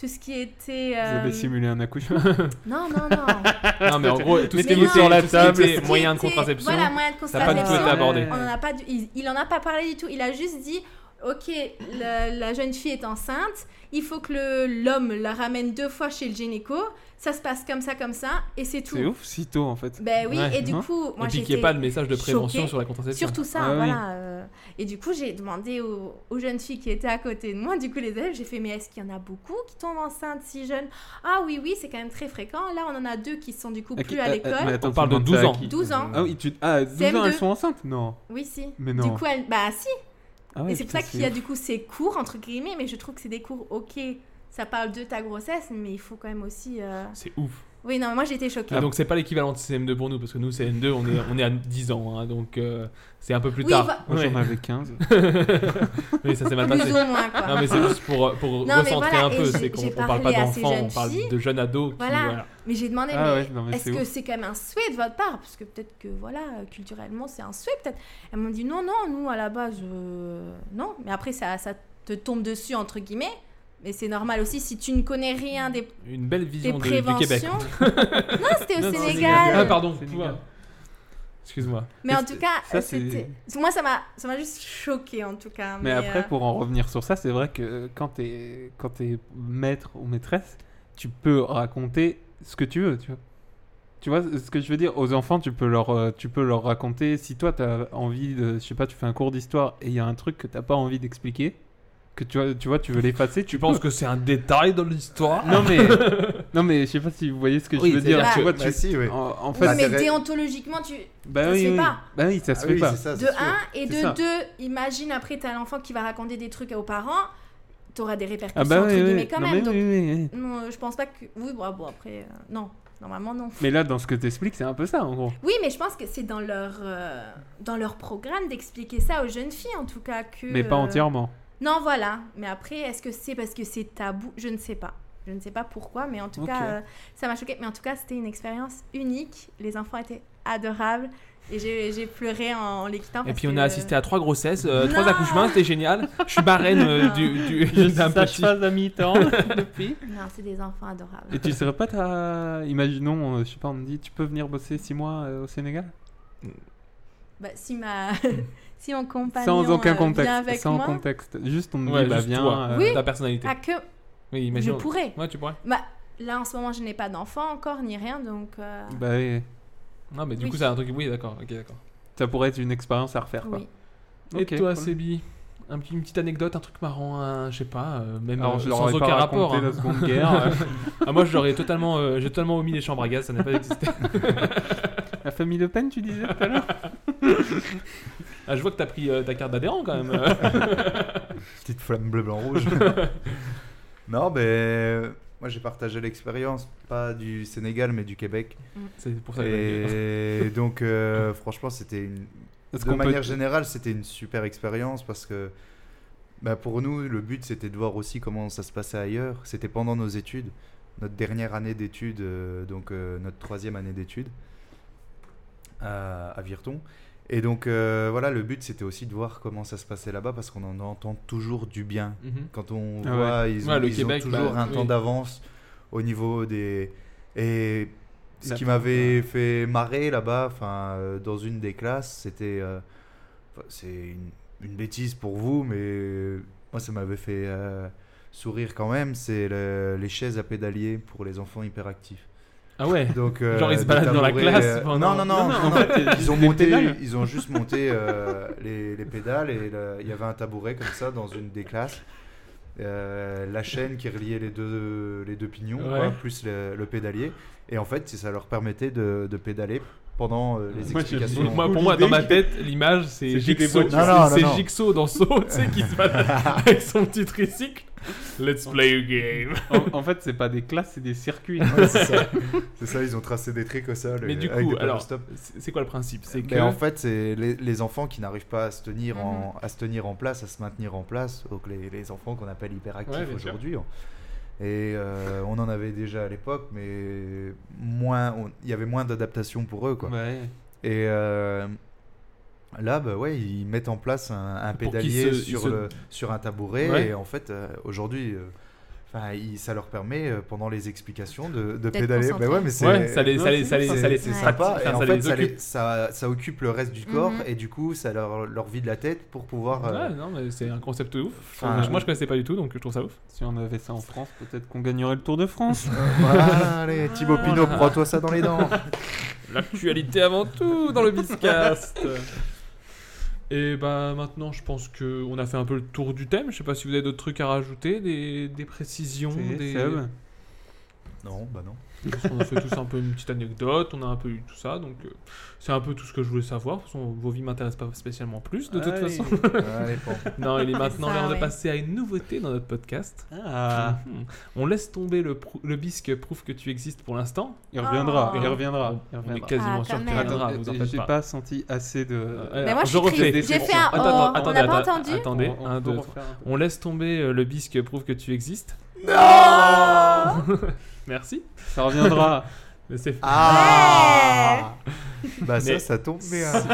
Speaker 9: Tout ce qui était.
Speaker 5: Vous
Speaker 9: euh,
Speaker 5: avez simulé un accouchement.
Speaker 9: Non, non, non.
Speaker 8: Non, mais en gros, tout ce
Speaker 5: Mais
Speaker 8: qui était
Speaker 5: non.
Speaker 8: sur la
Speaker 5: Ah, Tout ce qui
Speaker 8: table,
Speaker 5: était-
Speaker 8: moyen de
Speaker 9: C'était-
Speaker 8: contraception,
Speaker 9: Voilà, moyen de
Speaker 8: ça n'a pas du tout été
Speaker 9: contraception,
Speaker 8: abordé.
Speaker 9: on en a pas du- il, il en a pas parlé du tout. Il a juste dit, ok, la, la jeune fille est enceinte. Il faut que le- l'homme la ramène deux fois chez le gynéco. Ça se passe comme ça, comme ça, et c'est tout.
Speaker 5: C'est ouf, si tôt en fait.
Speaker 9: Ben oui, et du coup, moi
Speaker 8: et puis
Speaker 9: j'étais
Speaker 8: qu'il n'y ait pas de Ah message de prévention
Speaker 9: choquée.
Speaker 8: sur la contraception.
Speaker 9: Surtout ça, voilà. euh, Et du coup, j'ai demandé aux, aux jeunes filles qui étaient à côté de moi, du coup les élèves, j'ai fait mais est-ce qu'il y en a beaucoup qui tombent enceintes si jeunes Ah oui, oui, c'est quand même très fréquent. Là, on en a deux qui sont du coup
Speaker 5: Ah,
Speaker 9: plus
Speaker 5: qui-
Speaker 8: euh,
Speaker 9: à
Speaker 5: ah, ah,
Speaker 9: l'école.
Speaker 5: mais attends,
Speaker 8: On parle de
Speaker 5: tu demandes ça à
Speaker 8: 12 ans.
Speaker 5: qui
Speaker 9: 12 ans.
Speaker 5: Ah oui, tu... ah, 12 ans,
Speaker 9: CM2.
Speaker 5: elles sont enceintes Non.
Speaker 9: Oui, si.
Speaker 5: Mais
Speaker 9: Du
Speaker 5: non.
Speaker 9: coup, elle... bah si.
Speaker 5: Ah ouais,
Speaker 9: et c'est pour ça
Speaker 5: putain,
Speaker 9: qu'il y a du coup ces cours, entre guillemets, mais je trouve que c'est des cours, ok, ça parle de ta grossesse, mais il faut quand même aussi. euh,
Speaker 8: C'est ouf.
Speaker 9: Oui, non, mais moi j'ai été choquée.
Speaker 5: Ah.
Speaker 8: Et Ah, donc c'est pas l'équivalent de CM2 pour nous parce que nous CM2 on est on est à 10 ans hein, donc euh, c'est un peu plus
Speaker 9: Oui,
Speaker 8: tard.
Speaker 9: va-
Speaker 5: Moi, j'en avais 15.
Speaker 8: oui ça s'est mal
Speaker 9: Plus
Speaker 8: passé.
Speaker 9: ou moins, quoi.
Speaker 8: Non mais bah, c'est juste pour pour
Speaker 9: Non, mais
Speaker 8: recentrer
Speaker 9: voilà,
Speaker 8: un
Speaker 9: et
Speaker 8: peu
Speaker 9: j'ai-
Speaker 8: c'est qu'on
Speaker 9: j'ai
Speaker 8: on parle pas
Speaker 9: parlé à ces
Speaker 8: d'enfants on
Speaker 9: jeunes
Speaker 8: parle
Speaker 9: filles.
Speaker 8: de jeunes ados. qui-
Speaker 9: Voilà.
Speaker 8: voilà.
Speaker 9: Mais j'ai demandé,
Speaker 8: Ah
Speaker 9: mais
Speaker 8: ouais, non, mais
Speaker 9: est-ce
Speaker 8: c'est
Speaker 9: que
Speaker 8: ouf.
Speaker 9: c'est quand même un souhait de votre part Parce que peut-être que, voilà, euh, culturellement, c'est un souhait, peut-être. Elles m'ont dit, non, non, nous, à la base, euh, non. Mais après, ça, ça te tombe dessus, entre guillemets. Mais c'est normal aussi si tu ne connais rien des,
Speaker 8: Une belle
Speaker 9: des
Speaker 8: vision de- du Québec.
Speaker 9: préventions. non, c'était au
Speaker 8: Non, non,
Speaker 9: Sénégal.
Speaker 8: Ah pardon. toi. Excuse-moi.
Speaker 9: Mais en tout cas,
Speaker 5: Ça,
Speaker 9: euh,
Speaker 5: c'est-
Speaker 9: c'était- moi, ça m'a ça m'a juste choqué, en tout cas.
Speaker 5: Mais
Speaker 9: euh,
Speaker 5: après, pour en revenir sur ça, c'est vrai que euh, quand t'es quand t'es maître ou maîtresse, tu peux raconter ce que tu veux, tu vois. Tu vois ce que je veux dire Aux enfants, tu peux leur, euh, tu peux leur raconter. Si toi, t'as envie de, je sais pas, tu fais un cours d'histoire et il y a un truc que t'as pas envie d'expliquer, que tu vois, tu vois, tu veux l'effacer, tu,
Speaker 8: penses que c'est un détail dans l'histoire
Speaker 5: Non mais, non mais, je sais pas si vous voyez ce que
Speaker 8: Oui,
Speaker 5: je veux dire.
Speaker 8: c'est-à-dire
Speaker 5: Tu
Speaker 8: que-
Speaker 5: vois,
Speaker 8: bah
Speaker 5: tu-
Speaker 8: si, oui.
Speaker 5: en, en
Speaker 9: oui,
Speaker 5: fait,
Speaker 9: mais déontologiquement, tu.
Speaker 5: Bah
Speaker 9: ça
Speaker 5: oui,
Speaker 9: se fait
Speaker 5: oui.
Speaker 9: pas.
Speaker 5: Bah oui, ça se
Speaker 6: Ah
Speaker 5: fait
Speaker 6: oui,
Speaker 5: pas.
Speaker 6: c'est ça,
Speaker 9: de 1 et de
Speaker 5: C'est ça.
Speaker 9: 2, imagine après t'as l'enfant qui va raconter des trucs aux parents, t'auras des répercussions
Speaker 5: Ah bah
Speaker 9: entre
Speaker 5: oui, oui.
Speaker 9: guillemets quand
Speaker 5: Non,
Speaker 9: même.
Speaker 5: mais
Speaker 9: donc,
Speaker 5: oui, oui,
Speaker 9: non, euh, je pense pas que. Oui, bon, ah, bon, après, euh, non, normalement non.
Speaker 5: Mais là, dans ce que t'expliques, c'est un peu ça en gros.
Speaker 9: Oui, mais je pense que c'est dans leur euh, dans leur programme d'expliquer ça aux jeunes filles en tout cas que.
Speaker 5: Mais pas
Speaker 9: euh,
Speaker 5: entièrement.
Speaker 9: Non, voilà. Mais après, est-ce que c'est parce que c'est tabou Je ne sais pas. Je ne sais pas pourquoi, mais en tout
Speaker 5: Ok.
Speaker 9: cas, euh, ça m'a choqué. Mais en tout cas, c'était une expérience unique. Les enfants étaient adorables et j'ai j'ai pleuré en, en les quittant.
Speaker 8: Et
Speaker 9: parce
Speaker 8: puis on
Speaker 9: que-
Speaker 8: a assisté à trois grossesses, euh,
Speaker 9: Non
Speaker 8: trois accouchements, c'était génial. Je suis marraine euh, du,
Speaker 5: Je
Speaker 8: du,
Speaker 5: suis
Speaker 8: d'un petit.
Speaker 5: sage-femme à mi-temps depuis.
Speaker 9: Non, c'est des enfants adorables.
Speaker 5: Et tu serais pas ta... Imaginons, euh, je sais pas, on me dit, tu peux venir bosser 6 mois euh, au Sénégal
Speaker 9: Bah, si ma. si mon compagnon.
Speaker 5: Sans aucun
Speaker 9: euh,
Speaker 5: contexte.
Speaker 9: Vient avec
Speaker 5: sans
Speaker 9: moi,
Speaker 5: contexte. Juste on me dit,
Speaker 8: Ouais,
Speaker 5: bah
Speaker 8: juste
Speaker 5: viens.
Speaker 8: toi,
Speaker 5: euh,
Speaker 9: Oui.
Speaker 8: ta personnalité.
Speaker 9: Ah, que.
Speaker 8: Oui, imagine.
Speaker 9: Je pourrais.
Speaker 8: Ouais, tu pourrais.
Speaker 9: Bah, là, en ce moment, je n'ai pas d'enfant encore, ni rien, donc. euh,
Speaker 5: Bah oui.
Speaker 8: Non, mais du
Speaker 9: Oui.
Speaker 8: coup, c'est un truc. Oui, d'accord, ok, d'accord.
Speaker 5: Ça pourrait être une expérience à refaire quoi.
Speaker 9: Oui.
Speaker 8: Et
Speaker 5: Ok,
Speaker 8: toi,
Speaker 5: cool.
Speaker 8: Sebi un petit- Une petite anecdote, un truc marrant, un- je sais pas, euh, même
Speaker 5: Alors,
Speaker 8: euh,
Speaker 5: je leur
Speaker 8: sans
Speaker 5: aurais pas
Speaker 8: aucun rapport. hein.
Speaker 5: raconté la Seconde Guerre.
Speaker 8: ah, moi, je leur ai totalement, euh, j'ai totalement omis les chambres à gaz, ça n'a pas existé.
Speaker 5: La famille Le Pen, tu disais tout à l'heure
Speaker 8: Ah, je vois que t'as pris euh, ta carte d'adhérent quand même.
Speaker 6: Petite flamme bleu, blanc, rouge. non, mais moi j'ai partagé l'expérience, pas du Sénégal, mais du Québec.
Speaker 8: C'est pour ça que
Speaker 6: Et donc, euh, franchement, c'était une.
Speaker 5: Est-ce
Speaker 6: De
Speaker 5: qu'on peut-
Speaker 6: manière générale, c'était une super expérience parce que bah, pour nous, le but c'était de voir aussi comment ça se passait ailleurs. C'était pendant nos études, notre dernière année d'études, euh, donc euh, notre troisième année d'études à, à Virton. Et donc euh, voilà, le but c'était aussi de voir comment ça se passait là-bas parce qu'on en entend toujours du bien.
Speaker 8: Mhm.
Speaker 6: Quand on
Speaker 8: Ah
Speaker 6: voit,
Speaker 8: ouais.
Speaker 6: ils, ont,
Speaker 8: Ouais, le
Speaker 6: ils ont
Speaker 8: Québec,
Speaker 6: toujours
Speaker 8: bah,
Speaker 6: un
Speaker 8: oui.
Speaker 6: temps d'avance au niveau des. Et ce
Speaker 5: La-
Speaker 6: qui m'avait fait marrer là-bas, enfin, euh, dans une des classes, c'était. euh, enfin, c'est une, une bêtise pour vous, mais euh, moi ça m'avait fait euh, sourire quand même. C'est le- les chaises à pédalier pour les enfants hyperactifs.
Speaker 8: Ah ouais
Speaker 6: Donc, euh,
Speaker 8: Genre, ils se
Speaker 6: des
Speaker 8: baladent dans la
Speaker 6: tabourets,
Speaker 8: classe
Speaker 6: euh,
Speaker 8: pendant-
Speaker 6: Non, non, non.
Speaker 8: Non, non,
Speaker 6: non,
Speaker 8: en
Speaker 6: non.
Speaker 8: fait, c'est juste
Speaker 6: Ils ont
Speaker 8: des
Speaker 6: monté,
Speaker 8: pédales.
Speaker 6: ils ont juste monté euh, les, les pédales et là, il y avait un tabouret comme ça dans une des classes. euh, la chaîne qui reliait les deux, les deux pignons,
Speaker 8: Ouais.
Speaker 6: quoi, plus le, le pédalier. Et en fait, ça leur permettait de, de pédaler pendant euh, les
Speaker 8: Moi, j'aime
Speaker 6: explications.
Speaker 8: beaucoup- moi, pour moi, dans ma tête, l'image, c'est
Speaker 6: j'ai des
Speaker 8: Jigsaw.
Speaker 6: voitures.
Speaker 8: C'est-
Speaker 6: Non, non, non,
Speaker 8: c'est
Speaker 6: non.
Speaker 8: Jigsaw dans Saw, tu sais, qui se balade avec son petit tricycle. Let's play a game.
Speaker 5: En, en fait, c'est pas des classes, c'est des circuits.
Speaker 6: Ouais, c'est ça. C'est ça, ils ont tracé des trucs au sol.
Speaker 8: Mais
Speaker 6: euh,
Speaker 8: du
Speaker 6: avec
Speaker 8: coup,
Speaker 6: des panneaux
Speaker 8: alors,
Speaker 6: stop.
Speaker 8: c'est c'est quoi le principe C'est
Speaker 6: Ben,
Speaker 8: que-
Speaker 6: en fait, c'est les, les enfants qui n'arrivent pas à se tenir
Speaker 8: Mhm.
Speaker 6: en à se tenir en place, à se maintenir en place, donc les, les enfants qu'on appelle hyperactifs
Speaker 8: Ouais, bien sûr.
Speaker 6: aujourd'hui. hein. Et euh, on en avait déjà à l'époque, mais moins, on- il y avait moins d'adaptation pour eux, quoi.
Speaker 5: Ouais.
Speaker 6: Et euh, là, bah ouais, ils mettent en place un, un
Speaker 8: qu'ils
Speaker 6: pédalier
Speaker 8: se- ils
Speaker 6: sur
Speaker 8: se-
Speaker 6: le sur un tabouret,
Speaker 8: Ouais.
Speaker 6: et en fait, euh, aujourd'hui. euh, Enfin, il- ça leur permet euh, pendant les explications de, de
Speaker 8: D'être
Speaker 6: pédaler. Ben
Speaker 8: concentrés.
Speaker 6: ouais, mais c'est
Speaker 8: Ouais, ça les-
Speaker 6: Non,
Speaker 8: ça les-
Speaker 6: c'est-
Speaker 8: ça les- ça les-
Speaker 6: c'est
Speaker 8: ouais.
Speaker 6: sympa.
Speaker 8: ça
Speaker 6: Et en
Speaker 8: les
Speaker 6: fait, ça,
Speaker 8: occupe.
Speaker 6: les- ça, ça occupe le reste du corps
Speaker 8: Mhm.
Speaker 6: et du coup, ça leur, leur vide la tête pour pouvoir. euh,
Speaker 8: Ouais, non, mais c'est un concept de ouf.
Speaker 6: Enfin,
Speaker 8: Moi, je- moi, je connaissais pas du tout, donc je trouve ça ouf.
Speaker 5: Si on avait ça en France, peut-être qu'on gagnerait le Tour de France.
Speaker 6: euh, voilà, allez, Thibaut Pinot, prends-toi ça dans les dents.
Speaker 8: L'actualité avant tout dans le Biscast. Et bah maintenant, je pense que on a fait un peu le tour du thème. Je sais pas si vous avez d'autres trucs à rajouter, des, des précisions,
Speaker 5: C'est-
Speaker 8: des.
Speaker 5: Seb
Speaker 6: Non, bah non.
Speaker 8: On a fait tous un peu une petite anecdote, on a un peu eu tout ça, donc euh, c'est un peu tout ce que je voulais savoir. De toute façon, vos vies m'intéressent pas spécialement plus, de toute
Speaker 5: Allez.
Speaker 8: façon.
Speaker 5: Allez, bon.
Speaker 8: non, il est maintenant
Speaker 5: Ça,
Speaker 8: l'heure de
Speaker 5: ouais.
Speaker 8: passer à une nouveauté dans notre podcast.
Speaker 5: Ah.
Speaker 8: Mhm. On laisse tomber le, prou- le bisque prouve que tu existes pour l'instant.
Speaker 5: Il reviendra,
Speaker 8: Et
Speaker 5: il
Speaker 9: Oh.
Speaker 8: on-
Speaker 5: reviendra.
Speaker 8: On,
Speaker 5: il
Speaker 8: on est
Speaker 5: reviendra.
Speaker 8: quasiment
Speaker 9: Ah,
Speaker 8: sûr qu'il reviendra, vous en
Speaker 5: J'ai
Speaker 8: faites
Speaker 5: pas.
Speaker 8: pas. Euh,
Speaker 5: senti assez de.
Speaker 8: Alors,
Speaker 9: moi, je suis
Speaker 8: refais.
Speaker 9: triste. J'ai fait un
Speaker 8: Attends,
Speaker 9: oh,
Speaker 8: attends,
Speaker 9: on
Speaker 8: attendez,
Speaker 9: n'a pas
Speaker 8: attends,
Speaker 9: entendu
Speaker 8: Attendez,
Speaker 5: On- on
Speaker 8: un,
Speaker 5: peut
Speaker 8: deux,
Speaker 5: refaire
Speaker 8: trois. On laisse tomber euh, le bisque prouve que tu existes. Merci.
Speaker 5: Ça reviendra.
Speaker 8: Mais c'est
Speaker 6: Ah Bah ça,
Speaker 8: Mais
Speaker 6: ça tombe bien.
Speaker 8: si-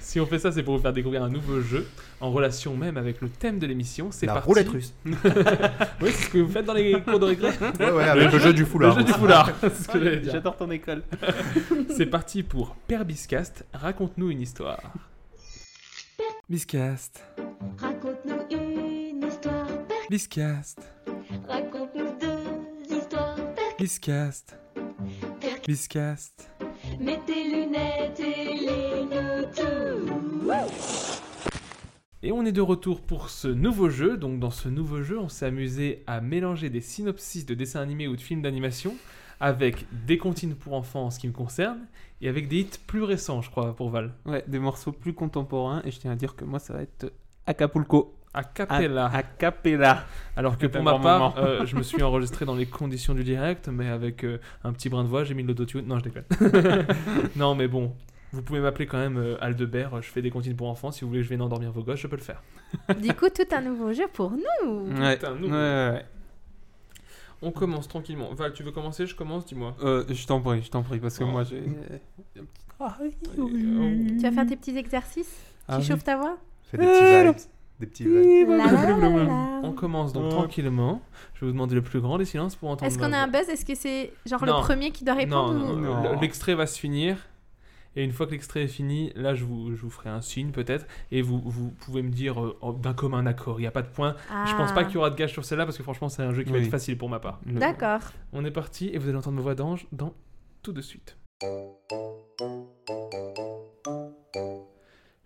Speaker 8: Si on fait ça, c'est pour vous faire découvrir un nouveau jeu en relation même avec le thème de l'émission. C'est
Speaker 6: La
Speaker 8: parti.
Speaker 6: roulette russe.
Speaker 8: oui, c'est ce que vous faites dans les cours de récré.
Speaker 6: Ouais, ouais, avec le jeu du foulard.
Speaker 8: Le jeu du foulard. c'est ce que j'allais dire.
Speaker 5: J'adore ton école.
Speaker 8: C'est parti pour Père Biscast. Raconte-nous une histoire. Biscast.
Speaker 13: Raconte-nous une histoire,
Speaker 8: Biscast.
Speaker 13: raconte-nous deux histoires.
Speaker 8: Biscast. Biscast.
Speaker 13: Mets tes lunettes et les tout.
Speaker 8: Et on est de retour pour ce nouveau jeu. Donc dans ce nouveau jeu, on s'est amusé à mélanger des synopsis de dessins animés ou de films d'animation avec des comptines pour enfants en ce qui me concerne et avec des hits plus récents, je crois, pour Val.
Speaker 5: Ouais, des morceaux plus contemporains. Et je tiens à dire que moi, ça va être Acapulco.
Speaker 8: Acapella.
Speaker 5: A cappella.
Speaker 8: Alors que
Speaker 5: Ah, C'est
Speaker 8: pour
Speaker 5: un
Speaker 8: ma
Speaker 5: grand
Speaker 8: part,
Speaker 5: moment.
Speaker 8: euh, je me suis enregistré dans les conditions du direct, mais avec euh, un petit brin de voix, j'ai mis de l'autotune. Non, je déconne. non, mais bon, vous pouvez m'appeler quand même euh, Aldebert, je fais des comptines pour enfants. Si vous voulez que je vienne endormir vos gosses, je peux le faire.
Speaker 9: Du coup, tout un nouveau jeu pour nous.
Speaker 5: Ouais.
Speaker 8: Putain,
Speaker 5: ouais,
Speaker 8: nous.
Speaker 5: ouais.
Speaker 8: On commence tranquillement. Val, tu veux commencer Je commence, dis-moi.
Speaker 5: Euh, je t'en prie, je t'en prie, parce que
Speaker 8: Oh. Ah,
Speaker 5: moi, j'ai. euh,
Speaker 9: Tu vas faire tes petits exercices
Speaker 5: Ah
Speaker 9: Tu
Speaker 5: oui.
Speaker 9: chauffes ta voix
Speaker 6: Fais des petits vibes. Des petits vibes.
Speaker 9: Mm.
Speaker 8: On commence donc
Speaker 5: Ouais.
Speaker 8: tranquillement. Je vais vous demander le plus grand des silences pour entendre.
Speaker 9: Est-ce qu'on a un buzz Est-ce que c'est genre
Speaker 8: Non.
Speaker 9: le premier qui doit
Speaker 8: Non,
Speaker 9: répondre
Speaker 8: non,
Speaker 9: ou-
Speaker 8: non,
Speaker 5: Non.
Speaker 8: le- L'extrait va se finir. Et une fois que l'extrait est fini, là, je vous, je vous ferai un signe peut-être. Et vous, vous pouvez me dire euh, oh, d'un commun accord. Il n'y a pas de point. Je pense
Speaker 9: Ah.
Speaker 8: pas qu'il y aura de gage sur celle-là parce que franchement, c'est un jeu qui va
Speaker 5: Oui.
Speaker 8: être facile pour ma part.
Speaker 9: D'accord.
Speaker 8: On est parti et vous allez entendre ma voix d'ange dans tout de suite.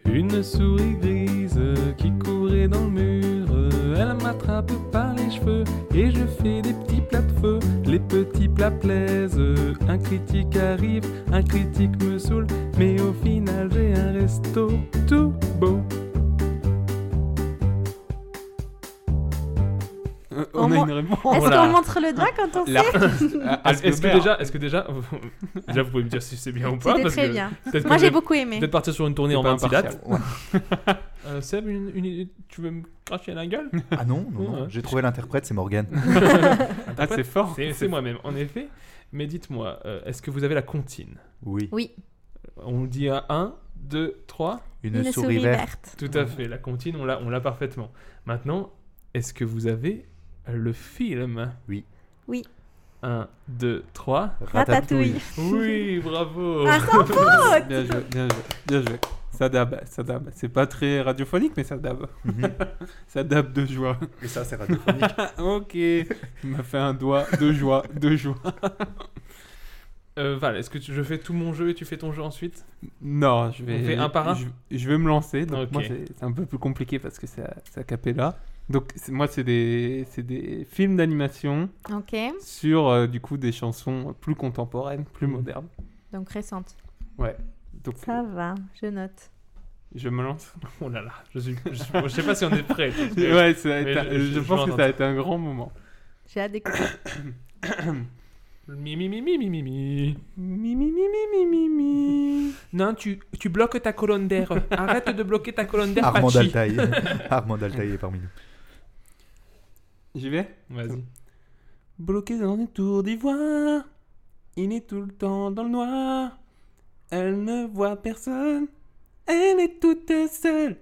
Speaker 8: Une souris grise qui courait dans le mur, elle m'attrape par les cheveux et je fais des petits plats de feu. Les petits plats plaisent, un critique arrive, un critique me saoule, mais au final j'ai un resto tout beau.
Speaker 5: Euh, on
Speaker 9: On
Speaker 5: a
Speaker 9: mon-
Speaker 5: une réponse.
Speaker 9: Est-ce qu'on montre le doigt quand on fait
Speaker 8: Est-ce est-ce que déjà, est-ce que déjà, déjà vous pouvez me dire si c'est bien ou pas
Speaker 9: C'était
Speaker 8: parce
Speaker 9: très
Speaker 8: que
Speaker 9: bien.
Speaker 8: peut-être que
Speaker 9: Moi,
Speaker 8: vous
Speaker 9: j'ai
Speaker 8: êtes-
Speaker 9: beaucoup aimé.
Speaker 8: Peut-être partir sur une tournée
Speaker 5: C'est
Speaker 8: en
Speaker 5: pas
Speaker 8: 26 dates.
Speaker 5: impartial.
Speaker 8: Euh, Seb, une- une- tu veux me cracher la gueule
Speaker 6: Ah non, non, non.
Speaker 8: Ouais.
Speaker 6: J'ai trouvé l'interprète, c'est Morgan.
Speaker 8: Interprète,
Speaker 5: Ah, c'est fort.
Speaker 8: C'est
Speaker 5: C'est-
Speaker 8: c'est moi-même, en effet. Mais dites-moi, euh, est-ce que vous avez la comptine
Speaker 6: Oui.
Speaker 9: Oui.
Speaker 8: On le dit à 1, 2, 3.
Speaker 6: Une Une souris souris verte. verte.
Speaker 8: Tout à fait, la comptine, on l'a on l'a parfaitement. Maintenant, est-ce que vous avez le film
Speaker 6: Oui.
Speaker 9: Oui.
Speaker 8: 1, 2, 3.
Speaker 9: Ratatouille.
Speaker 8: Oui, bravo.
Speaker 9: Ah, sans faute
Speaker 5: Bien joué, bien joué, bien joué. Ça dab, ça dab. C'est pas très radiophonique, mais ça dab. ça dab de joie.
Speaker 6: Et ça, c'est radiophonique.
Speaker 5: ok. Il m'a fait un doigt de joie, de joie.
Speaker 8: Euh, Val, est-ce que tu- je fais tout mon jeu et tu fais ton jeu ensuite
Speaker 5: Non, je vais.
Speaker 8: On fait un par un
Speaker 5: Je, je vais me lancer. Donc
Speaker 8: Ok.
Speaker 5: moi, c'est c'est un peu plus compliqué parce que c'est à, c'est à cappella. Donc c'est- moi c'est des c'est des films d'animation
Speaker 9: Ok.
Speaker 5: sur euh, du coup des chansons plus contemporaines,
Speaker 8: Mhm.
Speaker 5: plus modernes.
Speaker 9: Donc récente.
Speaker 5: Ouais. Donc
Speaker 9: Ça va, je note.
Speaker 5: je me lance.
Speaker 8: Oh là là, je suis. Je, je sais pas si on est prêt. parce que-
Speaker 5: ouais, ça va
Speaker 8: mais
Speaker 5: être un- je, pense que ça
Speaker 8: m'entends.
Speaker 5: va être un grand moment.
Speaker 9: J'ai hâte d'écouter.
Speaker 8: Mi mi mi mi mi mi mi.
Speaker 5: Mi mi mi mi mi mi mi.
Speaker 8: Non, tu, tu bloques ta colonne d'air. Arrête de bloquer ta colonne d'air.
Speaker 6: Armand
Speaker 8: Pachi.
Speaker 6: Altaï. Armand Altaï est parmi nous.
Speaker 5: J'y vais
Speaker 8: Vas-y.
Speaker 5: Bloqué dans une tour d'ivoire, il est tout le temps dans le noir. Elle ne voit personne, elle est toute seule,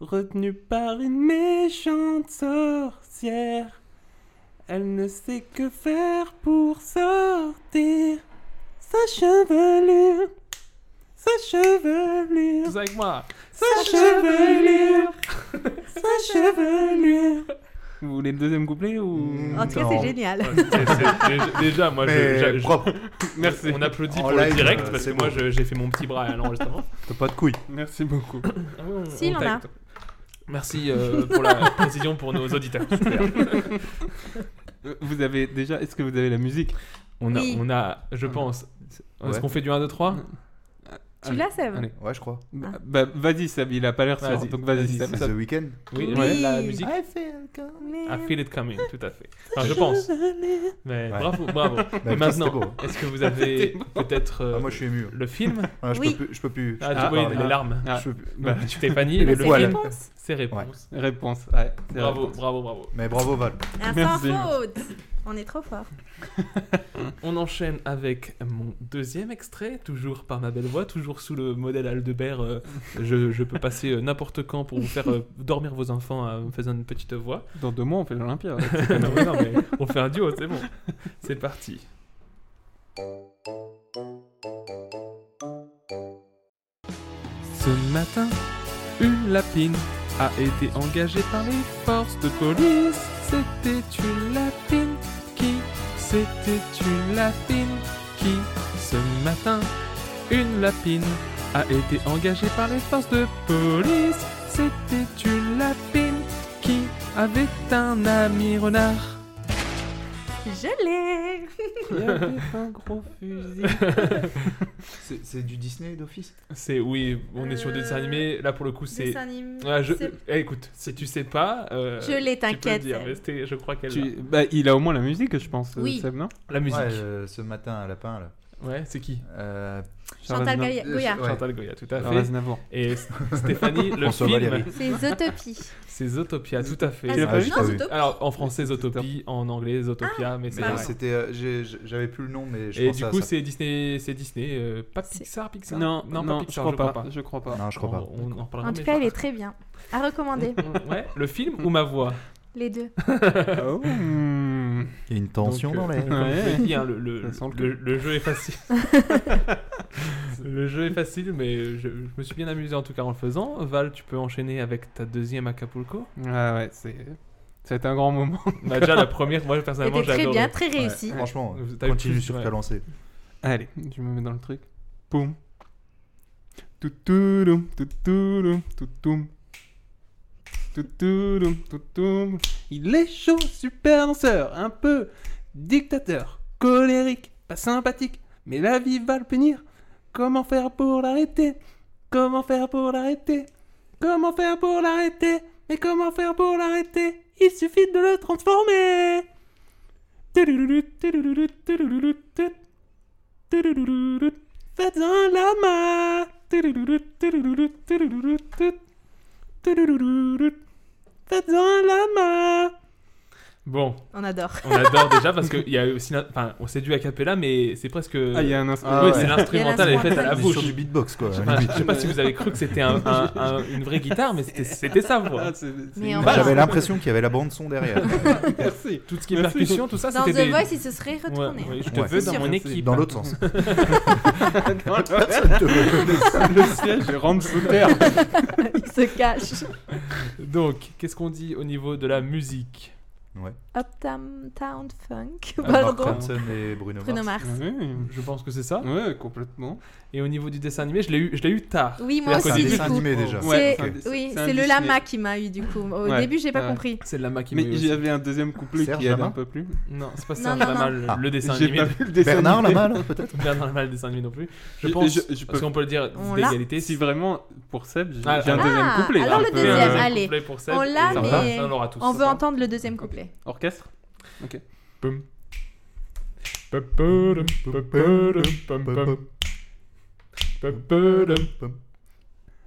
Speaker 5: retenue par une méchante sorcière. Elle ne sait que faire pour sortir sa chevelure, sa chevelure.
Speaker 8: Tous avec moi.
Speaker 5: Sa chevelure, sa chevelure. Ah. Vous voulez le deuxième couplet ou
Speaker 9: En tout cas, c'est génial.
Speaker 8: C'est- c'est- déjà- déjà, moi, je-
Speaker 6: Mais
Speaker 8: j'a- je,
Speaker 6: propre.
Speaker 5: Merci.
Speaker 8: On applaudit
Speaker 6: En
Speaker 8: pour le
Speaker 6: live,
Speaker 8: direct
Speaker 6: euh,
Speaker 8: parce que
Speaker 6: c'est
Speaker 8: moi,
Speaker 6: bon.
Speaker 8: je- j'ai fait mon petit bras à l'enregistrement.
Speaker 6: T'as pas de couilles.
Speaker 5: Merci beaucoup.
Speaker 8: Ah ouais, on-
Speaker 9: Si,
Speaker 8: on
Speaker 9: il en
Speaker 8: tacte. Merci euh, pour la précision pour nos auditeurs.
Speaker 5: Vous avez déjà, est-ce que vous avez la musique
Speaker 8: On a,
Speaker 9: Oui.
Speaker 8: on a je pense. Est-ce
Speaker 6: Ouais.
Speaker 8: qu'on fait du 1, 2, 3
Speaker 9: Tu l'as, Seb
Speaker 5: Allez.
Speaker 6: Ouais, je crois.
Speaker 5: Bah, bah, vas-y Sab, il a pas l'air sûr,
Speaker 8: Vas-y,
Speaker 5: donc vas-y
Speaker 8: vas-y,
Speaker 6: C'est
Speaker 5: Sab.
Speaker 6: The Weeknd.
Speaker 8: Oui,
Speaker 9: Oui.
Speaker 8: ouais, la musique. I
Speaker 9: Mais-
Speaker 8: feel it coming, tout à fait. Enfin, je pense. Mais
Speaker 6: Ouais.
Speaker 8: bravo, bravo. Mais
Speaker 6: c'était
Speaker 8: maintenant,
Speaker 6: beau.
Speaker 8: est-ce que vous avez peut-être euh,
Speaker 6: Ah, moi, je suis ému.
Speaker 8: le film
Speaker 6: Ah, je,
Speaker 9: Oui.
Speaker 6: peux plus, je peux plus.
Speaker 8: Ah,
Speaker 6: je
Speaker 8: tu
Speaker 6: peux
Speaker 8: vois,
Speaker 6: plus
Speaker 8: les
Speaker 6: parler.
Speaker 8: larmes.
Speaker 5: Ah,
Speaker 6: Je peux plus.
Speaker 5: bah,
Speaker 8: Stéphanie,
Speaker 9: Mais
Speaker 8: le
Speaker 9: c'est
Speaker 8: film,
Speaker 9: réponse.
Speaker 8: c'est réponse.
Speaker 5: réponse, ouais. c'est
Speaker 8: Bravo,
Speaker 5: réponse.
Speaker 8: bravo, bravo.
Speaker 6: Mais bravo Val.
Speaker 9: Un sans
Speaker 5: Merci.
Speaker 9: faute. On est trop fort.
Speaker 8: On enchaîne avec mon deuxième extrait, toujours par ma belle voix, toujours sous le modèle Aldebert. euh, je, je peux passer euh, n'importe quand pour vous faire euh, dormir vos enfants euh, en faisant une petite voix.
Speaker 5: Dans deux mois on fait l'Olympia. ouais.
Speaker 8: Non, non, mais on fait un duo, c'est bon. C'est parti. Ce matin, une lapine a été engagée par les forces de police. C'était une lapine qui, c'était une lapine qui, ce matin, une lapine a été engagée par les forces de police. C'était une lapine qui avait un ami renard.
Speaker 9: Je l'ai.
Speaker 5: Il y avait un gros fusil.
Speaker 6: C'est c'est du Disney d'office
Speaker 8: C'est oui, on est sur des dessins
Speaker 9: Euh,
Speaker 8: animés. Là pour le coup, c'est.
Speaker 9: Dessin animé.
Speaker 8: Ouais, je...
Speaker 9: C'est-
Speaker 8: eh, écoute, si tu sais pas, euh,
Speaker 9: Je l'ai,
Speaker 8: tu peux le
Speaker 9: t'inquiète,
Speaker 8: dire,
Speaker 9: Seb.
Speaker 8: mais c'était- je crois qu'elle.
Speaker 5: Tu- bah, il a au moins la musique je pense.
Speaker 9: Oui.
Speaker 5: Seb, non
Speaker 8: La musique.
Speaker 6: Ouais,
Speaker 8: Ouais,
Speaker 6: euh, ce matin à lapin là.
Speaker 8: c'est qui
Speaker 6: Euh,
Speaker 9: Chantal
Speaker 5: Charles
Speaker 9: Galli- Goya.
Speaker 6: Ouais.
Speaker 8: Chantal Goya, tout à
Speaker 5: Aznavour.
Speaker 8: fait.
Speaker 5: Charles Aznavour.
Speaker 8: Et Stéphanie, le
Speaker 6: François Valéry.
Speaker 8: film,
Speaker 9: C'est Zootopie.
Speaker 8: c'est Zootopia, tout à fait.
Speaker 9: Ah,
Speaker 5: l'as pas
Speaker 9: non,
Speaker 5: vu
Speaker 6: Ah oui.
Speaker 9: Zootopie.
Speaker 8: Alors en français, Zootopie, en anglais, Zootopia, mais c'est.
Speaker 6: Mais
Speaker 9: ouais.
Speaker 6: c'était, euh, j'ai- j'avais plus le nom, mais je
Speaker 8: Et
Speaker 6: pensais
Speaker 8: du
Speaker 6: à
Speaker 8: coup,
Speaker 6: ça.
Speaker 8: c'est Disney, c'est Disney, euh, pas
Speaker 9: C'est-
Speaker 8: Pixar, Pixar.
Speaker 5: Non,
Speaker 8: non,
Speaker 5: non,
Speaker 8: pas
Speaker 5: je
Speaker 8: Pixar,
Speaker 5: crois pas. Je crois pas.
Speaker 6: Non, je crois pas.
Speaker 8: On, on en reparlera. mais
Speaker 9: En tout
Speaker 8: je
Speaker 9: cas, il
Speaker 8: crois
Speaker 9: est très bien. À recommander,
Speaker 8: pas. Ouais, le film ou ma voix
Speaker 9: les deux.
Speaker 5: Oh, hmm.
Speaker 6: Il y a une tension
Speaker 8: Donc,
Speaker 6: dans
Speaker 8: euh,
Speaker 6: l'air.
Speaker 8: comme je
Speaker 5: Ouais.
Speaker 8: l'ai dit, hein, le, le-
Speaker 5: Ça sent le
Speaker 8: le- le jeu est facile. le jeu est facile, mais je, je me suis bien amusé en tout cas en le faisant. Val, tu peux enchaîner avec ta deuxième Acapulco.
Speaker 5: Ah ouais, c'est. Ça va être un grand moment.
Speaker 8: Bah, déjà la première, moi personnellement
Speaker 9: C'était
Speaker 8: j'ai
Speaker 9: très
Speaker 8: adoré.
Speaker 9: bien, très réussi.
Speaker 6: Ouais, Franchement,
Speaker 8: Vous avez
Speaker 6: continue
Speaker 8: plus-
Speaker 6: sur
Speaker 8: ouais.
Speaker 6: ta lancée.
Speaker 5: Allez, je me mets dans le truc. Poum. Toutouloum, toutouloum, toutoum. Toutouloum, toutoum. Il est chaud, super danseur, un peu dictateur, colérique, pas sympathique, mais la vie va le punir. Comment faire pour l'arrêter Comment faire pour l'arrêter Comment faire pour l'arrêter Mais comment faire pour l'arrêter Il suffit de le transformer Tudududu, tudududu, tudududu, tut. Tudududu. Faites un lama Tudududu, tudududu, tudududu, tut. Tudududu. Faites un lama
Speaker 8: Bon,
Speaker 9: On adore.
Speaker 8: on adore déjà parce qu'il y a aussi. l'in- Enfin, on s'est dû à Capella, mais c'est presque.
Speaker 5: Ah, il y a un instant.
Speaker 6: Ah
Speaker 8: oui,
Speaker 6: ouais.
Speaker 8: c'est l'instrumental est fait à la
Speaker 6: On est
Speaker 8: bouche.
Speaker 6: sur du beatbox quoi.
Speaker 8: Enfin, je sais pas si vous avez cru que c'était un- un- un- une vraie guitare, mais c'était- c'était ça, voix.
Speaker 9: Mais on
Speaker 6: Bah, J'avais
Speaker 9: va.
Speaker 6: l'impression qu'il y avait la bande son derrière.
Speaker 5: Merci.
Speaker 8: Tout ce qui est
Speaker 5: Merci.
Speaker 8: percussion, tout ça,
Speaker 9: Dans The
Speaker 8: c'était des.
Speaker 9: Voice, il se serait retourné.
Speaker 8: Ouais, ouais, je te
Speaker 6: Ouais.
Speaker 8: veux dans mon
Speaker 5: Merci.
Speaker 8: équipe.
Speaker 6: Dans l'autre sens.
Speaker 5: Le siège rentre sous terre.
Speaker 9: il se cache.
Speaker 8: Donc, qu'est-ce qu'on dit au niveau de la musique
Speaker 6: Ouais.
Speaker 9: Uptown Town Funk.
Speaker 8: Bah,
Speaker 6: Ah,
Speaker 9: Pas
Speaker 6: Mark
Speaker 9: drôle.
Speaker 6: Ronson et Bruno
Speaker 9: Bruno
Speaker 5: Ah
Speaker 9: Mars.
Speaker 8: Je pense que c'est ça.
Speaker 5: Ouais, complètement.
Speaker 8: Et au niveau du dessin animé, je l'ai eu, je l'ai eu tard.
Speaker 9: Oui, moi
Speaker 8: C'est-à-dire
Speaker 9: aussi,
Speaker 8: qu'au
Speaker 9: du
Speaker 8: début-
Speaker 9: coup.
Speaker 8: Ouais,
Speaker 9: C'est-
Speaker 8: enfin, des-
Speaker 9: oui,
Speaker 8: un
Speaker 9: c'est le
Speaker 8: Disney.
Speaker 9: lama qui m'a eu, du coup. Au
Speaker 8: Ouais.
Speaker 9: début, j'ai pas
Speaker 8: Ouais.
Speaker 9: compris.
Speaker 8: C'est le lama qui m'a eu
Speaker 5: Mais
Speaker 8: aussi.
Speaker 5: j'avais un deuxième couplet
Speaker 8: Serge
Speaker 5: qui allait
Speaker 8: Lama
Speaker 5: un peu plus.
Speaker 8: Non, c'est pas
Speaker 5: Non,
Speaker 8: Serge
Speaker 5: non,
Speaker 8: Lama,
Speaker 5: non.
Speaker 8: le-
Speaker 5: Ah.
Speaker 8: le dessin
Speaker 5: J'ai
Speaker 8: animé.
Speaker 5: pas vu le dessin Bernard animé. Lama, alors,
Speaker 6: peut-être
Speaker 8: Bernard Lama, le dessin animé non plus. Je
Speaker 5: Et
Speaker 8: pense,
Speaker 5: je- je
Speaker 8: parce
Speaker 5: peux-
Speaker 8: qu'on peut le dire,
Speaker 9: On l'a.
Speaker 8: d'égalité.
Speaker 5: Si vraiment, pour Seb, j'ai
Speaker 8: Ah,
Speaker 5: j'ai un
Speaker 8: ah,
Speaker 5: deuxième couplet. là,
Speaker 9: Alors le
Speaker 5: un peu.
Speaker 9: deuxième,
Speaker 8: euh,
Speaker 9: allez.
Speaker 8: complet pour Seb
Speaker 9: on
Speaker 8: et
Speaker 9: l'a,
Speaker 8: ça va.
Speaker 9: mais
Speaker 8: Ça, on l'aura tous,
Speaker 9: on
Speaker 8: ça
Speaker 9: veut
Speaker 8: va.
Speaker 9: entendre le deuxième couplet.
Speaker 5: Orchestre Ok.
Speaker 8: Boum.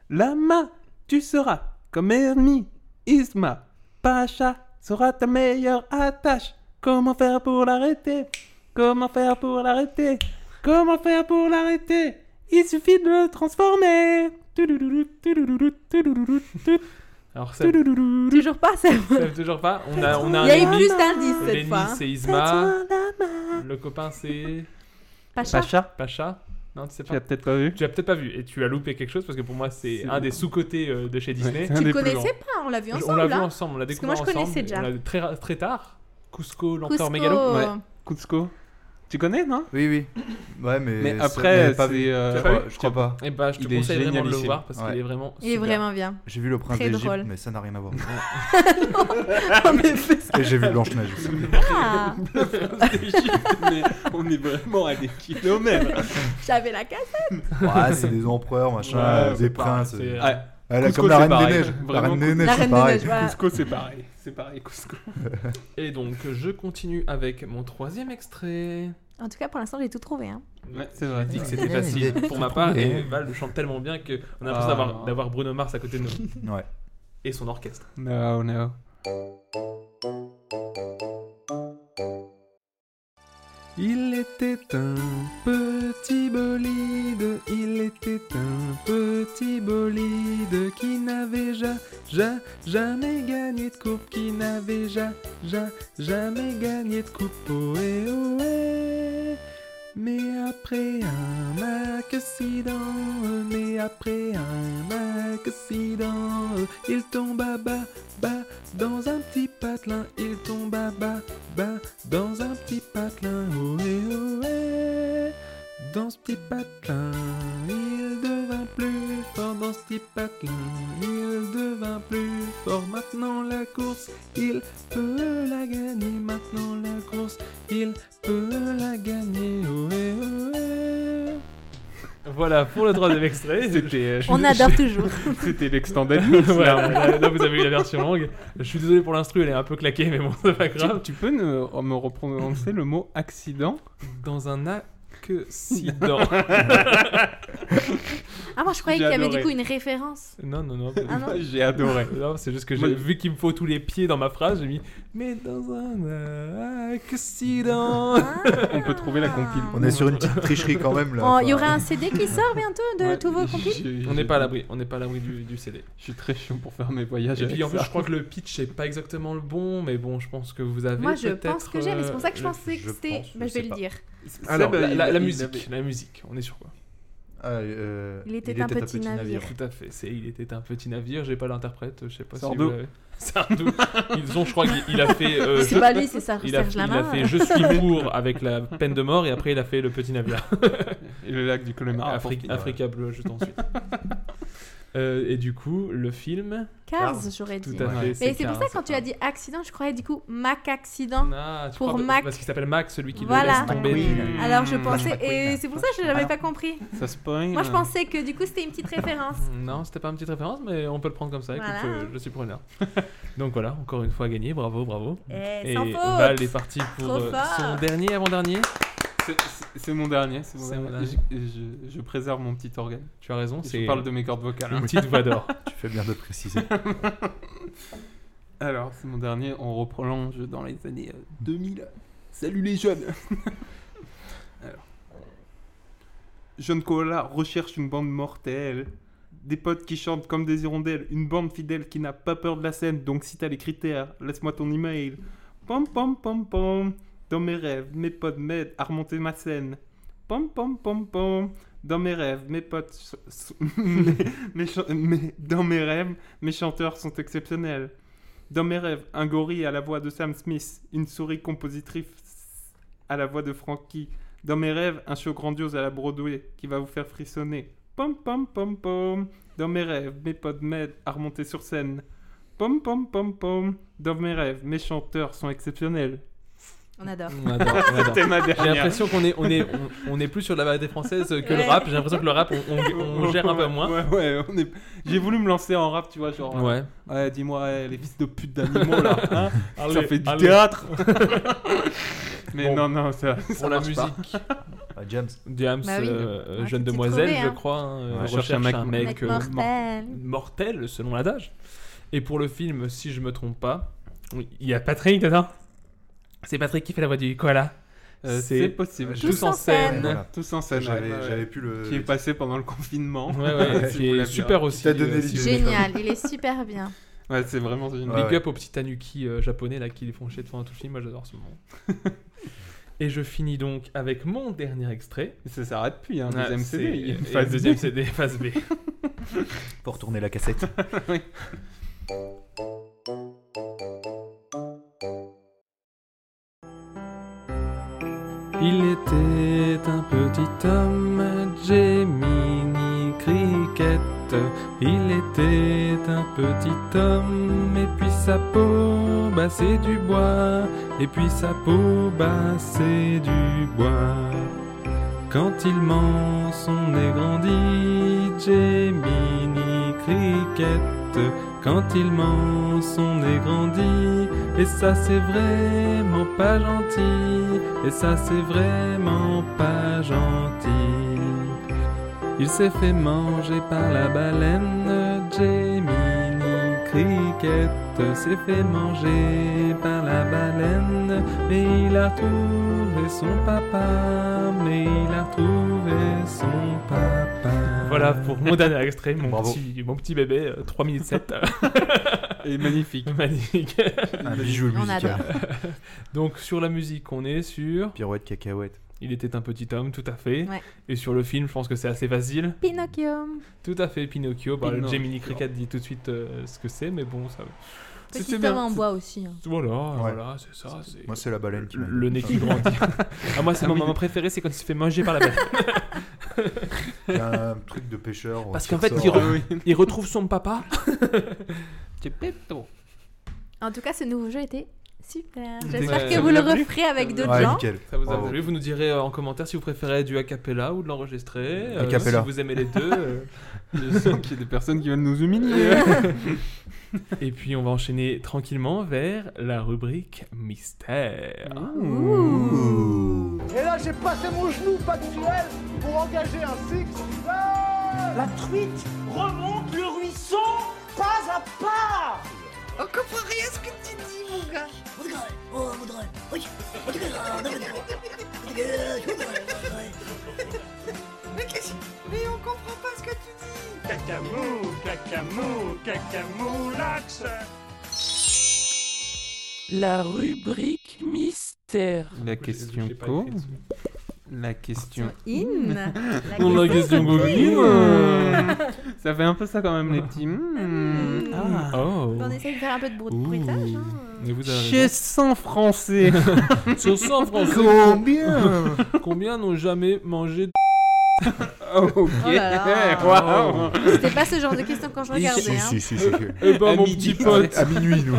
Speaker 5: Lama, tu seras comme Hermie, Isma, Pacha sera ta meilleure attache. Comment faire pour l'arrêter Comment faire pour l'arrêter Comment faire pour l'arrêter Il suffit de le transformer. Toulouloulou, toulouloulou, toulouloulou, tout.
Speaker 8: Alors, Seb,
Speaker 5: Toulouloulou.
Speaker 9: Toujours pas, Seb
Speaker 8: Seb, toujours pas. On a, on a
Speaker 9: Il y a
Speaker 8: un
Speaker 9: eu
Speaker 8: ami.
Speaker 9: plus d'indices cette
Speaker 8: Lenny,
Speaker 9: fois.
Speaker 8: c'est Isma. Le copain, c'est.
Speaker 9: Pacha.
Speaker 5: Pacha.
Speaker 8: Pacha. Non, tu sais pas.
Speaker 5: l'as peut-être pas vu.
Speaker 8: Tu l'as peut-être pas vu. Et tu as loupé quelque chose parce que pour moi, c'est
Speaker 5: C'est-
Speaker 8: un des sous-côtés euh, de chez Disney.
Speaker 5: c'est un Tu des
Speaker 9: le connaissais pas, on l'a vu
Speaker 8: Je-
Speaker 9: ensemble.
Speaker 8: On l'a vu
Speaker 9: là.
Speaker 8: ensemble, on l'a
Speaker 9: Parce que moi,
Speaker 8: découvert
Speaker 9: je
Speaker 8: ensemble.
Speaker 9: connaissais déjà.
Speaker 8: On l'a très, très tard. Cusco, l'empereur
Speaker 9: Cusco.
Speaker 8: mégalo.
Speaker 9: Ouais.
Speaker 5: Cusco. Tu connais, non
Speaker 6: Oui, oui. Ouais, mais.
Speaker 5: Mais
Speaker 6: ça-
Speaker 5: après,
Speaker 6: mais pas
Speaker 5: c'est,
Speaker 6: vu.
Speaker 5: euh,
Speaker 6: Je
Speaker 5: Tu l'as
Speaker 6: crois-
Speaker 5: pas vu
Speaker 6: Je crois pas.
Speaker 8: Eh ben, je te
Speaker 6: Il est
Speaker 8: conseille vraiment de le
Speaker 6: génialissime.
Speaker 8: voir parce qu'il
Speaker 6: Ouais.
Speaker 8: est vraiment.
Speaker 9: Il est
Speaker 8: super.
Speaker 9: vraiment bien.
Speaker 6: J'ai vu le prince
Speaker 9: Très
Speaker 6: d'Égypte,
Speaker 9: drôle.
Speaker 6: mais ça n'a rien à voir.
Speaker 8: Ah,
Speaker 9: En effet, ça-
Speaker 6: Et j'ai vu Blanche-Neige. aussi.
Speaker 9: Ah
Speaker 5: mais on est vraiment à des kilomètres.
Speaker 9: J'avais la cassette
Speaker 6: Ouais, c'est des empereurs, machin,
Speaker 5: Ouais,
Speaker 6: des
Speaker 5: c'est pareil,
Speaker 6: princes.
Speaker 5: c'est-
Speaker 6: euh,
Speaker 5: Ouais.
Speaker 6: elle a
Speaker 5: Cusco,
Speaker 6: comme la
Speaker 5: c'est
Speaker 6: reine
Speaker 5: pareil.
Speaker 6: des neiges.
Speaker 5: Vraiment,
Speaker 6: La reine des
Speaker 5: Cusco.
Speaker 6: neiges,
Speaker 5: La
Speaker 6: c'est
Speaker 5: reine
Speaker 6: pareil.
Speaker 5: Cusco, c'est pareil. C'est pareil, Cusco.
Speaker 8: Et donc, je continue avec mon troisième extrait.
Speaker 9: En tout cas, pour l'instant, j'ai tout trouvé. hein.
Speaker 5: Ouais, c'est vrai.
Speaker 8: Je dis que c'était facile pour ma part et Val le chante tellement bien qu'on a l'impression
Speaker 5: Ah.
Speaker 8: d'avoir- d'avoir Bruno Mars à côté de nous.
Speaker 6: Ouais.
Speaker 8: Et son orchestre.
Speaker 5: No, no. Il était un petit bolide, il était un petit bolide qui n'avait ja, ja- jamais gagné de coupe, qui n'avait ja, ja- jamais gagné de coupe. oh, Ohé, ohé. eh. Mais après un accident, euh, mais après un accident, euh, il tombe à bas, bas dans un petit patelin, il tombe à bas, bas dans un petit patelin, oh, ohé ohé. eh. Dans ce petit patelin, il devint plus fort, dans ce petit patelin, il devint plus fort. Maintenant la course, il peut la gagner, maintenant la course, il peut la gagner, oh, eh, ohé ohé.
Speaker 8: Voilà pour le troisième extrait.
Speaker 5: C'était, euh,
Speaker 9: On adore toujours.
Speaker 5: C'était l'extended mix,
Speaker 8: voilà,
Speaker 5: là.
Speaker 8: là, là, vous avez eu la version longue. Je suis désolé pour l'instru, elle est un peu claquée, mais bon, c'est pas grave.
Speaker 5: Tu, tu peux ne- me reprononcer le mot accident
Speaker 8: Dans un accident.
Speaker 9: Ah, moi, je croyais
Speaker 8: J'ai
Speaker 9: qu'il y avait du
Speaker 8: adoré.
Speaker 9: coup une référence.
Speaker 8: Non, non, non.
Speaker 9: Ah non
Speaker 5: J'ai adoré.
Speaker 8: Non, c'est juste que
Speaker 5: Moi,
Speaker 8: j'ai vu qu'il me faut tous les pieds dans ma phrase, j'ai mis Mais dans un euh, accident.
Speaker 5: On peut trouver la compile.
Speaker 6: On est sur une petite tricherie quand même Oh là.
Speaker 9: Ah. Oh, Il y
Speaker 6: Enfin,
Speaker 9: aura un CD qui sort bientôt de
Speaker 5: Ouais,
Speaker 9: tous vos compiles
Speaker 5: j'ai-
Speaker 8: On
Speaker 5: j'ai-
Speaker 8: n'est pas à l'abri, on n'est pas à l'abri du, du CD.
Speaker 5: Je suis très chiant pour faire mes voyages.
Speaker 8: Et puis en
Speaker 5: avec
Speaker 8: plus,
Speaker 5: ça.
Speaker 8: je crois que le pitch est pas exactement le bon, mais bon, je pense que vous avez.
Speaker 9: Moi, je
Speaker 8: peut-être,
Speaker 9: pense que j'ai, mais c'est pour ça que je
Speaker 8: euh,
Speaker 9: pensais que c'était.
Speaker 6: pense, je
Speaker 9: Bah, je
Speaker 6: sais
Speaker 9: vais le
Speaker 6: pas.
Speaker 9: dire.
Speaker 8: le-
Speaker 5: Alors,
Speaker 8: Alors, la, la- la
Speaker 5: il
Speaker 8: musique,
Speaker 5: avait-
Speaker 8: la musique, on est sur quoi
Speaker 6: ah, euh,
Speaker 9: Il était un petit navire.
Speaker 8: Tout à fait. C'est il était un petit navire. J'ai pas l'interprète. Je sais pas
Speaker 5: Sardou.
Speaker 8: si vous l'avez. Sardou. Ils ont, je crois qu'il il a fait. euh,
Speaker 9: C'est
Speaker 8: je-
Speaker 9: pas lui, c'est Sar-
Speaker 8: Il a,
Speaker 9: Serge
Speaker 8: il a
Speaker 9: Lama.
Speaker 8: fait Je suis pour avec la peine de mort et après il a fait le petit navire.
Speaker 5: Et le lac du Colmar.
Speaker 8: Ah, Afrique- Africa Bleu juste ensuite. Euh, et du coup le film.
Speaker 9: Cars, j'aurais
Speaker 8: Tout
Speaker 9: dit.
Speaker 8: à fait.
Speaker 9: Mais c'est pour ça,
Speaker 8: Cars.
Speaker 9: quand tu as dit accident, je croyais du coup Mac accident.
Speaker 8: Ah, tu
Speaker 9: pour
Speaker 8: crois-
Speaker 9: Mac.
Speaker 8: Parce qu'il s'appelle Mac celui qui
Speaker 9: Voilà. Ah
Speaker 8: le laisse tomber. du-
Speaker 9: Alors je pensais, et c'est pour ça que je l'avais pas compris.
Speaker 5: Ça spoil.
Speaker 9: Moi je pensais que du coup c'était une petite référence.
Speaker 8: Mm, Non, c'était pas une petite référence, mais on peut le prendre comme ça. Écoute,
Speaker 9: Voilà.
Speaker 8: euh, je suis preneur. Donc voilà, encore une fois gagné, bravo, bravo.
Speaker 9: Eh,
Speaker 8: Et
Speaker 9: sans faute.
Speaker 8: Val est parti pour
Speaker 9: Trop
Speaker 8: euh,
Speaker 9: fort.
Speaker 8: son dernier avant-dernier.
Speaker 5: C'est- c'est- C'est mon dernier. C'est mon
Speaker 8: C'est mon
Speaker 5: dernier. Je, je- je préserve mon petit organe.
Speaker 8: Tu as raison, c'est
Speaker 5: Je parle de mes cordes vocales. hein.
Speaker 8: une petite voix d'or.
Speaker 6: Tu fais bien de préciser.
Speaker 5: Alors, c'est mon dernier. On reprolonge dans les années euh, 2000. Salut les jeunes Alors. Jeune Koala recherche une bande mortelle. Des potes qui chantent comme des hirondelles. Une bande fidèle qui n'a pas peur de la scène. Donc, si t'as les critères, laisse-moi ton email. Pom pom pom pom. Dans mes rêves, mes potes m'aident à remonter ma scène. Pom pom pom pom. Dans mes rêves, mes potes. s- s- mes- mes chan- mes- dans mes rêves, mes chanteurs sont exceptionnels. Dans mes rêves, un gorille à la voix de Sam Smith, une souris compositrice à la voix de Frankie. Dans mes rêves, un show grandiose à la Broadway qui va vous faire frissonner. Pom pom pom pom. Dans mes rêves, mes potes m'aident à remonter sur scène. Pom pom pom pom. Dans mes rêves, mes chanteurs sont exceptionnels.
Speaker 9: On adore.
Speaker 8: On adore, on adore.
Speaker 5: C'était ma
Speaker 8: J'ai
Speaker 5: dernière.
Speaker 8: l'impression qu'on est, on est, on, on est plus sur la variété française que le rap. J'ai l'impression que le rap, on, on- on gère un peu moins.
Speaker 5: Ouais, ouais, on est- J'ai voulu me lancer en rap, tu vois, genre.
Speaker 8: Ouais.
Speaker 5: euh, ouais, dis-moi, eh, les fils de pute d'animaux là. hein, ça
Speaker 8: Allez,
Speaker 5: fait du
Speaker 8: allez.
Speaker 5: théâtre. Mais
Speaker 8: Bon,
Speaker 5: non, non, ça.
Speaker 8: pour
Speaker 5: ça
Speaker 8: la
Speaker 5: marche pas.
Speaker 8: musique.
Speaker 6: Ah, James.
Speaker 8: James,
Speaker 5: Bah oui.
Speaker 8: euh,
Speaker 5: Ouais,
Speaker 8: jeune
Speaker 5: faut s'y
Speaker 8: demoiselle,
Speaker 5: trouver,
Speaker 8: je
Speaker 5: hein.
Speaker 8: crois, hein,
Speaker 5: Ouais.
Speaker 8: euh,
Speaker 5: Recherche
Speaker 8: recherche
Speaker 5: un
Speaker 8: un mec,
Speaker 5: mec- mec
Speaker 8: euh,
Speaker 5: mortel.
Speaker 8: mor- mortel, selon l'adage. Et pour le film, si je me trompe pas, oui, il y a Patrick dedans.
Speaker 14: C'est Patrick qui fait la voix du koala.
Speaker 8: Euh,
Speaker 5: C'est possible.
Speaker 8: Tous en scène.
Speaker 5: Voilà. Tous en scène.
Speaker 6: J'avais-
Speaker 5: ouais, ouais.
Speaker 6: j'avais pu le-
Speaker 5: Qui est passé pendant le confinement.
Speaker 8: Ouais, ouais, qui
Speaker 5: Si vous
Speaker 8: est
Speaker 5: l'avez
Speaker 8: super
Speaker 5: vu.
Speaker 8: aussi. euh, si vous l'avez pas vu.
Speaker 9: Génial, il est super bien.
Speaker 5: Ouais, c'est vraiment
Speaker 8: Big
Speaker 5: une
Speaker 8: up aux petits tanuki euh, japonais là qui les font chier devant tout le film. Moi, j'adore ce moment. Et je finis donc avec mon dernier extrait.
Speaker 5: Ça s'arrête plus, hein,
Speaker 8: Ah,
Speaker 5: deuxième
Speaker 8: c'est-
Speaker 5: CD, il y a une
Speaker 8: et
Speaker 5: phase B.
Speaker 8: deuxième CD, phase B.
Speaker 6: Pour retourner la cassette.
Speaker 8: Il était un petit homme, Gemini Cricket. Il était un petit homme, et puis sa peau, bah c'est du bois. Et puis sa peau, bah c'est du bois. Quand il ment, son est grandi, Gemini Cricket. Quand il ment, son est grandi, et ça c'est vraiment pas gentil, et ça c'est vraiment pas gentil. Il s'est fait manger par la baleine, Gemini Cricket s'est fait manger par la baleine, mais il a retrouvé son papa, mais il a retrouvé son papa.
Speaker 14: Voilà pour mon dernier extrait, mon,
Speaker 8: Bravo.
Speaker 14: petit, mon petit bébé, euh, 3 minutes 7.
Speaker 5: Et magnifique.
Speaker 14: magnifique.
Speaker 8: Un bijou
Speaker 9: On musical. adore.
Speaker 8: Donc sur la musique, on est sur...
Speaker 6: Pirouette, cacahuète.
Speaker 8: Il était un petit homme, tout à fait.
Speaker 9: Ouais.
Speaker 8: Et sur le film, je pense que c'est assez facile.
Speaker 9: Pinocchio.
Speaker 8: Tout à fait, Pinocchio. Bah,
Speaker 5: Pinocchio.
Speaker 8: Gemini Cricket dit tout de suite euh, ce que c'est, mais bon, ça.
Speaker 9: Petit homme en bois aussi. hein.
Speaker 8: Voilà,
Speaker 6: Ouais.
Speaker 8: voilà, c'est ça. c'est-
Speaker 6: Moi, c'est la baleine qui m'a-
Speaker 8: Le nez qui grandit. ah, moi, c'est
Speaker 6: Ah
Speaker 8: mon
Speaker 6: oui.
Speaker 8: moment préféré, c'est quand il se fait manger par la bête.
Speaker 6: Il y a un truc de pêcheur.
Speaker 8: Parce
Speaker 6: qui
Speaker 8: qu'en fait,
Speaker 6: ressort,
Speaker 8: il, re-
Speaker 6: euh,
Speaker 8: il retrouve son papa. Geppetto.
Speaker 9: En tout cas, ce nouveau jeu était super.
Speaker 8: C'était-
Speaker 9: J'espère
Speaker 8: Ouais.
Speaker 9: que
Speaker 8: Ça
Speaker 9: vous le
Speaker 8: a plu
Speaker 9: referez avec d'autres
Speaker 6: Ouais,
Speaker 9: gens.
Speaker 6: nickel.
Speaker 8: Ça vous a
Speaker 6: Bravo.
Speaker 8: plu Vous nous direz euh, en commentaire si vous préférez du a cappella ou de l'enregistré. euh,
Speaker 6: A cappella.
Speaker 8: si vous aimez les deux. euh, je sais-
Speaker 5: Donc il y a des personnes qui veulent nous humilier.
Speaker 8: Et puis on va enchaîner tranquillement vers la rubrique mystère.
Speaker 15: Et là, j'ai passé mon genou pactuel pour engager un six. La truite remonte le ruisseau pas à pas. On comprend rien à ce que tu dis, mon gars. Mais qu'est-ce Mais on comprend pas ce que tu dis. Cacamou, cacamou, cacamou, l'axe.
Speaker 7: La rubrique mystère.
Speaker 5: La question co. La question
Speaker 9: In. La
Speaker 5: Ou la question
Speaker 9: question coquine.
Speaker 5: coquine. Ça fait un peu ça quand même, les petits. mm. Ah.
Speaker 8: Oh.
Speaker 9: On essaie de faire un peu de brou- bruitage. hein.
Speaker 8: Mais vous avez
Speaker 5: Chez 100 Français.
Speaker 8: raison. Sur 100 français.
Speaker 5: Combien
Speaker 8: Combien n'ont jamais mangé de.
Speaker 5: Ah, Ok.
Speaker 9: Oh là là.
Speaker 5: Waouh.
Speaker 9: C'était pas ce genre de question quand je regardais.
Speaker 6: Si,
Speaker 9: hein.
Speaker 6: si, si, si.
Speaker 8: Eh ben,
Speaker 5: À
Speaker 8: mon
Speaker 5: midi.
Speaker 8: petit pote.
Speaker 6: À minuit, nous.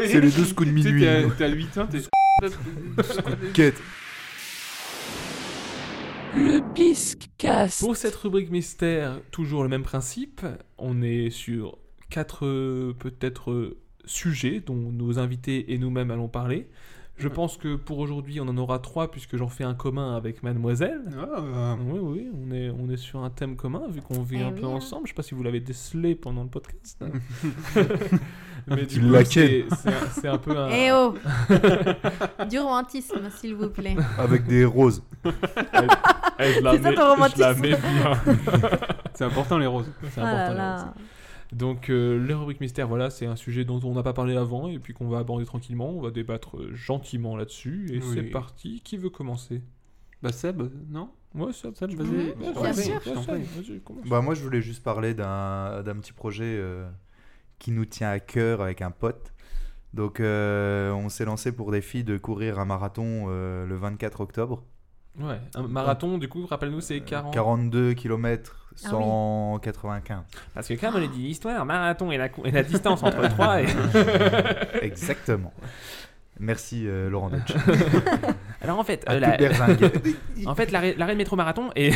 Speaker 6: C'est les deux scouts de
Speaker 5: Tu sais,
Speaker 6: minuit.
Speaker 5: t'es à-
Speaker 6: nous.
Speaker 5: T'es à 8 ans, t'es.
Speaker 6: Quête.
Speaker 7: Le biscast.
Speaker 8: Pour cette rubrique mystère, toujours le même principe. On est sur quatre euh, peut-être euh, sujets dont nos invités et nous-mêmes allons parler. Je pense que pour aujourd'hui, on en aura trois puisque j'en fais un commun avec Mademoiselle.
Speaker 5: Ah.
Speaker 8: Oui, oui, on est, on est sur un thème commun vu qu'on vit
Speaker 5: Eh
Speaker 8: un
Speaker 5: oui,
Speaker 8: peu
Speaker 5: hein.
Speaker 8: ensemble. Je sais pas si vous l'avez décelé pendant le podcast. Mais
Speaker 6: Tu
Speaker 8: du coup,
Speaker 6: l'as
Speaker 8: c'est
Speaker 6: ken.
Speaker 8: c'est un- c'est un peu un.
Speaker 9: Eh oh Du romantisme, s'il vous plaît.
Speaker 6: Avec des roses.
Speaker 8: Eh, je la
Speaker 9: C'est ça
Speaker 8: mets-
Speaker 9: ton
Speaker 8: je la
Speaker 9: romantisme.
Speaker 8: mets bien.
Speaker 5: C'est important les roses.
Speaker 8: C'est
Speaker 9: Ah
Speaker 8: important.
Speaker 9: là
Speaker 8: les
Speaker 9: là.
Speaker 8: roses. Donc euh, les rubriques mystères, voilà, c'est un sujet dont on n'a pas parlé avant et puis qu'on va aborder tranquillement, on va débattre euh, gentiment là-dessus et
Speaker 5: Oui.
Speaker 8: c'est parti. Qui veut commencer
Speaker 5: Bah Seb, non
Speaker 8: Ouais, Seb,
Speaker 5: Seb,
Speaker 8: vas-y.
Speaker 5: vas-y.
Speaker 8: Bien
Speaker 5: Je t'en prie,
Speaker 8: sûr,
Speaker 5: je t'en
Speaker 8: bien
Speaker 5: prie.
Speaker 8: sûr, vas-y, commence.
Speaker 6: Bah moi je voulais juste parler d'un d'un petit projet euh, qui nous tient à cœur avec un pote. Donc euh, on s'est lancé pour défi de courir un marathon euh, le 24 octobre.
Speaker 8: Ouais, un marathon, du coup, rappelle-nous,
Speaker 6: Euh,
Speaker 8: c'est 40...
Speaker 6: 42 km 195.
Speaker 8: Parce que Carmen a dit l'histoire, marathon et la, cou- et la distance entre 3 et...
Speaker 6: Exactement. Merci euh, Laurent Deutsch.
Speaker 8: Alors en fait,
Speaker 6: À
Speaker 8: euh, la...
Speaker 6: toute berzingue.
Speaker 8: en fait l'arrêt l'arrêt de métro marathon et...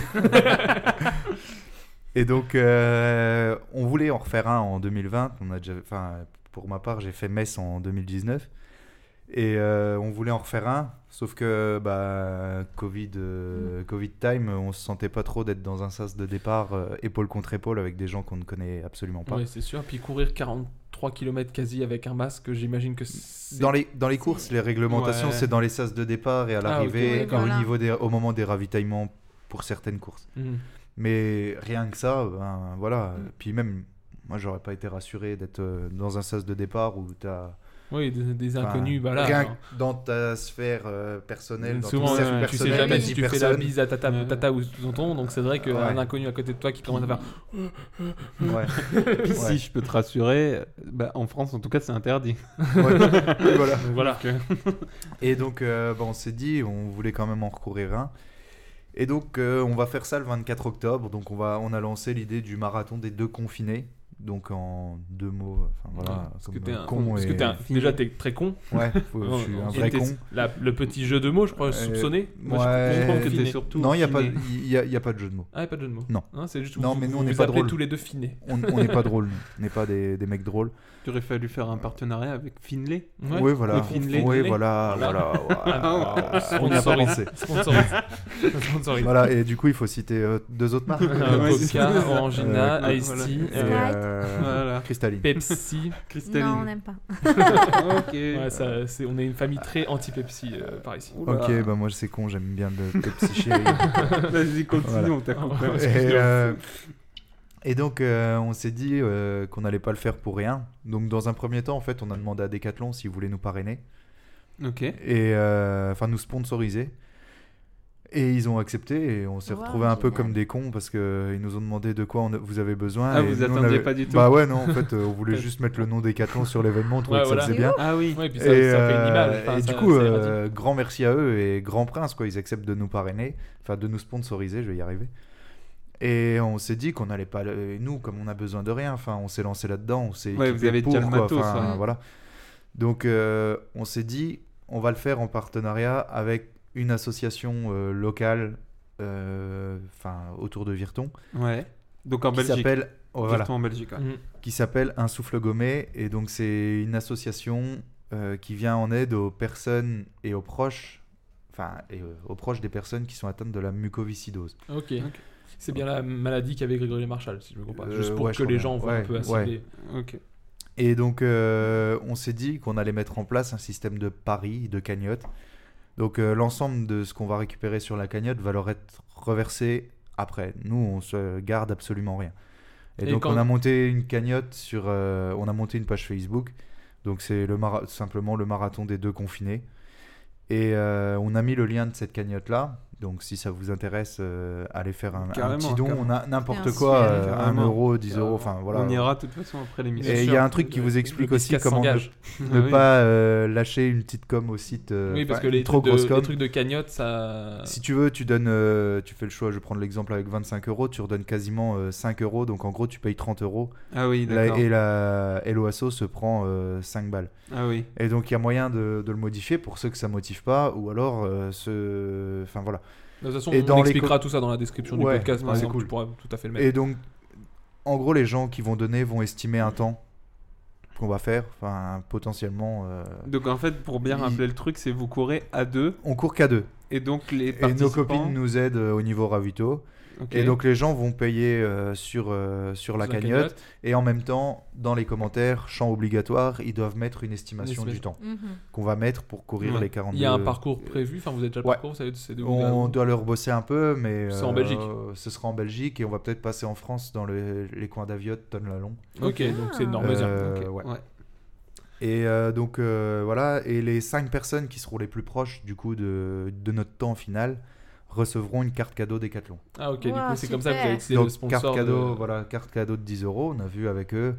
Speaker 6: Et donc, euh, on voulait en refaire un en 2020. On a déjà, enfin, pour ma part, j'ai fait Metz en 2019. Et euh, on voulait en refaire un, sauf que bah, Covid, euh,
Speaker 8: Mm.
Speaker 6: Covid time, on se sentait pas trop d'être dans un sas de départ euh, épaule contre épaule avec des gens qu'on ne connaît absolument pas.
Speaker 8: Ouais, c'est sûr. Puis courir 43 km quasi avec un masque, j'imagine que c'est...
Speaker 6: Dans les, dans les courses, les réglementations,
Speaker 8: Ouais.
Speaker 6: c'est dans les sas de départ et à
Speaker 8: Ah,
Speaker 6: l'arrivée,
Speaker 8: ok, oui,
Speaker 6: quand
Speaker 8: voilà.
Speaker 6: au, niveau des, au moment des ravitaillements pour certaines courses.
Speaker 8: Mhm.
Speaker 6: Mais rien que ça, ben, voilà.
Speaker 8: Mm.
Speaker 6: Puis même, moi, j'aurais pas été rassuré d'être euh, dans un sas de départ où tu as.
Speaker 8: Oui, des, des inconnus, bah là...
Speaker 6: Rien
Speaker 8: alors.
Speaker 6: que dans ta sphère euh, personnelle, dans
Speaker 8: Souvent,
Speaker 6: ton cercle
Speaker 8: ouais, tu sais
Speaker 6: personnel,
Speaker 8: jamais
Speaker 6: dix
Speaker 8: si tu fais la
Speaker 6: personnes.
Speaker 8: bise à tata, tata ou tonton, donc c'est vrai qu'un
Speaker 6: Ouais.
Speaker 8: inconnu à côté de toi qui commence à faire...
Speaker 5: Puis
Speaker 6: Ouais.
Speaker 5: si je peux te rassurer, euh, bah, en France en tout cas c'est interdit.
Speaker 6: Ouais. Oui, voilà.
Speaker 8: Voilà.
Speaker 6: Et donc, euh, bah, on s'est dit, on voulait quand même en recourir un. Et donc, euh, on va faire ça le 24 octobre. Donc, on, va, on a lancé l'idée du marathon des deux confinés. Donc, en deux mots, enfin voilà.
Speaker 8: Ouais, parce
Speaker 6: comme,
Speaker 8: que t'es
Speaker 6: euh,
Speaker 8: un-
Speaker 6: con
Speaker 8: parce
Speaker 6: et
Speaker 8: que t'es un-
Speaker 6: fini.
Speaker 8: déjà t'es très con.
Speaker 6: Ouais, faut- je suis un vrai
Speaker 8: Et t'es-
Speaker 6: con. Euh,
Speaker 8: la- le petit jeu de mots, je crois, soupçonné. Moi, je
Speaker 6: ouais.
Speaker 8: comprends que t'es surtout.
Speaker 6: Non, il n'y a, pas-
Speaker 8: finé.
Speaker 6: il y a, il y a pas de jeu de mots.
Speaker 8: Ah, y a pas de jeu de mots.
Speaker 6: Non.
Speaker 8: Hein, c'est juste
Speaker 6: non,
Speaker 8: vous-
Speaker 6: mais nous,
Speaker 8: vous
Speaker 6: on n'est
Speaker 8: vous
Speaker 6: pas
Speaker 8: appelez
Speaker 6: drôle.
Speaker 8: tous les deux finés.
Speaker 6: On on n'est pas drôle. nous. On n'est pas des, des mecs drôles.
Speaker 5: Tu aurais fallu faire un partenariat avec Finlay.
Speaker 6: Ouais. Oui, voilà.
Speaker 5: Le Finlay.
Speaker 6: Oui, voilà, voilà, voilà. On y a pas pensé.
Speaker 8: Sponsorisé.
Speaker 6: Voilà, et du coup, il faut citer euh, deux autres marques.
Speaker 8: Euh,
Speaker 6: Ouais,
Speaker 8: Coca,
Speaker 6: c'est ça.
Speaker 8: Orangina,
Speaker 6: Euh,
Speaker 8: Ice-Tea,
Speaker 6: voilà.
Speaker 8: euh,
Speaker 6: Et, euh,
Speaker 8: Voilà.
Speaker 6: Cristalline.
Speaker 8: Pepsi.
Speaker 9: Cristalline. Non, on n'aime pas.
Speaker 8: ok. Ouais, ça, c'est- on est une famille très anti-Pepsi euh, par ici.
Speaker 6: Ok, bah moi c'est con, j'aime bien le Pepsi Chéri.
Speaker 5: Vas-y, continue, on t'a coupé.
Speaker 6: Et, euh, et donc euh, on s'est dit euh, qu'on n'allait pas le faire pour rien. Donc dans un premier temps, en fait, on a demandé à Decathlon s'ils voulaient nous parrainer.
Speaker 5: Ok.
Speaker 6: Et euh, enfin nous sponsoriser. Et ils ont accepté et on s'est
Speaker 5: Wow,
Speaker 6: retrouvés un peu
Speaker 5: génial.
Speaker 6: comme des cons parce qu'ils nous ont demandé de quoi on a- vous avez besoin.
Speaker 5: Ah,
Speaker 6: et
Speaker 5: vous
Speaker 6: nous, on
Speaker 5: attendiez
Speaker 6: avait-
Speaker 5: pas du tout.
Speaker 6: Bah ouais, non, en fait, euh, on voulait juste mettre le nom Decathlon sur l'événement, on trouvait
Speaker 5: Ouais,
Speaker 6: que
Speaker 5: voilà.
Speaker 6: ça faisait bien.
Speaker 5: Ah oui.
Speaker 8: Ouais, puis ça-
Speaker 6: et
Speaker 8: ça fait une
Speaker 6: euh,
Speaker 8: image, enfin,
Speaker 6: et
Speaker 8: ça-
Speaker 6: du coup,
Speaker 8: c'est
Speaker 6: euh, grand merci à eux et grand prince, quoi. Ils acceptent de nous parrainer, enfin de nous sponsoriser, je vais y arriver. Et on s'est dit qu'on n'allait pas. le- Nous, comme on a besoin de rien, enfin, on s'est lancé là-dedans, on s'est
Speaker 5: Ouais, vous
Speaker 6: équipé
Speaker 5: avez
Speaker 6: pour,
Speaker 5: déjà le
Speaker 6: quoi,
Speaker 5: matos,
Speaker 6: enfin,
Speaker 5: hein.
Speaker 6: voilà. Donc, euh, on s'est dit, on va le faire en partenariat avec une association euh, locale, euh, enfin, autour de Virton.
Speaker 5: Ouais. Donc en
Speaker 6: qui
Speaker 5: Belgique.
Speaker 6: s'appelle- oh, voilà.
Speaker 5: Virton en Belgique, ouais. Mhm.
Speaker 6: Qui s'appelle Un souffle gommé. Et donc, c'est une association euh, qui vient en aide aux personnes et aux proches, enfin, et euh, aux proches des personnes qui sont atteintes de la mucoviscidose.
Speaker 8: Ok. C'est bien la maladie qu'avait Grégory Marshall, si je me comprends. pas. Juste
Speaker 6: Euh,
Speaker 8: pour
Speaker 6: ouais, je
Speaker 8: que les
Speaker 6: crois
Speaker 8: gens
Speaker 6: bien.
Speaker 8: voient un
Speaker 6: Ouais,
Speaker 8: peu assez
Speaker 6: ouais. Euh,
Speaker 8: les-
Speaker 6: Et donc, euh, on s'est dit qu'on allait mettre en place un système de paris, de cagnotte. Donc, euh, l'ensemble de ce qu'on va récupérer sur la cagnotte va leur être reversé après. Nous, on se garde absolument rien. Et,
Speaker 8: Et
Speaker 6: donc,
Speaker 8: quand-
Speaker 6: on a monté une cagnotte sur. euh, on a monté une page Facebook. Donc, c'est le mara- simplement le marathon des deux confinés. Et euh, on a mis le lien de cette cagnotte-là. Donc, si ça vous intéresse, euh, allez faire un, un
Speaker 5: Carrément,
Speaker 6: petit don.
Speaker 5: carrément.
Speaker 6: On a n'importe
Speaker 5: Bien
Speaker 6: quoi,
Speaker 5: sûr.
Speaker 6: euh, un
Speaker 5: Carrément.
Speaker 6: euro, 10 euros. Enfin,
Speaker 5: Carrément.
Speaker 6: voilà.
Speaker 5: On ira de toute façon après l'émission.
Speaker 6: Et
Speaker 5: Bien
Speaker 6: il y
Speaker 5: sûr.
Speaker 6: a un truc qui
Speaker 5: Le-
Speaker 6: vous
Speaker 5: le
Speaker 6: explique
Speaker 5: podcast
Speaker 6: aussi comment ne,
Speaker 5: s'engage.
Speaker 6: ne
Speaker 5: Ah oui.
Speaker 6: pas euh, lâcher une petite com au site. euh,
Speaker 8: Oui, parce
Speaker 6: enfin,
Speaker 8: que
Speaker 6: une
Speaker 8: les,
Speaker 6: trop
Speaker 8: trucs de,
Speaker 6: grosse
Speaker 8: les
Speaker 6: com.
Speaker 8: trucs de cagnotte, ça.
Speaker 6: Si tu veux, tu donnes, euh, tu fais le choix. Je vais prendre l'exemple avec 25 euros. Tu redonnes quasiment euh, 5 euros. Donc en gros, tu payes 30 euros.
Speaker 5: Ah oui,
Speaker 6: La-
Speaker 5: d'accord.
Speaker 6: Et la et l'OASO se prend euh, 5 balles.
Speaker 5: Ah oui.
Speaker 6: Et donc il y a moyen de, de le modifier pour ceux que ça motive pas ou alors euh, ce. Enfin voilà.
Speaker 8: De toute façon,
Speaker 6: Et
Speaker 8: on
Speaker 6: dans les
Speaker 8: expliquera
Speaker 6: co-
Speaker 8: tout ça dans la description du
Speaker 6: Ouais,
Speaker 8: podcast, par
Speaker 6: ouais, c'est
Speaker 8: exemple,
Speaker 6: cool.
Speaker 8: tu pourras tout à fait le mettre.
Speaker 6: Et donc, en gros, les gens qui vont donner vont estimer un temps qu'on va faire, enfin potentiellement. euh,
Speaker 5: Donc en fait, pour bien
Speaker 6: il-
Speaker 5: rappeler le truc, c'est vous courez à deux.
Speaker 6: On court qu'à deux.
Speaker 5: Et donc les
Speaker 6: Et nos
Speaker 5: participants.
Speaker 6: copines nous aident euh, au niveau ravito.
Speaker 5: Ok.
Speaker 6: Et donc les gens vont payer euh, sur, euh, sur la
Speaker 5: Sur la
Speaker 6: cagnotte.
Speaker 5: cagnotte.
Speaker 6: Et en même temps, dans les commentaires, champ obligatoire, ils doivent mettre une estimation
Speaker 8: Une
Speaker 6: du
Speaker 8: estimation.
Speaker 6: temps
Speaker 8: Mhm.
Speaker 6: qu'on va mettre pour courir
Speaker 8: Ouais.
Speaker 6: les 42.
Speaker 8: Il y a un parcours prévu, enfin vous avez déjà le
Speaker 6: Ouais.
Speaker 8: parcours, ça c'est de
Speaker 6: On doit leur bosser un peu, mais
Speaker 8: C'est en
Speaker 6: euh,
Speaker 8: Belgique.
Speaker 6: ce sera en Belgique et on va peut-être passer en France dans le- les coins d'Aviot, Tonne-la-Long.
Speaker 8: Ok, Ah. donc c'est normesien.
Speaker 6: Euh,
Speaker 8: Ok. Ouais.
Speaker 6: Et euh, donc euh, voilà, et les 5 personnes qui seront les plus proches du coup de, de notre temps final recevront une carte cadeau Décathlon.
Speaker 8: Ah, ok, du Wow, coup, c'est comme ça que vous avez super. décidé de
Speaker 6: Donc,
Speaker 8: sponsor
Speaker 6: Carte
Speaker 8: de-
Speaker 6: cadeau, voilà, carte cadeau de 10 euros, on a vu avec eux.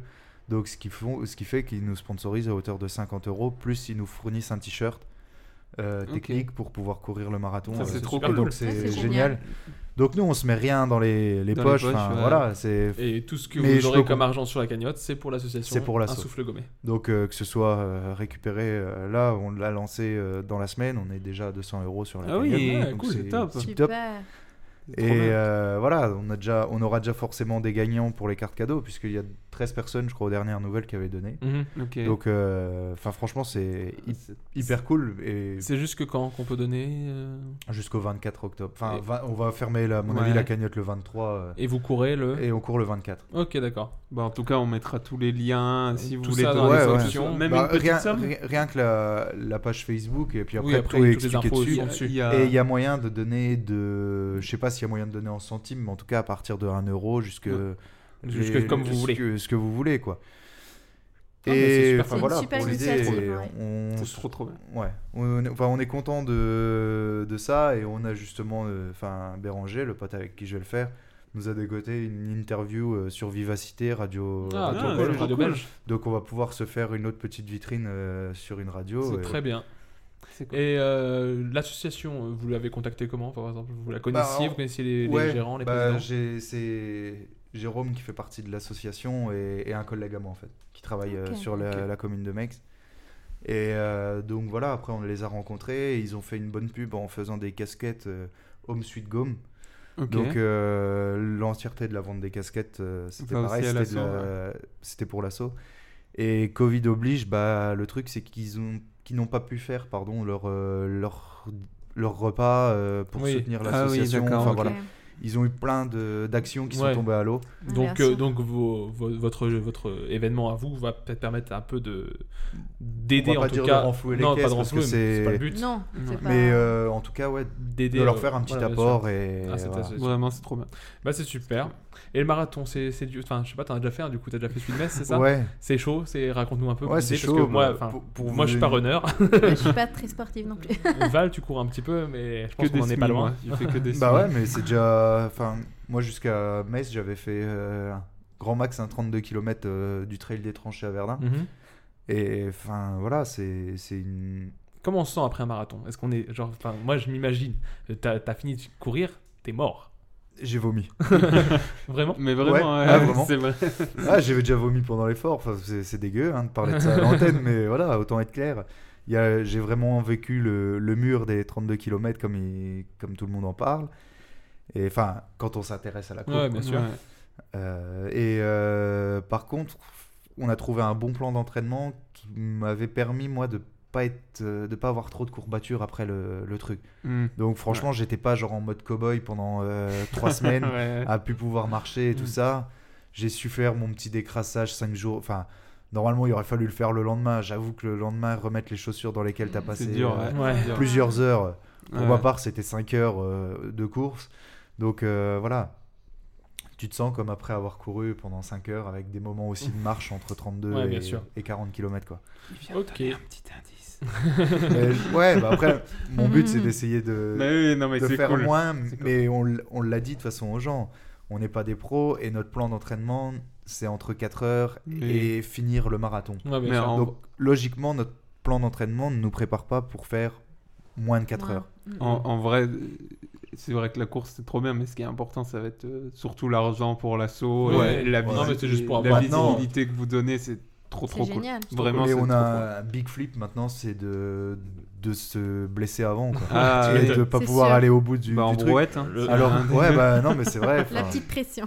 Speaker 6: Donc, ce qui, font, ce qui fait qu'ils nous sponsorisent à hauteur de 50 euros, plus ils nous fournissent un t-shirt euh,
Speaker 5: Ok.
Speaker 6: technique pour pouvoir courir le marathon.
Speaker 5: Ça, c'est
Speaker 6: euh,
Speaker 5: trop
Speaker 6: et
Speaker 5: cool.
Speaker 6: Donc,
Speaker 5: Ça,
Speaker 6: c'est
Speaker 5: c'est
Speaker 6: génial.
Speaker 5: génial.
Speaker 6: Donc, nous, on se met rien dans les, les
Speaker 8: Dans les
Speaker 6: poches.
Speaker 8: poches,
Speaker 6: enfin,
Speaker 8: ouais.
Speaker 6: voilà, c'est-
Speaker 8: Et tout ce que
Speaker 6: Mais
Speaker 8: vous
Speaker 6: je
Speaker 8: aurez
Speaker 6: peux
Speaker 8: comme argent sur la cagnotte, c'est pour l'association.
Speaker 6: c'est pour la
Speaker 8: Un souffle gommé.
Speaker 6: Donc euh, que ce soit euh, récupéré, euh, là on l'a lancé euh, dans la semaine, on est déjà à 200 euros sur la
Speaker 5: Ah oui,
Speaker 6: cagnotte,
Speaker 5: ouais,
Speaker 6: donc
Speaker 5: cool, c'est top.
Speaker 6: tip
Speaker 5: Super.
Speaker 6: top.
Speaker 5: C'est
Speaker 6: Et
Speaker 5: trop bien.
Speaker 6: euh, voilà, on, a déjà, on aura déjà forcément des gagnants pour les cartes cadeaux, puisqu'il y a 13 personnes, je crois, aux dernières nouvelles qui avaient donné.
Speaker 8: Mhm, ok.
Speaker 6: Donc, euh, enfin, franchement, c'est hy- hyper cool. Et
Speaker 8: C'est jusque quand qu'on peut donner euh,
Speaker 6: jusqu'au 24 octobre. Enfin,
Speaker 8: Et-
Speaker 6: vingt- on va fermer, la, à mon
Speaker 8: Ouais.
Speaker 6: avis, la cagnotte le 23. euh,
Speaker 8: Et vous courez le.
Speaker 6: Et on court le 24.
Speaker 8: Ok, d'accord.
Speaker 5: Bah, en tout cas, on mettra tous les liens si vous
Speaker 8: Tout
Speaker 5: voulez
Speaker 8: ça
Speaker 5: donner
Speaker 8: dans les
Speaker 5: quelque
Speaker 8: options.
Speaker 5: chose. Même
Speaker 6: Bah,
Speaker 5: une petite
Speaker 6: rien,
Speaker 5: somme.
Speaker 6: rien- rien que la, la page Facebook et puis après,
Speaker 8: Oui, après,
Speaker 6: tout est
Speaker 8: toutes les
Speaker 6: expliqué
Speaker 8: infos
Speaker 6: dessus.
Speaker 8: sont dessus.
Speaker 6: Il y a- Et il y a moyen de donner de. Je sais pas s'il y a moyen de donner en centimes, mais en tout cas à partir de 1 euro jusque.
Speaker 8: Jusque comme vous
Speaker 6: ce
Speaker 8: voulez.
Speaker 6: que- ce que vous voulez, quoi.
Speaker 8: Ah, mais c'est
Speaker 6: Et
Speaker 8: super
Speaker 6: enfin
Speaker 8: cool.
Speaker 6: voilà,
Speaker 8: C'est une super
Speaker 6: pour l'idée,
Speaker 8: initiative, ouais.
Speaker 6: on,
Speaker 8: C'est trop, trop bien.
Speaker 6: Ouais, on est, enfin, on est content de, de ça et on a justement, euh, enfin Béranger, le pote avec qui je vais le faire, nous a dégoté une interview euh, sur Vivacité Radio,
Speaker 8: Ah,
Speaker 6: radio
Speaker 8: ah,
Speaker 6: belge.
Speaker 8: ouais, radio belge.
Speaker 6: Donc on va pouvoir se faire une autre petite vitrine euh, sur une radio.
Speaker 8: C'est
Speaker 6: et-
Speaker 8: très bien. Et euh, l'association, euh, vous l'avez contactée comment, par exemple Vous la connaissiez
Speaker 6: Bah,
Speaker 8: Vous connaissiez les, les
Speaker 6: ouais,
Speaker 8: gérants, les
Speaker 6: bah,
Speaker 8: présidents
Speaker 6: j'ai- C'est Jérôme qui fait partie de l'association et, et un collègue à moi en fait, qui travaille euh,
Speaker 5: Ok.
Speaker 6: sur la, la commune de Mex. Et euh, donc voilà, après on les a rencontrés, et ils ont fait une bonne pub en faisant des casquettes euh, Home Sweet Gomme.
Speaker 5: Ok.
Speaker 6: Donc euh, l'entièreté de la vente des casquettes, euh, c'était
Speaker 5: Enfin,
Speaker 6: pareil,
Speaker 5: aussi à
Speaker 6: c'était de
Speaker 5: l'assaut,
Speaker 6: la- c'était pour l'assaut. Et Covid oblige, bah, le truc c'est qu'ils ont qu'ils n'ont pas pu faire pardon leur euh, leur leur repas euh, pour
Speaker 8: Oui.
Speaker 6: soutenir
Speaker 8: Ah oui,
Speaker 6: l'association.
Speaker 8: d'accord,
Speaker 6: Enfin,
Speaker 8: ok.
Speaker 6: voilà. Ils ont eu plein de- d'actions qui
Speaker 8: Ouais.
Speaker 6: sont tombées à l'eau.
Speaker 8: Donc, euh, donc vos- vos- votre, votre événement à vous va peut-être permettre un peu de
Speaker 6: On
Speaker 8: d'aider
Speaker 6: va
Speaker 8: en
Speaker 6: pas
Speaker 8: tout
Speaker 6: dire
Speaker 8: cas.
Speaker 6: de renflouer les
Speaker 8: non,
Speaker 6: caisses
Speaker 8: pas de
Speaker 6: parce que
Speaker 8: renflouer, mais
Speaker 6: c'est
Speaker 8: c'est pas le but.
Speaker 9: Non, c'est pas-
Speaker 6: Mais euh, en tout cas, ouais,
Speaker 8: D'aider,
Speaker 6: de leur
Speaker 8: euh,
Speaker 6: faire un petit
Speaker 8: voilà, bien sûr.
Speaker 6: apport et euh,
Speaker 8: Ah, c'est
Speaker 6: voilà.
Speaker 8: assez- Bah c'est super. Et le marathon, c'est c'est du, enfin je sais pas, t'en as déjà fait, hein, du coup t'as déjà fait celui de Metz, c'est ça
Speaker 6: Ouais.
Speaker 8: C'est chaud, c'est raconte-nous un peu.
Speaker 6: Ouais, c'est
Speaker 8: l'idée, parce
Speaker 6: chaud,
Speaker 8: que moi,
Speaker 6: bah,
Speaker 8: enfin,
Speaker 6: pour- pour
Speaker 8: moi je suis pas
Speaker 6: vous-
Speaker 8: runner.
Speaker 9: Je suis pas très sportive non plus.
Speaker 8: Euh, Val, tu cours un petit peu, mais je pense
Speaker 5: Que des
Speaker 8: qu'on en est pas
Speaker 5: semis,
Speaker 8: loin.
Speaker 5: moi. Il fait que des
Speaker 6: Bah ouais, mais c'est déjà. Enfin, moi jusqu'à Metz, j'avais fait euh, un grand max un 32 km du trail des tranchées à Verdun.
Speaker 8: Mhm.
Speaker 6: Et enfin voilà, c'est c'est une.
Speaker 8: Comment on se sent après un marathon Est-ce qu'on est genre, enfin moi je m'imagine, euh, t'as as fini de courir, t'es mort.
Speaker 6: J'ai vomi.
Speaker 8: Vraiment
Speaker 5: Mais
Speaker 6: Ouais.
Speaker 5: vraiment, ouais,
Speaker 6: Ah, vraiment.
Speaker 5: c'est vrai.
Speaker 6: Ah, j'avais déjà vomi pendant l'effort. Enfin, c'est c'est dégueu hein, de parler de ça à l'antenne, mais voilà, autant être clair. Il y a- J'ai vraiment vécu le, le mur des 32 km comme, il- comme tout le monde en parle. Et enfin, quand on s'intéresse à la course.
Speaker 8: Ouais, bien
Speaker 6: quoi.
Speaker 8: sûr. Ouais.
Speaker 6: Euh, et euh, par contre, on a trouvé un bon plan d'entraînement qui m'avait permis, moi, de pas être euh, de pas avoir trop de courbatures après le, le truc
Speaker 5: Mm.
Speaker 6: donc franchement j'étais pas genre en mode cowboy pendant euh, trois semaines
Speaker 5: Ouais.
Speaker 6: à pu pouvoir marcher et tout
Speaker 5: Mm.
Speaker 6: ça. J'ai su faire mon petit décrassage 5 jours. Enfin, normalement, il aurait fallu le faire le lendemain. J'avoue que le lendemain, remettre les chaussures dans lesquelles tu as passé
Speaker 5: Mm, dur,
Speaker 6: euh,
Speaker 5: ouais. Ouais.
Speaker 6: plusieurs heures. Pour
Speaker 5: Ouais.
Speaker 6: ma part, c'était 5 heures euh, de course. Donc euh, voilà. Tu te sens comme après avoir couru pendant 5 heures avec des moments aussi de marche entre 32
Speaker 8: Ouais, bien
Speaker 6: et,
Speaker 8: sûr.
Speaker 6: et 40 km. Quoi.
Speaker 8: Ok.
Speaker 6: Mais, ouais, bah après, mon but c'est d'essayer de,
Speaker 5: Mm. Mais oui, non, mais
Speaker 6: Euh, de
Speaker 5: c'est
Speaker 6: faire
Speaker 5: cool.
Speaker 6: moins, mais on, l- on l'a dit de toute façon aux gens, on n'est pas des pros et notre plan d'entraînement c'est entre 4 heures et finir le marathon.
Speaker 8: Ouais, bien Mais sûr. en-
Speaker 6: Donc logiquement, notre plan d'entraînement ne nous prépare pas pour faire moins de 4 heures.
Speaker 5: En, en vrai, euh, c'est vrai que la course c'est trop bien, mais ce qui est important, ça va être euh, surtout l'argent pour l'assaut, et
Speaker 8: Ouais.
Speaker 5: la,
Speaker 8: Ouais.
Speaker 5: visi-
Speaker 8: Non, mais c'est juste pour
Speaker 5: la
Speaker 8: avoir-
Speaker 5: visibilité que vous donnez, c'est trop trop cool. Vraiment,
Speaker 6: et
Speaker 5: c'est
Speaker 6: on
Speaker 5: trop cool.
Speaker 6: a un big flip maintenant, c'est de de se blesser avant quoi.
Speaker 5: Ah,
Speaker 6: et
Speaker 5: ouais.
Speaker 6: de pas
Speaker 5: C'est
Speaker 6: pouvoir
Speaker 5: sûr.
Speaker 6: aller au bout du,
Speaker 5: Bah, en
Speaker 6: du truc.
Speaker 5: brouette, hein. Le-
Speaker 6: alors
Speaker 5: un des
Speaker 6: ouais
Speaker 5: deux.
Speaker 6: bah non mais c'est vrai
Speaker 9: La
Speaker 6: enfin,
Speaker 9: petite pression.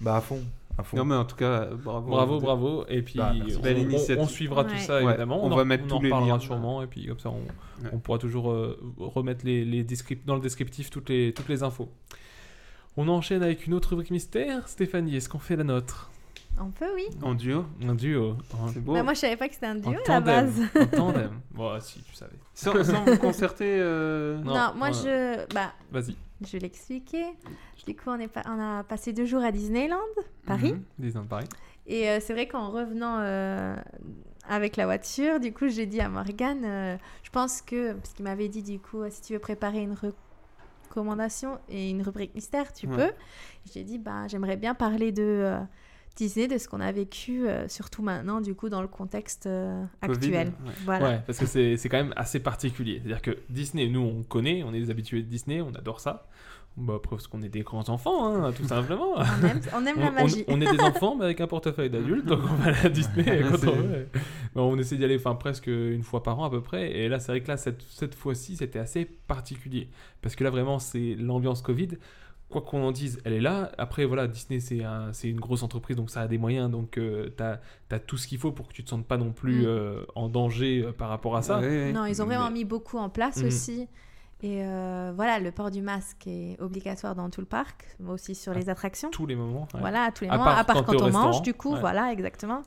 Speaker 6: bah à fond à fond
Speaker 5: Non, mais en tout cas, euh, bravo.
Speaker 8: Bravo, bravo. Et puis,
Speaker 5: Bah, merci.
Speaker 8: on-
Speaker 5: Belle
Speaker 8: on,
Speaker 5: initiative.
Speaker 8: on suivra tout ça,
Speaker 5: Ouais.
Speaker 8: évidemment.
Speaker 5: On,
Speaker 8: en-
Speaker 5: va mettre
Speaker 8: en
Speaker 5: tous les
Speaker 8: reparlera
Speaker 5: liens.
Speaker 8: sûrement. Et puis, comme ça, on, on pourra toujours euh, remettre les, les descrip- dans le descriptif toutes les, toutes les infos. On enchaîne avec une autre rubrique mystère. Stéphanie, est-ce qu'on fait la nôtre
Speaker 9: On peut, oui.
Speaker 5: En duo
Speaker 8: En duo. C'est
Speaker 5: Oh.
Speaker 9: Bah, moi, je savais pas que c'était un duo
Speaker 8: en
Speaker 9: à la
Speaker 8: tandem.
Speaker 9: base.
Speaker 8: En tandem. Bon, si, tu savais.
Speaker 5: Sans, sans vous concerter. euh,
Speaker 9: Non, moi, je. Bah,
Speaker 8: Vas-y.
Speaker 9: Je vais l'expliquer. Du coup, on, est pas... on a passé deux jours à Disneyland, Paris.
Speaker 8: Mhm. Disneyland Paris.
Speaker 9: Et euh, c'est vrai qu'en revenant euh, avec la voiture, du coup, j'ai dit à Morgane, euh, je pense que, parce qu'il m'avait dit, du coup, euh, si tu veux préparer une recommandation et une rubrique mystère, tu
Speaker 13: Ouais.
Speaker 9: peux. J'ai dit, bah, j'aimerais bien parler de euh, Disney de ce qu'on a vécu, euh, surtout maintenant, du coup, dans le contexte euh,
Speaker 8: Covid,
Speaker 9: actuel.
Speaker 8: ouais.
Speaker 9: Voilà.
Speaker 8: Ouais, parce que c'est c'est quand même assez particulier. C'est-à-dire que Disney, nous, on connaît, on est des habitués de Disney, on adore ça. Bah, parce qu'on est des grands enfants, hein, tout simplement.
Speaker 9: On aime- on aime la magie.
Speaker 8: On, est des enfants, mais avec un portefeuille d'adulte, donc on va aller à Disney quand on veut. Bon, on essaie d'y aller enfin, presque une fois par an à peu près. Et là, c'est vrai que là, cette, cette fois-ci, c'était assez particulier. Parce que là, vraiment, c'est l'ambiance Covid. Quoi qu'on en dise, elle est là. Après, voilà, Disney, c'est un- c'est une grosse entreprise, donc ça a des moyens. Donc, tu t'as as tout ce qu'il faut pour que tu te sentes pas non
Speaker 9: Mm.
Speaker 8: plus euh, en danger euh, par rapport à ça.
Speaker 9: Non, ils ont vraiment
Speaker 8: Mais-
Speaker 9: mis beaucoup en place
Speaker 8: Mhm.
Speaker 9: aussi. Et euh, voilà, le port du masque est obligatoire dans tout le parc, mais aussi sur les attractions.
Speaker 8: tous les moments, ouais.
Speaker 9: Voilà, à tous les
Speaker 8: À
Speaker 9: moments,
Speaker 8: part
Speaker 9: à part
Speaker 8: quand t'es
Speaker 9: quand
Speaker 8: au
Speaker 9: on mange,
Speaker 8: restaurant,
Speaker 9: du coup,
Speaker 8: ouais.
Speaker 9: voilà, exactement.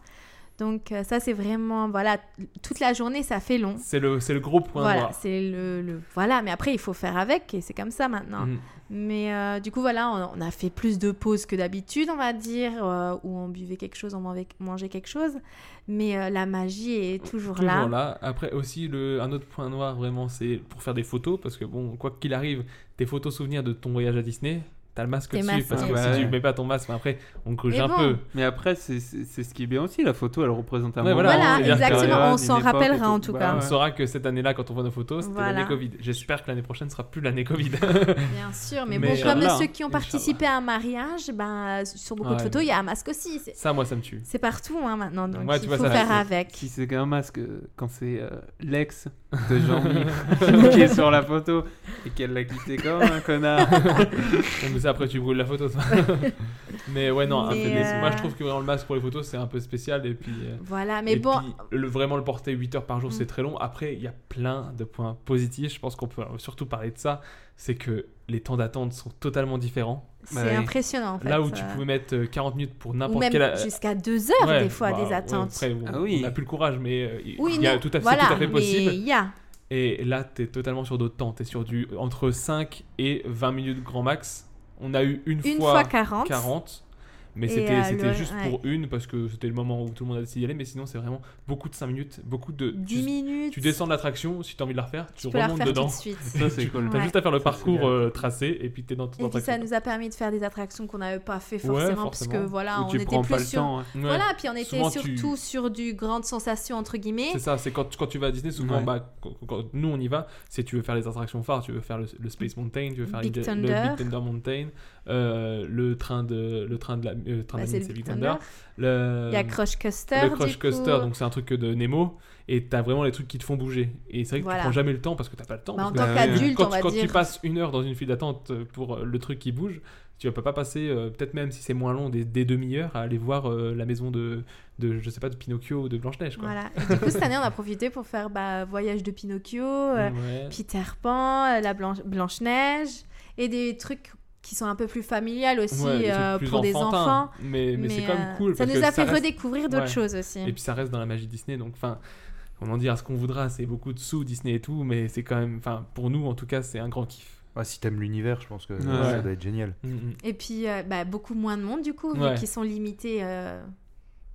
Speaker 9: Donc euh, ça, c'est vraiment, voilà, toute la journée, ça fait long.
Speaker 8: C'est le, c'est le gros point
Speaker 9: Voilà,
Speaker 8: noir.
Speaker 9: c'est le, le- Voilà, mais après, il faut faire avec, et c'est comme ça maintenant.
Speaker 8: Mhm.
Speaker 9: Mais euh, du coup, voilà, on, on a fait plus de pauses que d'habitude, on va dire, euh, où on buvait quelque chose, on mangeait- mangeait quelque chose. Mais euh, la magie est toujours,
Speaker 8: Toujours là. Après aussi, le, un autre point noir vraiment, c'est pour faire des photos, parce que bon, quoi qu'il arrive, tes photos souvenirs de ton voyage à Disney, t'as le masque
Speaker 9: T'es
Speaker 8: dessus,
Speaker 9: masqué.
Speaker 8: parce que bah,
Speaker 5: Ouais.
Speaker 8: si tu mets pas ton masque, après, on gruge
Speaker 9: Et
Speaker 8: un
Speaker 9: bon.
Speaker 8: peu.
Speaker 5: Mais après, c'est c'est- c'est ce qui est bien aussi. La photo, elle représente un
Speaker 8: Ouais,
Speaker 5: moment.
Speaker 8: voilà. Voilà,
Speaker 5: c'est-à-dire qu'il y a
Speaker 9: exactement,
Speaker 5: une
Speaker 9: on s'en
Speaker 5: époque et
Speaker 9: rappellera en tout
Speaker 5: Bah,
Speaker 9: cas.
Speaker 8: On
Speaker 5: ouais.
Speaker 8: saura que cette année-là, quand on voit nos photos, c'était
Speaker 9: Voilà.
Speaker 8: l'année Covid. J'espère que l'année prochaine sera plus l'année Covid.
Speaker 9: Bien sûr, mais,
Speaker 8: Mais
Speaker 9: bon, comme
Speaker 8: Inch'Allah,
Speaker 9: ceux qui ont
Speaker 8: Inch'Allah.
Speaker 9: participé à un mariage, ben, euh, sur beaucoup
Speaker 5: Ah
Speaker 9: de
Speaker 5: ouais,
Speaker 9: photos, il
Speaker 5: mais-
Speaker 9: y a un masque aussi. c'est-
Speaker 8: Ça, moi, ça me tue.
Speaker 9: C'est partout hein, maintenant, donc
Speaker 5: Moi,
Speaker 9: il faut faire avec.
Speaker 5: Si c'est qu'un masque, euh, quand c'est euh, l'ex de Jean-Mi qui est sur la photo et qu'elle l'a quitté comme un connard.
Speaker 8: Mais ça, après, tu brûles la photo. ça. mais ouais, non,
Speaker 9: Mais,
Speaker 8: après, les-
Speaker 9: euh,
Speaker 8: moi, je trouve que vraiment le masque pour les photos, c'est un peu spécial. Et puis. euh,
Speaker 9: Voilà, mais
Speaker 8: et
Speaker 9: bon-
Speaker 8: puis, le, vraiment, le porter 8 heures par jour,
Speaker 9: Mm.
Speaker 8: c'est très long. Après, il y a plein de points positifs. Je pense qu'on peut surtout parler de ça. C'est que les temps d'attente sont totalement différents.
Speaker 9: C'est Ouais. impressionnant, en fait,
Speaker 8: Là où tu
Speaker 9: euh.
Speaker 8: pouvais mettre euh, 40 minutes pour
Speaker 9: Ou
Speaker 8: n'importe
Speaker 9: même
Speaker 8: quelle. euh,
Speaker 9: jusqu'à deux heures,
Speaker 8: Ouais,
Speaker 9: des fois,
Speaker 8: bah,
Speaker 9: des
Speaker 8: ouais,
Speaker 9: attentes.
Speaker 8: après, bon, On n'a plus le courage, mais euh, il
Speaker 9: Oui,
Speaker 8: il y a
Speaker 9: non,
Speaker 8: tout à, c'est
Speaker 9: voilà,
Speaker 8: tout à fait
Speaker 9: mais
Speaker 8: possible.
Speaker 9: il y a.
Speaker 8: Et là, tu es totalement sur d'autres temps. Tu es sur du entre 5 et 20 minutes grand max. On a eu une,
Speaker 9: Une fois 40.
Speaker 8: mais
Speaker 9: Et,
Speaker 8: c'était
Speaker 9: euh,
Speaker 8: c'était
Speaker 9: le-
Speaker 8: juste
Speaker 9: ouais.
Speaker 8: pour une parce que c'était le moment où tout le monde a décidé d'y aller. Mais sinon, c'est vraiment beaucoup de 5 minutes, beaucoup de.
Speaker 9: 10
Speaker 8: tu-
Speaker 9: minutes.
Speaker 8: Tu descends de l'attraction, si tu as envie de la refaire, tu,
Speaker 9: peux la
Speaker 8: remontes
Speaker 9: refaire tout
Speaker 8: dedans.
Speaker 9: de suite.
Speaker 8: Et
Speaker 5: Ça, c'est
Speaker 8: tu-
Speaker 5: cool.
Speaker 8: T'as
Speaker 9: Ouais.
Speaker 8: juste à faire le parcours euh, tracé et puis t'es dans ton
Speaker 9: Et puis
Speaker 8: attraction.
Speaker 9: ça nous a permis de faire des attractions qu'on n'avait pas fait
Speaker 8: Ouais,
Speaker 9: forcément,
Speaker 8: forcément.
Speaker 9: parce que voilà,
Speaker 8: Ou
Speaker 9: on
Speaker 8: tu
Speaker 9: était
Speaker 8: prends
Speaker 9: plus
Speaker 8: pas le
Speaker 9: sur...
Speaker 5: hein.
Speaker 8: temps, ouais. Ouais.
Speaker 9: Voilà, puis on était
Speaker 8: Souvent, tu-
Speaker 9: surtout sur du grande sensation, entre guillemets.
Speaker 8: C'est ça, c'est quand, quand tu vas à Disney, souvent,
Speaker 5: Ouais.
Speaker 8: bah, quand, quand nous on y va, c'est tu veux faire les attractions phares, tu veux faire le, le Space Mountain, tu veux faire
Speaker 9: Big
Speaker 8: le, le
Speaker 9: Thunder.
Speaker 8: Big Thunder Mountain, euh, le train de le train de la euh, train
Speaker 9: Bah,
Speaker 8: de la mine,
Speaker 9: c'est le
Speaker 8: c'est Big
Speaker 9: Big Thunder.
Speaker 8: Thunder. Le-
Speaker 9: Il y a Crush Coaster,
Speaker 8: Euh, Le
Speaker 9: du
Speaker 8: Crush
Speaker 9: coup.
Speaker 8: Coaster, donc c'est un truc de Nemo, et t'as vraiment les trucs qui te font bouger. Et c'est vrai que
Speaker 9: Voilà.
Speaker 8: tu prends jamais le temps parce que t'as pas le temps.
Speaker 9: Bah,
Speaker 8: parce
Speaker 9: en
Speaker 8: que
Speaker 9: tant
Speaker 8: quand-
Speaker 9: qu'adulte,
Speaker 8: quand,
Speaker 9: on va
Speaker 8: quand tu
Speaker 9: dire.
Speaker 8: passes une heure dans une file d'attente pour euh, le truc qui bouge, tu vas pas passer, euh, peut-être même si c'est moins long, des, des demi-heures à aller voir euh, la maison de, de, je sais pas, de Pinocchio ou de Blanche-Neige. quoi.
Speaker 9: Voilà. Et du coup, cette année, on a profité pour faire bah, Voyage de Pinocchio, euh,
Speaker 8: Ouais.
Speaker 9: Peter Pan, euh, la Blanche- Blanche-Neige, et des trucs qui sont un peu plus familiales aussi
Speaker 8: Ouais, des trucs
Speaker 9: euh,
Speaker 8: plus
Speaker 9: pour des
Speaker 8: enfantins.
Speaker 9: enfants.
Speaker 8: Mais, mais, c'est quand même
Speaker 9: euh,
Speaker 8: cool.
Speaker 9: Ça
Speaker 8: parce
Speaker 9: nous
Speaker 8: que
Speaker 9: a fait
Speaker 8: reste-
Speaker 9: redécouvrir d'autres
Speaker 8: Ouais.
Speaker 9: choses aussi.
Speaker 8: Et puis ça reste dans la magie Disney, donc enfin, on en dira ce qu'on voudra, c'est beaucoup de sous Disney et tout, mais c'est quand même, enfin, pour nous en tout cas, c'est un grand kiff.
Speaker 6: Ouais, si t'aimes l'univers, je pense que
Speaker 8: Ouais.
Speaker 6: ça doit être génial.
Speaker 8: Mm, mm.
Speaker 9: Et puis, euh, bah, beaucoup moins de monde, du coup,
Speaker 8: Ouais.
Speaker 9: vu qu'ils sont limités euh,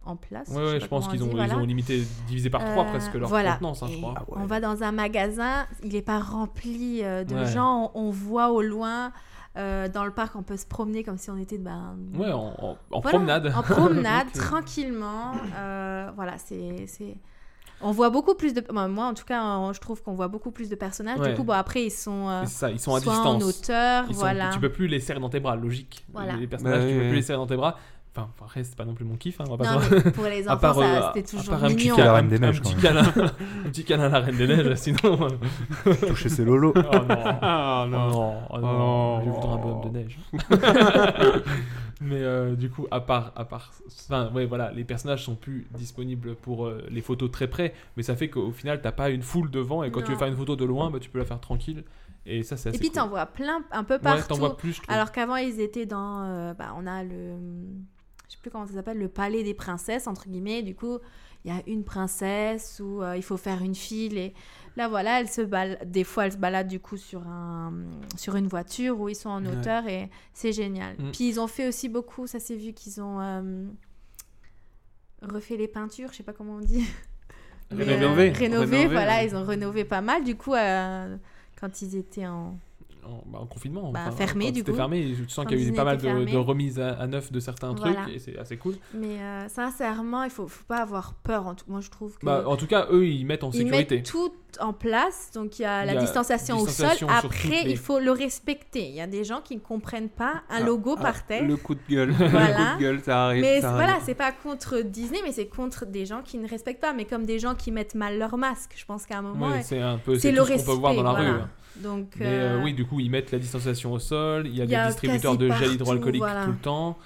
Speaker 9: en place.
Speaker 8: Ouais, ouais,
Speaker 9: sais
Speaker 8: je
Speaker 9: pas
Speaker 8: pense
Speaker 9: comment on
Speaker 8: qu'ils
Speaker 9: dit,
Speaker 8: ont, ils
Speaker 9: voilà.
Speaker 8: ont limité, divisé par 3
Speaker 9: Euh,
Speaker 8: presque leur
Speaker 9: voilà.
Speaker 8: contenance, hein, je
Speaker 9: Et ah
Speaker 8: crois.
Speaker 6: Ah
Speaker 9: On va dans un magasin, il n'est pas rempli euh, de
Speaker 8: Ouais.
Speaker 9: gens, on, on voit au loin. euh, dans le parc, on peut se promener comme si on était ben,
Speaker 8: Ouais, en- en- en
Speaker 9: voilà,
Speaker 8: promenade.
Speaker 9: En promenade,
Speaker 8: Ok.
Speaker 9: tranquillement. euh, voilà, c'est. c'est- On voit beaucoup plus de. ben, moi, en tout cas, on- je trouve qu'on voit beaucoup plus de personnages.
Speaker 8: Ouais.
Speaker 9: Du coup, bon, après, ils sont. euh,
Speaker 8: Et c'est ça, ils sont à
Speaker 9: soit
Speaker 8: distance.
Speaker 9: en hauteur,
Speaker 8: Ils sont-
Speaker 9: voilà.
Speaker 8: Tu peux plus les serrer dans tes bras, logique.
Speaker 9: Voilà.
Speaker 8: Les personnages,
Speaker 5: Bah
Speaker 8: tu
Speaker 5: oui,
Speaker 8: peux plus
Speaker 5: oui.
Speaker 8: les serrer dans tes bras. Enfin, après, c'est pas non plus mon kiff. hein, on va pas
Speaker 9: Non,
Speaker 8: se-
Speaker 9: mais pour les
Speaker 8: à part,
Speaker 9: enfants, ça,
Speaker 8: euh,
Speaker 9: c'était
Speaker 8: à
Speaker 9: toujours
Speaker 8: part un petit
Speaker 9: mignon.
Speaker 8: câlin-
Speaker 6: La Reine des
Speaker 8: un
Speaker 6: Neiges,
Speaker 8: petit
Speaker 6: quand même.
Speaker 8: câlin- Un petit câlin à la Reine des Neiges, sinon. euh.
Speaker 6: Toucher ses lolos.
Speaker 8: Oh non.
Speaker 5: Ah, non.
Speaker 8: Oh non. Oh non. Je voudrais un bonhomme de neige. Mais euh, du coup, à part, à part, enfin, ouais, voilà, les personnages sont plus disponibles pour euh, les photos très près, mais ça fait qu'au final, t'as pas une foule devant et quand tu veux
Speaker 9: Non.
Speaker 8: faire une photo de loin, bah, tu peux la faire tranquille. Et ça, c'est
Speaker 9: Et
Speaker 8: assez
Speaker 9: puis,
Speaker 8: cool.
Speaker 9: t'en vois plein, un peu
Speaker 8: Ouais,
Speaker 9: partout.
Speaker 8: t'en vois plus, je trouve.
Speaker 9: Alors qu'avant, ils étaient dans. euh, bah, on a le. Je sais plus comment ça s'appelle, le palais des princesses, entre guillemets. Du coup, il y a une princesse où euh, il faut faire une file. Et là, voilà, elle se bal... des fois, elle se balade du coup sur, un... sur une voiture où ils sont en
Speaker 8: Ouais.
Speaker 9: hauteur et c'est génial.
Speaker 8: Mm.
Speaker 9: Puis, ils ont fait aussi beaucoup, ça s'est vu qu'ils ont. euh, refait les peintures, je sais pas comment on dit. Mais, euh,
Speaker 5: Rénové.
Speaker 9: rénové,
Speaker 5: Rénové,
Speaker 9: voilà,
Speaker 5: ouais.
Speaker 9: ils ont rénové pas mal. Du coup, euh, quand ils étaient en,
Speaker 8: en, bah, en confinement.
Speaker 9: Bah, fermé,
Speaker 8: quand
Speaker 9: du
Speaker 8: c'était
Speaker 9: coup.
Speaker 8: fermé, je sens
Speaker 9: Quand
Speaker 8: qu'il y a eu
Speaker 9: Disney
Speaker 8: pas mal
Speaker 9: était
Speaker 8: de,
Speaker 9: fermé.
Speaker 8: de remises à, à neuf de certains
Speaker 9: Voilà.
Speaker 8: trucs et c'est assez cool.
Speaker 9: Mais euh, sincèrement, il faut, faut pas avoir peur. En tout- Moi, je trouve que.
Speaker 8: Bah, en tout cas, eux, ils mettent en
Speaker 9: ils
Speaker 8: sécurité.
Speaker 9: mettent tout en place, donc il y a
Speaker 8: Il
Speaker 9: la
Speaker 8: y a
Speaker 9: distanciation,
Speaker 8: distanciation
Speaker 9: au sol.
Speaker 8: sur
Speaker 9: Après,
Speaker 8: toutes les-
Speaker 9: il faut le respecter. Il y a des gens qui ne comprennent pas un logo
Speaker 5: Ah,
Speaker 9: par terre.
Speaker 5: Le coup de gueule. Le
Speaker 9: Voilà.
Speaker 5: coup de gueule, ça arrive.
Speaker 9: Mais
Speaker 5: ça
Speaker 9: voilà,
Speaker 5: arrive.
Speaker 9: c'est pas contre Disney, mais c'est contre des gens qui ne respectent pas. Mais comme des gens qui mettent mal leur masque, je pense qu'à un moment,
Speaker 8: Ouais,
Speaker 9: euh,
Speaker 8: c'est un peu
Speaker 9: c'est
Speaker 8: c'est
Speaker 9: le
Speaker 8: tout ce qu'on peut voir dans la
Speaker 9: respect,
Speaker 8: rue.
Speaker 9: voilà.
Speaker 8: hein.
Speaker 9: Donc,
Speaker 8: Mais euh,
Speaker 9: euh,
Speaker 8: oui, du coup, ils mettent la distanciation au sol, il y a
Speaker 9: il y
Speaker 8: des
Speaker 9: a
Speaker 8: distributeurs de
Speaker 9: quasi
Speaker 8: gel
Speaker 9: partout,
Speaker 8: hydroalcoolique
Speaker 9: voilà.
Speaker 8: tout le temps.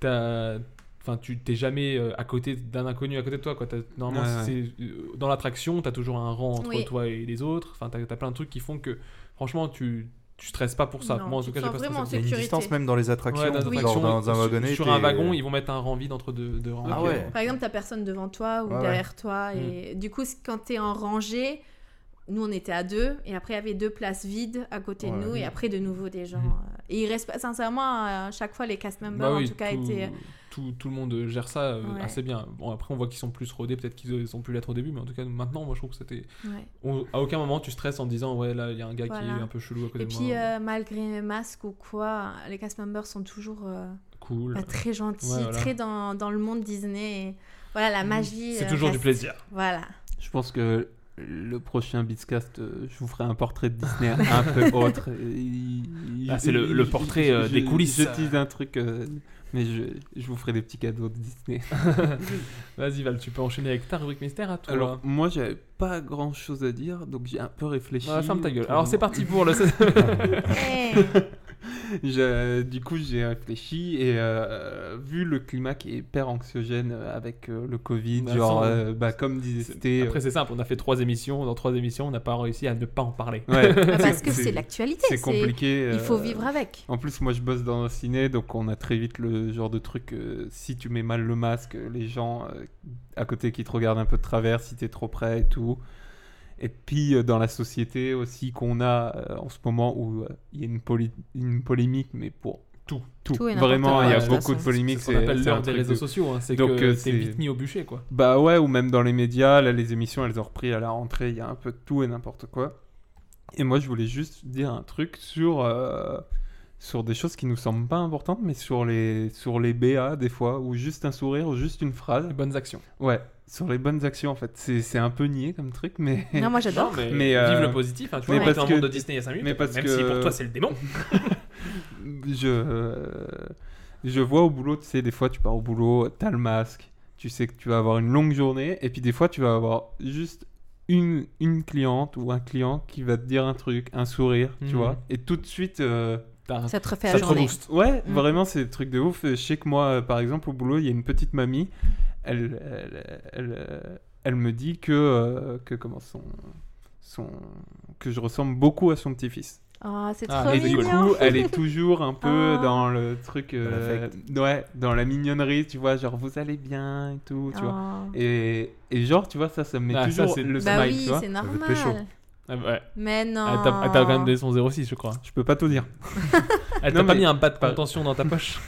Speaker 8: T'as- Enfin, tu t'es jamais euh, à côté d'un inconnu à côté de toi. Quoi. T'as- Normalement,
Speaker 5: Ouais,
Speaker 8: c'est- euh, dans l'attraction, t'as toujours un rang entre
Speaker 9: Oui.
Speaker 8: toi et les autres. Enfin, t'as as plein de trucs qui font que, franchement, tu, tu stresses pas pour ça.
Speaker 9: Non,
Speaker 8: Moi, en
Speaker 9: tu
Speaker 8: tout
Speaker 9: te
Speaker 8: cas, j'ai
Speaker 9: sens
Speaker 8: pas stressé.
Speaker 9: vraiment en
Speaker 8: pour ça.
Speaker 9: sécurité.
Speaker 6: une distance même dans les attractions.
Speaker 8: Ouais, dans les
Speaker 6: Genre
Speaker 8: attractions,
Speaker 6: dans un
Speaker 8: sur-
Speaker 6: wagonnet,
Speaker 8: Sur
Speaker 6: t'es-
Speaker 8: un wagon, ils vont mettre un rang vide entre deux, deux rangs.
Speaker 6: Ah ouais.
Speaker 9: Par exemple, t'as personne devant toi ou
Speaker 8: Ouais,
Speaker 9: derrière
Speaker 8: ouais. Hmm.
Speaker 9: toi. Et du coup, c- quand t'es en rangée, nous on était à deux, et après il y avait deux places vides à côté
Speaker 8: Ouais.
Speaker 9: de nous, et
Speaker 8: Mm.
Speaker 9: après de nouveau des gens.
Speaker 8: Mm.
Speaker 9: euh, Et ils restent sincèrement, euh, à chaque fois les cast members
Speaker 8: Bah oui,
Speaker 9: en tout cas
Speaker 8: tout,
Speaker 9: étaient.
Speaker 8: tout, tout le monde gère ça euh,
Speaker 9: Ouais.
Speaker 8: assez bien. Bon, après, on voit qu'ils sont plus rodés, peut-être qu'ils euh, ils ont pu l'être au début, mais en tout cas, maintenant, moi, je trouve que c'était.
Speaker 9: euh, Ouais.
Speaker 8: on- À aucun moment, tu stresses en disant, ouais, là, il y a un gars
Speaker 9: Voilà.
Speaker 8: qui est un peu chelou à côté
Speaker 9: Et
Speaker 8: de
Speaker 9: puis,
Speaker 8: moi.
Speaker 9: euh, malgré les masques ou quoi, les cast members sont toujours euh,
Speaker 8: Cool.
Speaker 9: bah, très gentils,
Speaker 8: Ouais, voilà. Hmm.
Speaker 9: très dans, dans le monde Disney. et Voilà, la magie.
Speaker 8: C'est
Speaker 9: euh,
Speaker 8: toujours du
Speaker 9: reste.
Speaker 8: plaisir.
Speaker 9: Voilà.
Speaker 5: Je pense que le prochain Beatscast, euh, je vous ferai un portrait de Disney un peu autre. Et-
Speaker 8: Ah, c'est le- le portrait, euh,
Speaker 5: je-
Speaker 8: des coulisses.
Speaker 5: Je tease un truc, euh, mais je, je vous ferai des petits cadeaux de Disney.
Speaker 8: Vas-y, Val, tu peux enchaîner avec ta rubrique mystère à toi.
Speaker 5: Alors, moi, j'avais pas grand chose à dire, donc j'ai un peu réfléchi.
Speaker 8: Ah, ferme ta gueule.
Speaker 5: Pour-
Speaker 8: Alors, c'est parti pour le.
Speaker 9: Eh,
Speaker 5: Je- euh, du coup, j'ai réfléchi et euh, vu le climat qui est hyper anxiogène euh, avec euh, le Covid,
Speaker 8: Bah,
Speaker 5: genre,
Speaker 8: sans-
Speaker 5: euh, bah, comme disait Sté,
Speaker 8: Après,
Speaker 5: euh,
Speaker 8: c'est simple, on a fait trois émissions. Dans trois émissions, on n'a pas réussi à ne pas en parler.
Speaker 5: Ouais.
Speaker 9: Bah, parce que c'est l'actualité,
Speaker 5: C'est
Speaker 9: c'est-
Speaker 5: compliqué.
Speaker 9: il faut
Speaker 5: euh,
Speaker 9: vivre avec.
Speaker 5: En plus, moi, je bosse dans le ciné, donc on a très vite le genre de truc. euh, si tu mets mal le masque, les gens euh, à côté qui te regardent un peu de travers, si t'es trop près et tout. Et puis euh, dans la société aussi qu'on a euh, en ce moment où euh, il y a une, poly- une polémique, mais pour tout, tout,
Speaker 8: Tout et n'importe
Speaker 5: vraiment,
Speaker 8: quoi,
Speaker 5: il y a
Speaker 8: de toute
Speaker 5: beaucoup de
Speaker 8: façon.
Speaker 5: polémiques.
Speaker 8: C'est ce qu'on appelle
Speaker 5: c'est
Speaker 8: l'heure
Speaker 5: un
Speaker 8: des
Speaker 5: truc
Speaker 8: réseaux
Speaker 5: de-
Speaker 8: sociaux, hein, c'est
Speaker 5: Donc,
Speaker 8: que
Speaker 5: euh,
Speaker 8: t'es
Speaker 5: c'est
Speaker 8: vite mis au bûcher, quoi.
Speaker 5: Bah ouais, ou même dans les médias, là, les émissions, elles ont repris à la rentrée, il y a un peu de tout et n'importe quoi. Et moi, je voulais juste dire un truc sur, euh, sur des choses qui nous semblent pas importantes, mais sur les, sur les BA, des fois, ou juste un sourire, ou juste une phrase. Les
Speaker 8: bonnes actions.
Speaker 5: Ouais, sur les bonnes actions, en fait. C'est c'est un peu nié comme truc, mais...
Speaker 9: Non, moi, j'adore. Non, mais
Speaker 5: euh,
Speaker 8: vive le positif, hein, tu vois, on est dans le monde de Disney, il y a cinq minutes,
Speaker 5: mais parce
Speaker 8: même
Speaker 5: que-
Speaker 8: si pour toi, c'est le démon.
Speaker 5: je, euh, je vois au boulot, tu sais, des fois tu pars au boulot, t'as le masque, tu sais que tu vas avoir une longue journée, et puis des fois tu vas avoir juste une, une cliente ou un client qui va te dire un truc, un sourire, tu
Speaker 8: Mhm.
Speaker 5: vois, et tout de suite. euh,
Speaker 9: Ça te refait la journée.
Speaker 5: rebooste. Ouais,
Speaker 9: Mhm.
Speaker 5: vraiment, c'est des trucs de ouf. Je sais que moi, euh, par exemple, au boulot, il y a une petite mamie, elle, elle, elle, euh, elle me dit que, euh, que comment son, son, que je ressemble beaucoup à son petit-fils.
Speaker 9: Ah, c'est
Speaker 5: Ah,
Speaker 9: trop
Speaker 5: et du
Speaker 9: mignon.
Speaker 5: coup, elle est toujours un peu
Speaker 9: Ah.
Speaker 5: dans le truc, euh, ouais, dans la mignonnerie, tu vois, genre vous allez bien et tout, tu vois.
Speaker 9: Ah.
Speaker 5: Et, et genre, tu vois, ça, ça me met
Speaker 8: Ah, ça,
Speaker 5: toujours
Speaker 8: c'est-
Speaker 5: le
Speaker 9: Bah
Speaker 5: smile,
Speaker 9: oui,
Speaker 5: tu vois.
Speaker 9: c'est Ça fait pécho. normal.
Speaker 8: Ah, ouais.
Speaker 9: Mais non.
Speaker 8: Ah, t'as- ah, t'as
Speaker 9: Oh.
Speaker 8: quand même donné son 06, je crois.
Speaker 5: Je peux pas tout dire.
Speaker 8: Elle
Speaker 5: Non,
Speaker 8: t'a pas
Speaker 5: mais
Speaker 8: mis un bas de
Speaker 5: par-
Speaker 8: contention dans ta poche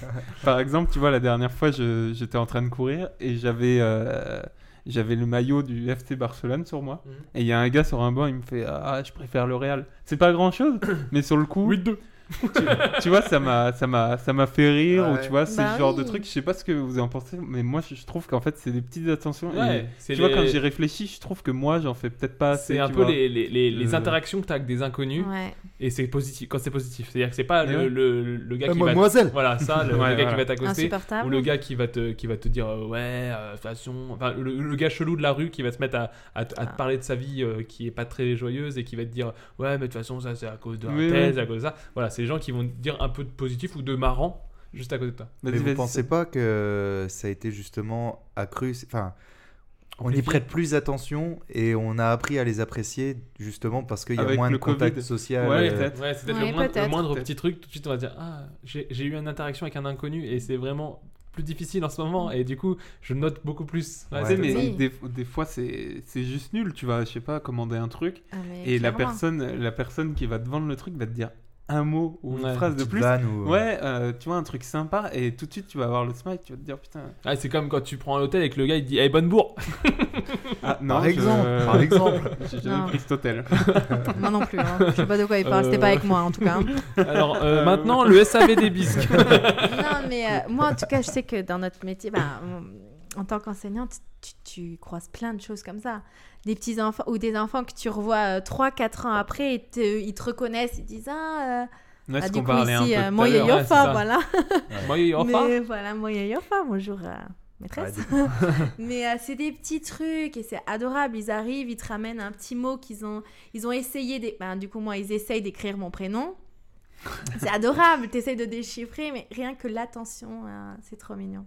Speaker 5: Par exemple, tu vois, la dernière fois, je- j'étais en train de courir et j'avais euh, j'avais le maillot du FC Barcelone sur moi.
Speaker 8: Mhm.
Speaker 5: Et il y a un gars sur un banc, il me fait Ah, je préfère le Real. C'est pas grand chose, mais sur le coup.
Speaker 8: 8-2.
Speaker 5: tu, tu vois, ça m'a ça m'a- ça m'a fait rire,
Speaker 8: Ah
Speaker 5: ou
Speaker 8: ouais.
Speaker 5: tu vois, c'est
Speaker 8: Bah
Speaker 5: ce genre de
Speaker 8: oui.
Speaker 5: truc. Je sais pas ce que vous en pensez, mais moi, je je trouve qu'en fait, c'est des petites attentions. et
Speaker 8: Ouais, c'est
Speaker 5: tu vois,
Speaker 8: les-
Speaker 5: quand j'y réfléchis, je trouve que moi, j'en fais peut-être pas assez.
Speaker 8: C'est un
Speaker 5: tu
Speaker 8: peu
Speaker 5: vois.
Speaker 8: les, les, les, les
Speaker 5: Euh,
Speaker 8: interactions que t'as avec des inconnus.
Speaker 5: Ouais.
Speaker 8: Et c'est positif, quand c'est positif. C'est-à-dire que c'est pas
Speaker 5: Mais
Speaker 8: le,
Speaker 5: Eh ouais.
Speaker 8: le, le gars
Speaker 5: Euh,
Speaker 8: qui va.
Speaker 5: mademoiselle.
Speaker 8: Te... Voilà, ça, le, le gars
Speaker 5: Ouais,
Speaker 8: qui
Speaker 5: voilà.
Speaker 8: va t'accoster.
Speaker 5: Insupportable.
Speaker 8: Ou le gars qui va te, qui va te dire euh, Ouais, euh, de toute façon. Enfin, le, le gars chelou de la rue qui va se mettre à, à, te- à te parler de sa vie euh, qui est pas très joyeuse et qui va te dire Ouais, mais de toute façon, ça, c'est à cause de la
Speaker 5: Oui,
Speaker 8: thèse,
Speaker 5: oui.
Speaker 8: c'est à cause de ça. Voilà, c'est les gens qui vont te dire un peu de positif ou de marrant juste à côté de toi.
Speaker 6: Mais vous pensez pas que ça a été justement accru c'est- Enfin, on y
Speaker 8: Amplifié.
Speaker 6: prête plus attention et on a appris à les apprécier justement parce qu'il y a
Speaker 5: Avec
Speaker 6: moins de
Speaker 5: le Covid.
Speaker 6: contact social.
Speaker 5: Ouais,
Speaker 6: euh,
Speaker 5: peut-être.
Speaker 8: Ouais, c'est peut-être
Speaker 5: Ouais,
Speaker 8: le, moindre- le
Speaker 5: peut-être.
Speaker 8: moindre petit truc, tout de suite on va se dire Ah, j'ai j'ai eu une interaction avec un inconnu et c'est vraiment plus difficile en ce
Speaker 5: Mm.
Speaker 8: moment et du coup je note beaucoup plus. Ouais,
Speaker 5: Tu
Speaker 8: c'est
Speaker 5: sais, mais
Speaker 8: peut-être ça.
Speaker 5: des, des fois c'est c'est juste nul, tu vas, je sais pas, commander un truc
Speaker 8: Ah, mais
Speaker 5: et la
Speaker 8: clairement.
Speaker 5: personne, la personne qui va te vendre le truc va te dire un mot ou une
Speaker 8: Ouais,
Speaker 5: phrase
Speaker 8: une
Speaker 5: de
Speaker 8: petite
Speaker 5: plus.
Speaker 8: vanne ou-
Speaker 5: Ouais, euh, tu vois, un truc sympa, et tout de suite, tu vas avoir le smile, tu vas te dire putain.
Speaker 8: Ah, c'est comme quand tu prends un hôtel et que le gars il te dit Hey, bonne bourre
Speaker 5: Ah, non,
Speaker 8: Par
Speaker 5: je-
Speaker 8: exemple, par exemple.
Speaker 5: J'ai jamais
Speaker 9: Non.
Speaker 5: pris cet hôtel.
Speaker 8: Ah,
Speaker 9: Moi non plus, hein. je sais pas de quoi il parle, c'était pas avec moi en tout cas.
Speaker 8: Alors euh, maintenant, le SAV des bisques.
Speaker 9: Non, mais euh, moi, en tout cas, je sais que dans notre métier, bah, on- en tant qu'enseignante, tu, tu croises plein de choses comme ça. Des petits enfants ou des enfants que tu revois 3-4 ans après, ils te, ils te reconnaissent, ils disent Ah, euh,
Speaker 8: Ouais,
Speaker 9: ah,
Speaker 8: ce
Speaker 9: du
Speaker 8: qu'on
Speaker 9: coup,
Speaker 8: parlait un
Speaker 9: ici,
Speaker 8: peu
Speaker 9: euh,
Speaker 8: tout
Speaker 9: moi,
Speaker 8: à l'heure, ouais, c'est
Speaker 9: Yoyofa,
Speaker 8: ça.
Speaker 9: voilà.
Speaker 8: Ouais. Moi, Yoyofa.
Speaker 9: Mais voilà, moi, Yoyofa, bonjour. euh, Maîtresse.
Speaker 8: Ouais,
Speaker 9: mais euh, c'est des petits trucs et c'est adorable. Ils arrivent, ils te ramènent un petit mot qu'ils ont, ils ont essayé. d'é- ben, du coup, moi, ils essayent d'écrire mon prénom. C'est adorable, t'essayes de déchiffrer, mais rien que l'attention, euh, c'est trop mignon.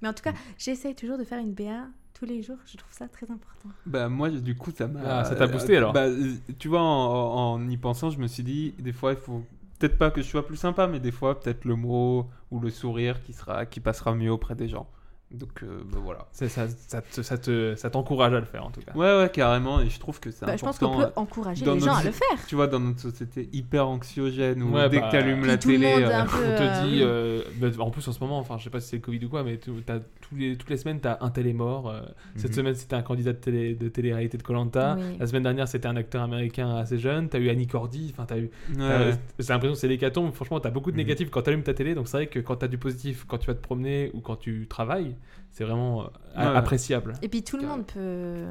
Speaker 9: Mais en tout cas, j'essaye toujours de faire une BA tous les jours, je trouve ça très important.
Speaker 5: Bah moi du coup ça m'a
Speaker 8: Ah, ça t'a boosté, alors.
Speaker 5: Bah, euh, tu vois en, en y pensant je me suis dit des fois il faut peut-être pas que je sois plus sympa mais des fois peut-être le mot ou le sourire qui sera qui passera mieux auprès des gens. Donc euh, bah, voilà.
Speaker 8: C'est ça, ça te- ça te- ça t'encourage à le faire en tout cas.
Speaker 5: Ouais ouais carrément et je trouve que c'est
Speaker 9: Bah, je pense qu'on
Speaker 5: important,
Speaker 9: peut
Speaker 5: euh,
Speaker 9: encourager
Speaker 5: dans
Speaker 9: les gens
Speaker 5: notre-
Speaker 9: à le faire.
Speaker 5: Tu vois dans notre société hyper anxiogène où
Speaker 8: Ouais,
Speaker 5: dès
Speaker 8: bah,
Speaker 5: que t'allumes la
Speaker 9: tout le
Speaker 5: télé
Speaker 9: monde
Speaker 5: euh,
Speaker 9: un
Speaker 8: on
Speaker 9: peu,
Speaker 8: te
Speaker 9: euh,
Speaker 8: dit,
Speaker 9: oui.
Speaker 8: euh, bah, en plus en ce moment, enfin je sais pas si c'est le Covid ou quoi, mais tout- t'as tous les, toutes les semaines t'as un tel est mort. euh, Cette
Speaker 16: Mhm.
Speaker 8: semaine c'était un candidat de télé de télé-réalité de Colanta.
Speaker 16: Oui.
Speaker 8: La semaine dernière c'était un acteur américain assez jeune. T'as eu Annie Cordy. Enfin t'as eu.
Speaker 5: Ouais,
Speaker 8: t'as-
Speaker 5: ouais.
Speaker 8: J'ai l'impression que c'est l'hécatombe. Franchement t'as beaucoup de
Speaker 5: Mhm.
Speaker 8: négatifs quand t'allumes ta télé. Donc c'est vrai que quand t'as du positif, quand tu vas te promener ou quand tu travailles, c'est vraiment euh, a-
Speaker 5: Ouais.
Speaker 8: appréciable.
Speaker 9: Et puis tout le monde peut,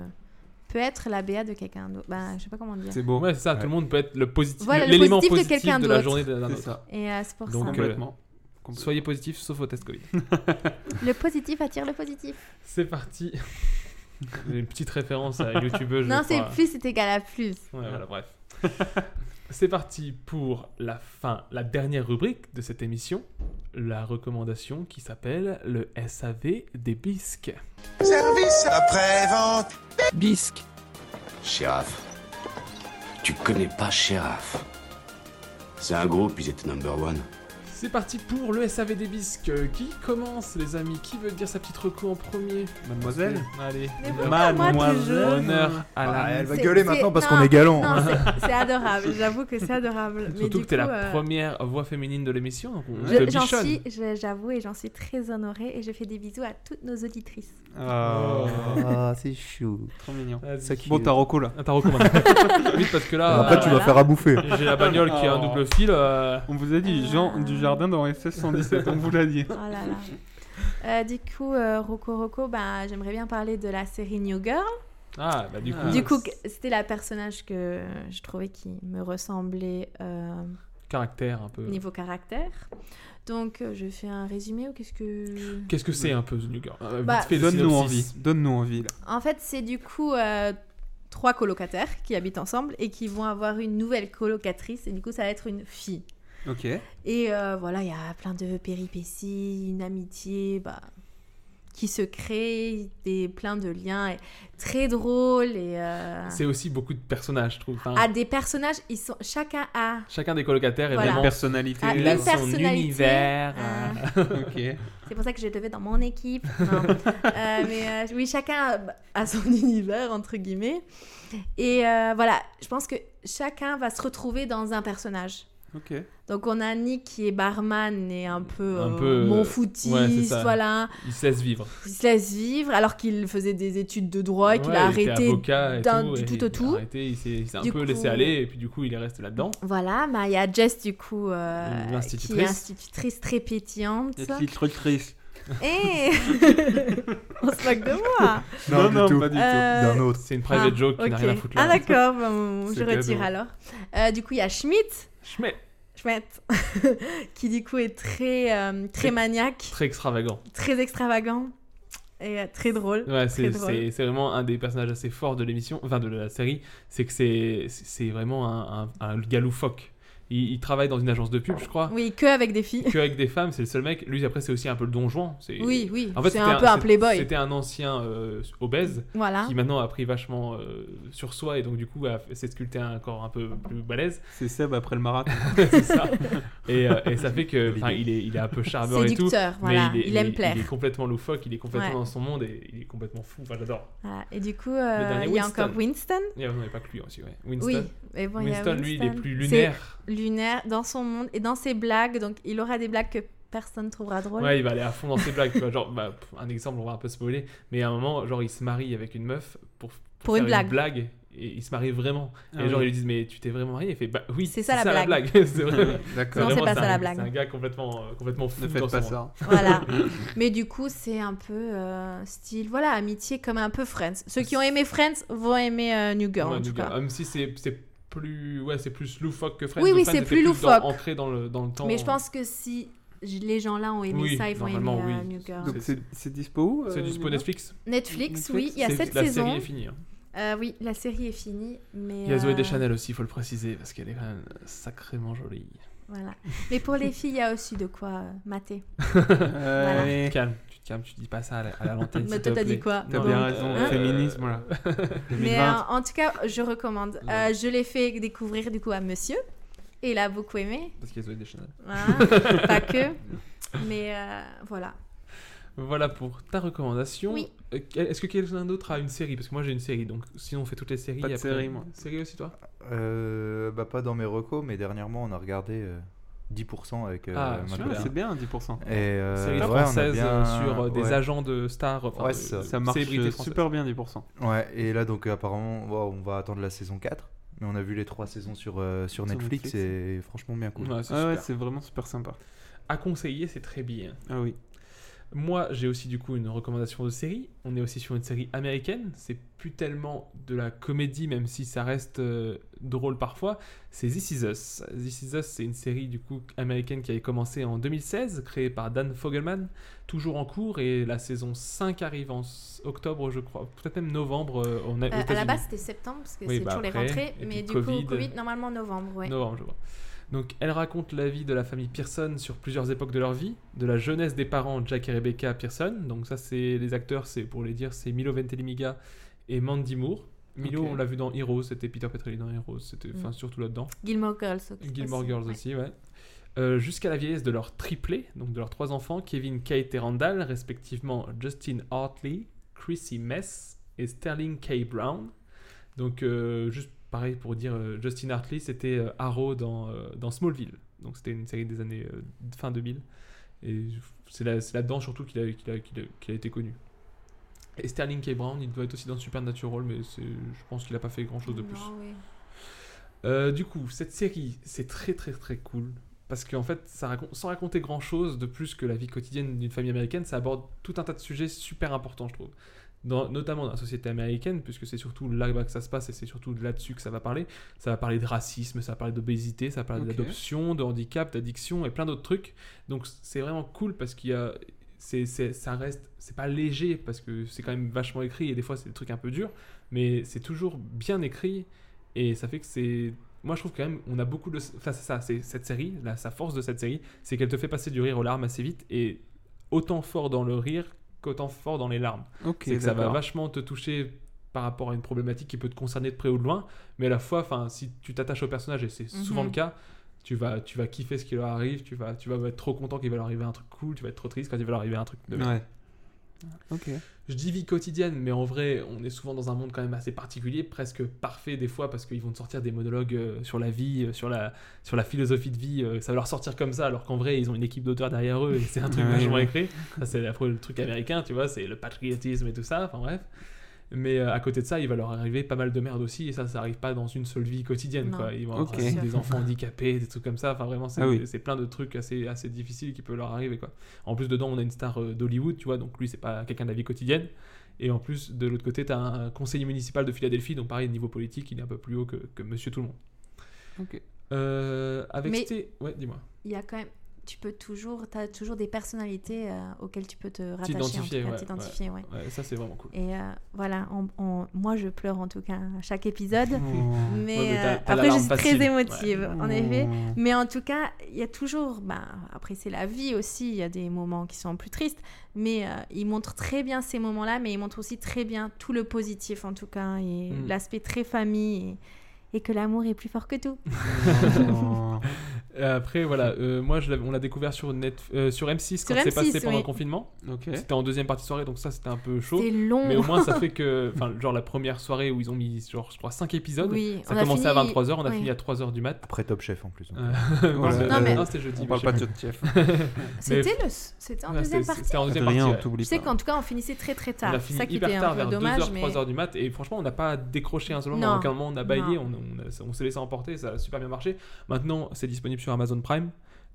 Speaker 9: peut être la BA de quelqu'un d'autre. Bah, je sais pas comment dire.
Speaker 8: C'est beau. Ouais, c'est ça, tout le monde peut être le positif,
Speaker 9: Voilà, le
Speaker 8: l'élément
Speaker 9: positif de
Speaker 8: positif,
Speaker 9: quelqu'un
Speaker 8: de, la
Speaker 9: d'autre.
Speaker 8: journée d'un
Speaker 9: C'est
Speaker 8: autre.
Speaker 9: ça. Et, euh, c'est pour
Speaker 8: Donc,
Speaker 9: ça.
Speaker 8: euh,
Speaker 5: Complètement.
Speaker 8: soyez positif sauf au test Covid.
Speaker 9: Le positif attire le positif.
Speaker 8: c'est parti. Une petite référence à YouTube. je
Speaker 9: non, c'est
Speaker 8: crois.
Speaker 9: plus, c'est égal à plus.
Speaker 8: Ouais, voilà, bref. c'est parti pour la fin, la dernière rubrique de cette émission, la recommandation qui s'appelle le SAV des bisques.
Speaker 10: Service après-vente.
Speaker 7: Bisque.
Speaker 3: Shérif. Tu connais pas Shérif. C'est un groupe, ils étaient number one.
Speaker 8: C'est parti pour le SAV des bisques. Euh, Qui commence, les amis Qui veut dire sa petite reco en premier
Speaker 5: Mademoiselle
Speaker 8: Allez.
Speaker 5: Mais pourquoi moi,
Speaker 8: Mademoiselle.
Speaker 5: toujours
Speaker 8: Honneur à la.
Speaker 6: Ah, elle va
Speaker 9: C'est-
Speaker 6: gueuler
Speaker 9: c'est-
Speaker 6: maintenant parce
Speaker 9: non,
Speaker 6: qu'on est galant. hein.
Speaker 9: non, c'est- C'est adorable, j'avoue que c'est adorable. Mais
Speaker 8: Surtout
Speaker 9: du
Speaker 8: que t'es
Speaker 9: coup,
Speaker 8: la
Speaker 9: euh,
Speaker 8: première voix féminine de l'émission, donc on
Speaker 9: je-
Speaker 8: te
Speaker 9: J'en
Speaker 8: bichonne.
Speaker 9: suis, je- j'avoue, et j'en suis très honorée. Et je fais des bisous à toutes nos auditrices.
Speaker 5: Ah,
Speaker 6: c'est chou.
Speaker 5: Trop mignon.
Speaker 8: Vas-y.
Speaker 5: Ça qui- Bon, t'as Rocco, là.
Speaker 8: Ah, t'as Rocco maintenant. Vite, parce que
Speaker 5: Ah,
Speaker 8: là.
Speaker 6: Après, tu vas faire à bouffer.
Speaker 8: J'ai la bagnole qui a un
Speaker 5: Oh.
Speaker 8: double fil. euh,
Speaker 5: On vous a dit Jean du jardin dans SS 117, on vous l'a dit.
Speaker 9: Oh là là. Euh, du coup, euh, Rocco Rocco, ben, j'aimerais bien parler de la série New Girl.
Speaker 8: Ah, bah du coup.
Speaker 9: Du coup, que- c'était la personnage que je trouvais qui me ressemblait euh,
Speaker 8: Caractère un peu.
Speaker 9: niveau caractère. Donc, euh, je fais un résumé ou qu'est-ce que...
Speaker 8: Qu'est-ce que c'est un peu The New Girl Euh,
Speaker 9: Bah,
Speaker 8: vite fait, le
Speaker 5: Donne-nous envie,
Speaker 8: synopsis.
Speaker 5: donne-nous envie là.
Speaker 9: En fait, c'est du coup euh, trois colocataires qui habitent ensemble et qui vont avoir une nouvelle colocatrice. Et du coup, ça va être une fille.
Speaker 5: Ok.
Speaker 9: Et euh, voilà, il y a plein de péripéties, une amitié bah, qui se crée, des, plein de liens et très drôles. Et, euh,
Speaker 8: C'est aussi beaucoup de personnages, je trouve. Enfin,
Speaker 9: À des personnages, ils sont, chacun a
Speaker 8: Chacun des colocataires est
Speaker 9: Voilà. Ah,
Speaker 8: vraiment.
Speaker 9: Une personnalité. A
Speaker 8: Il a
Speaker 9: une
Speaker 8: son
Speaker 9: personnalité.
Speaker 8: univers.
Speaker 9: Ah.
Speaker 8: ok.
Speaker 9: C'est pour ça que je devais dans mon équipe. Non. Euh, mais euh, oui, chacun a, a son univers, entre guillemets. Et euh, voilà, je pense que chacun va se retrouver dans un personnage.
Speaker 5: Ok.
Speaker 9: Donc on a Nick qui est barman et un peu,
Speaker 8: Un
Speaker 9: euh,
Speaker 8: peu.
Speaker 9: mon
Speaker 8: ouais, c'est
Speaker 9: footiste,
Speaker 8: ça.
Speaker 9: voilà.
Speaker 8: Il se laisse vivre.
Speaker 9: Il se laisse vivre alors qu'il faisait des études de droit et qu'il a
Speaker 8: il était
Speaker 9: arrêté
Speaker 8: avocat et
Speaker 9: d'un-
Speaker 8: tout,
Speaker 9: du
Speaker 8: et
Speaker 9: tout au
Speaker 8: il a
Speaker 9: tout.
Speaker 8: arrêté, il s'est il s'est un
Speaker 9: Du
Speaker 8: peu
Speaker 9: coup-
Speaker 8: laissé aller, et puis du coup, il est resté là-dedans.
Speaker 9: Voilà, bah, il y a Jess du coup euh, qui est
Speaker 8: L'institutrice.
Speaker 9: institutrice très pétillante.
Speaker 5: Petite truc triste.
Speaker 9: Eh On se moque de moi
Speaker 5: Non, Non, du non, tout. pas du tout.
Speaker 9: Euh,
Speaker 5: D'un autre. C'est une private joke qui n'a
Speaker 9: ok.
Speaker 5: rien à foutre là.
Speaker 9: Ah d'accord, bon,
Speaker 5: C'est
Speaker 9: je retire
Speaker 5: cadeau.
Speaker 9: alors. Euh, du coup, il y a Schmidt.
Speaker 8: Schmidt.
Speaker 9: Schmidt. qui du coup est très, euh, très
Speaker 8: Très-
Speaker 9: maniaque,
Speaker 8: Très extravagant.
Speaker 9: très extravagant et euh, très drôle.
Speaker 8: Ouais,
Speaker 9: très
Speaker 8: c'est-
Speaker 9: drôle.
Speaker 8: c'est c'est vraiment un des personnages assez forts de l'émission, enfin de la série, c'est que c'est c'est vraiment un, un, un gars loufoque. Il, il travaille dans une agence de pub, je crois.
Speaker 9: Oui, que avec des filles.
Speaker 8: que avec des femmes, c'est le seul mec. Lui, après, c'est aussi un peu le donjon.
Speaker 9: Oui, oui,
Speaker 8: En fait,
Speaker 9: c'est un
Speaker 8: c'était
Speaker 9: peu un
Speaker 8: c'est-
Speaker 9: playboy. Ah.
Speaker 8: C'était un ancien euh, obèse
Speaker 9: Voilà.
Speaker 8: qui maintenant a pris vachement euh, sur soi et donc, du coup, a fait- s'est sculpté un corps un peu plus balèze.
Speaker 5: C'est Seb après le marathon.
Speaker 8: c'est ça. Et, euh, et ça fait que enfin, il est, il est un peu charmeur et tout.
Speaker 9: Séducteur,
Speaker 8: mais
Speaker 9: voilà.
Speaker 8: il, est,
Speaker 9: Il aime
Speaker 8: il est-
Speaker 9: plaire.
Speaker 8: Il est complètement loufoque, il est complètement
Speaker 9: Ouais.
Speaker 8: dans son monde et il est complètement fou. Enfin, j'adore.
Speaker 9: Voilà. Et du coup,
Speaker 8: Le
Speaker 9: euh,
Speaker 8: dernier,
Speaker 9: il y a encore Winston.
Speaker 8: Il n'y en avait pas que lui aussi, ouais. Winston.
Speaker 9: Oui, mais bon, il y a
Speaker 8: Winston, lui, il est
Speaker 9: Winston.
Speaker 8: plus
Speaker 9: C'est
Speaker 8: lunaire.
Speaker 9: lunaire dans son monde et dans ses blagues. Donc, il aura des blagues que personne trouvera drôles.
Speaker 8: Ouais, il va aller à fond dans ses blagues, tu vois. Genre, bah, pff, un exemple, on va un peu spoiler, mais à un moment, genre, il se marie avec une meuf pour,
Speaker 9: Pour
Speaker 8: faire
Speaker 9: une blague.
Speaker 8: et il se marie vraiment.
Speaker 5: Ah
Speaker 8: et genre, ils
Speaker 5: oui.
Speaker 8: lui disent, mais tu t'es vraiment marié Il fait, bah oui,
Speaker 9: C'est ça la blague.
Speaker 8: c'est vrai.
Speaker 5: D'accord.
Speaker 9: Non, c'est
Speaker 8: vraiment,
Speaker 9: pas ça
Speaker 8: un-
Speaker 9: la blague.
Speaker 8: C'est un gars complètement, euh, complètement fou.
Speaker 5: Ne faites
Speaker 8: dans
Speaker 5: pas
Speaker 8: son-
Speaker 5: ça.
Speaker 9: Voilà. Mais du coup, c'est un peu euh, style, voilà, amitié comme un peu Friends. Ceux qui ont aimé Friends vont aimer euh, New Girl,
Speaker 8: Ouais,
Speaker 9: en tout
Speaker 8: New Girl.
Speaker 9: cas.
Speaker 8: Même si c'est c'est plus, ouais, c'est plus loufoque que Friends.
Speaker 9: Oui, oui,
Speaker 8: Friends
Speaker 9: c'est
Speaker 8: était
Speaker 9: plus
Speaker 8: dans-
Speaker 9: loufoque.
Speaker 8: ancré dans le, dans le temps.
Speaker 9: Mais je pense que si j- les gens-là ont aimé
Speaker 8: Oui,
Speaker 9: ça, ils vont aimer
Speaker 8: normalement,
Speaker 9: euh,
Speaker 8: oui.
Speaker 9: New Girl.
Speaker 5: Donc
Speaker 8: C'est-
Speaker 5: c'est c'est dispo où,
Speaker 8: C'est
Speaker 5: euh,
Speaker 8: dispo
Speaker 5: Nina
Speaker 8: Netflix.
Speaker 9: Netflix, oui, il y a
Speaker 8: C'est-
Speaker 9: cette
Speaker 8: la
Speaker 9: saison.
Speaker 8: série est finie. hein.
Speaker 9: Euh, oui, la série est finie. Mais,
Speaker 8: Il y a Zoé
Speaker 9: euh,
Speaker 8: Deschanel aussi, il faut le préciser, parce qu'elle est quand même sacrément jolie.
Speaker 9: Voilà. Mais pour les filles, il y a aussi de quoi euh, mater.
Speaker 5: Voilà.
Speaker 8: Tu te calmes, tu te calmes, tu dis pas ça à la- à la lanterne.
Speaker 9: Mais
Speaker 8: s'il
Speaker 9: toi,
Speaker 8: te
Speaker 9: t'as dit
Speaker 8: plaît.
Speaker 9: quoi
Speaker 5: T'as
Speaker 8: Non,
Speaker 5: bien
Speaker 8: euh,
Speaker 5: raison,
Speaker 8: euh,
Speaker 5: féminisme, voilà.
Speaker 9: Mais
Speaker 5: 2020.
Speaker 9: euh, en tout cas, je recommande. Euh, je l'ai fait découvrir du coup à monsieur. Et il a beaucoup aimé.
Speaker 8: Parce qu'il y a Zoé Deschanel.
Speaker 9: Hein, pas que. Mais euh, voilà.
Speaker 8: Voilà pour ta recommandation.
Speaker 9: Oui.
Speaker 8: Euh, Est-ce que quelqu'un d'autre a une série Parce que moi j'ai une série, donc sinon on fait toutes les séries.
Speaker 5: Pas de
Speaker 8: après.
Speaker 5: série, moi.
Speaker 8: Série aussi, toi
Speaker 6: Euh, bah, pas dans mes recos, mais dernièrement, on a regardé euh, 10% avec euh,
Speaker 8: Ah,
Speaker 6: ma
Speaker 8: super.
Speaker 6: copine.
Speaker 5: C'est bien, 10%.
Speaker 6: Et, euh,
Speaker 8: série
Speaker 6: ouais, on a
Speaker 8: française
Speaker 6: bien-
Speaker 8: euh, sur euh, des
Speaker 6: ouais.
Speaker 8: agents de stars. enfin,
Speaker 6: Ouais,
Speaker 8: de-
Speaker 6: c'est ça.
Speaker 8: de
Speaker 5: Ça marche
Speaker 8: célébrités
Speaker 5: euh,
Speaker 8: françaises.
Speaker 5: super bien, 10%.
Speaker 6: Ouais, et là, donc, apparemment, wow, on va attendre la saison 4. Mais on a vu les trois saisons sur, euh, sur
Speaker 5: Sur
Speaker 6: Netflix,
Speaker 5: Netflix.
Speaker 6: et franchement bien cool.
Speaker 8: Ouais, c'est
Speaker 5: Ah ouais,
Speaker 8: super.
Speaker 5: c'est vraiment super sympa.
Speaker 8: À conseiller, c'est très bien.
Speaker 5: Ah oui.
Speaker 8: Moi, j'ai aussi du coup une recommandation de série. On est aussi sur une série américaine. C'est plus tellement de la comédie, même si ça reste euh, drôle parfois. C'est This Is Us. This Is Us, c'est une série du coup américaine qui avait commencé en 2016, créée par Dan Fogelman, toujours en cours et la saison 5 arrive en s- octobre, je crois, peut-être même novembre. euh, en- aux
Speaker 9: Euh, à la
Speaker 8: États-Unis.
Speaker 9: base, c'était septembre parce que
Speaker 8: Oui,
Speaker 9: c'est
Speaker 8: bah
Speaker 9: toujours
Speaker 8: après,
Speaker 9: les rentrées.
Speaker 8: et puis
Speaker 9: Mais du
Speaker 8: Covid. euh,
Speaker 9: coup, Covid, normalement novembre, ouais.
Speaker 8: Novembre, je vois. Donc, elle raconte la vie de la famille Pearson sur plusieurs époques de leur vie, de la jeunesse des parents Jack et Rebecca Pearson. Donc, ça, c'est les acteurs, c'est pour les dire, c'est Milo Ventimiglia et Mandy Moore. Milo,
Speaker 5: Ok.
Speaker 8: on l'a vu dans Heroes, c'était Peter Petrelli dans Heroes, c'était enfin
Speaker 9: Mm.
Speaker 8: surtout là-dedans.
Speaker 9: Gilmore Girls. aussi.
Speaker 8: Gilmore Girls
Speaker 9: Ouais.
Speaker 8: aussi, ouais. Euh, Jusqu'à la vieillesse de leur triplé, donc de leurs trois enfants, Kevin, Kate et Randall, respectivement Justin Hartley, Chrissy Mess et Sterling K. Brown. Donc, euh, juste pareil pour dire, euh, Justin Hartley, c'était euh, Arrow dans, euh, dans Smallville. Donc, c'était une série des années euh, fin 2000. Et c'est là- c'est là-dedans surtout qu'il a, qu'il a- qu'il a- qu'il a été connu. Et Sterling K. Brown, il doit être aussi dans Supernatural, mais c'est- je pense qu'il n'a pas fait grand-chose de plus.
Speaker 9: Non, ouais.
Speaker 8: Euh, du coup, cette série, c'est très très très cool. Parce qu'en fait, ça raconte, sans raconter grand chose de plus que la vie quotidienne d'une famille américaine, ça aborde tout un tas de sujets super importants, je trouve. Dans- notamment dans la société américaine, puisque c'est surtout là-bas que ça se passe et c'est surtout là-dessus que ça va parler. Ça va parler de racisme, ça va parler d'obésité, ça va parler
Speaker 5: Ok.
Speaker 8: d'adoption, de handicap, d'addiction et plein d'autres trucs. Donc c'est vraiment cool parce qu'il y a. c'est c'est- ça reste. C'est pas léger parce que c'est quand même vachement écrit et des fois c'est des trucs un peu durs, mais c'est toujours bien écrit et ça fait que c'est. Moi, je trouve quand même, on a beaucoup de. Enfin, c'est ça, c'est cette série, là, sa force de cette série, c'est qu'elle te fait passer du rire aux larmes assez vite et autant fort dans le rire qu'autant fort dans les larmes.
Speaker 5: Ok,
Speaker 8: c'est que ça va
Speaker 5: d'accord.
Speaker 8: vachement te toucher par rapport à une problématique qui peut te concerner de près ou de loin, mais à la fois, enfin, si tu t'attaches au personnage, et c'est souvent
Speaker 9: Mhm.
Speaker 8: le cas, tu vas, tu vas kiffer ce qui leur arrive, tu vas, tu vas être trop content qu'il va leur arriver un truc cool, tu vas être trop triste quand il va leur arriver un truc de
Speaker 5: Ouais. Ok.
Speaker 8: je dis vie quotidienne, mais en vrai, on est souvent dans un monde quand même assez particulier, presque parfait des fois, parce qu'ils vont te sortir des monologues euh, sur la vie, euh, sur la, sur la philosophie de vie. euh, ça va leur sortir comme ça, alors qu'en vrai, ils ont une équipe d'auteurs derrière eux et c'est un truc
Speaker 5: Ouais,
Speaker 8: vachement
Speaker 5: ouais.
Speaker 8: écrit. Ça, c'est la- le truc américain, tu vois, c'est le patriotisme et tout ça, enfin bref. Mais euh, à côté de ça, il va leur arriver pas mal de merde aussi, et ça, ça arrive pas dans une seule vie quotidienne,
Speaker 9: Non.
Speaker 8: quoi. Ils vont
Speaker 5: Ok.
Speaker 8: avoir des enfants handicapés, des trucs comme ça, enfin vraiment, c'est
Speaker 5: Ah oui.
Speaker 8: c'est plein de trucs assez, assez difficiles qui peuvent leur arriver, quoi. En plus, dedans, on a une star euh, d'Hollywood, tu vois, donc lui, c'est pas quelqu'un de la vie quotidienne. Et en plus, de l'autre côté, tu as un conseiller municipal de Philadelphie, donc pareil, niveau politique, il est un peu plus haut que, que monsieur tout le monde.
Speaker 5: Ok.
Speaker 8: Euh, avec
Speaker 9: Mais-
Speaker 8: Sté- Ouais, dis-moi.
Speaker 9: Il y a quand même. Tu peux toujours. Tu as toujours des personnalités euh, auxquelles tu peux te rattacher. en tout
Speaker 8: T'identifier,
Speaker 9: cas,
Speaker 8: ouais,
Speaker 9: t'identifier, ouais.
Speaker 8: Ouais, ça, c'est vraiment cool.
Speaker 9: Et euh, voilà, on- on- moi je pleure en tout cas à chaque épisode. Mais,
Speaker 8: Ouais, mais t'as-
Speaker 9: euh,
Speaker 8: t'as la
Speaker 9: après, je
Speaker 8: larme
Speaker 9: suis
Speaker 8: facile.
Speaker 9: très émotive,
Speaker 5: Ouais.
Speaker 9: en effet.
Speaker 5: Mmh.
Speaker 9: Mais en tout cas, il y a toujours. Bah, après, c'est la vie aussi. Il y a des moments qui sont plus tristes. Mais euh, ils montrent très bien ces moments-là. Mais ils montrent aussi très bien tout le positif, en tout cas. Et
Speaker 8: Mmh.
Speaker 5: Oh.
Speaker 9: l'aspect très famille. Et, et que l'amour est plus fort que tout.
Speaker 8: Et après, voilà, euh, moi je l'avais- on l'a découvert sur, net, euh, sur M6 quand
Speaker 9: Sur
Speaker 8: c'est passé
Speaker 9: M6,
Speaker 8: pendant
Speaker 9: oui.
Speaker 8: le confinement.
Speaker 5: Ok.
Speaker 8: C'était en deuxième partie de soirée, donc ça c'était un peu chaud.
Speaker 9: C'est long.
Speaker 8: Mais au moins ça fait que, enfin, genre la première soirée où ils ont mis, genre, je crois, 5 épisodes.
Speaker 9: Oui,
Speaker 8: ça
Speaker 9: on a
Speaker 8: commençait à
Speaker 9: fini-
Speaker 8: 23h, on a
Speaker 9: oui.
Speaker 8: fini à 3h du mat.
Speaker 6: Après Top Chef en plus.
Speaker 8: Euh, voilà. Oh,
Speaker 5: Ouais.
Speaker 8: Non,
Speaker 5: Non, mais-
Speaker 8: c'était jeudi.
Speaker 5: On
Speaker 8: mais
Speaker 5: parle
Speaker 8: je
Speaker 5: pas
Speaker 8: sais
Speaker 5: de Top Chef.
Speaker 9: C'était
Speaker 8: Mais-
Speaker 9: le- c'était en
Speaker 8: Ouais,
Speaker 9: deuxième
Speaker 8: c'était-
Speaker 9: partie
Speaker 8: C'était en deuxième
Speaker 5: Rien,
Speaker 8: partie.
Speaker 5: on
Speaker 8: ouais.
Speaker 5: t'oublie
Speaker 9: Je sais
Speaker 5: pas.
Speaker 9: qu'en tout cas, on finissait très très
Speaker 8: On
Speaker 9: tard.
Speaker 8: a
Speaker 9: C'est ça
Speaker 8: fini
Speaker 9: qui
Speaker 8: hyper
Speaker 9: était
Speaker 8: tard,
Speaker 9: un
Speaker 8: vers
Speaker 9: peu
Speaker 8: 2h,
Speaker 9: dommage. mais...
Speaker 8: 3h du mat, et franchement, on n'a pas décroché un seul moment.
Speaker 9: Non.
Speaker 8: À aucun moment, on a baillé,
Speaker 9: Non.
Speaker 8: on, on, a- on s'est laissé emporter, ça a super bien marché. Maintenant, c'est disponible sur Amazon Prime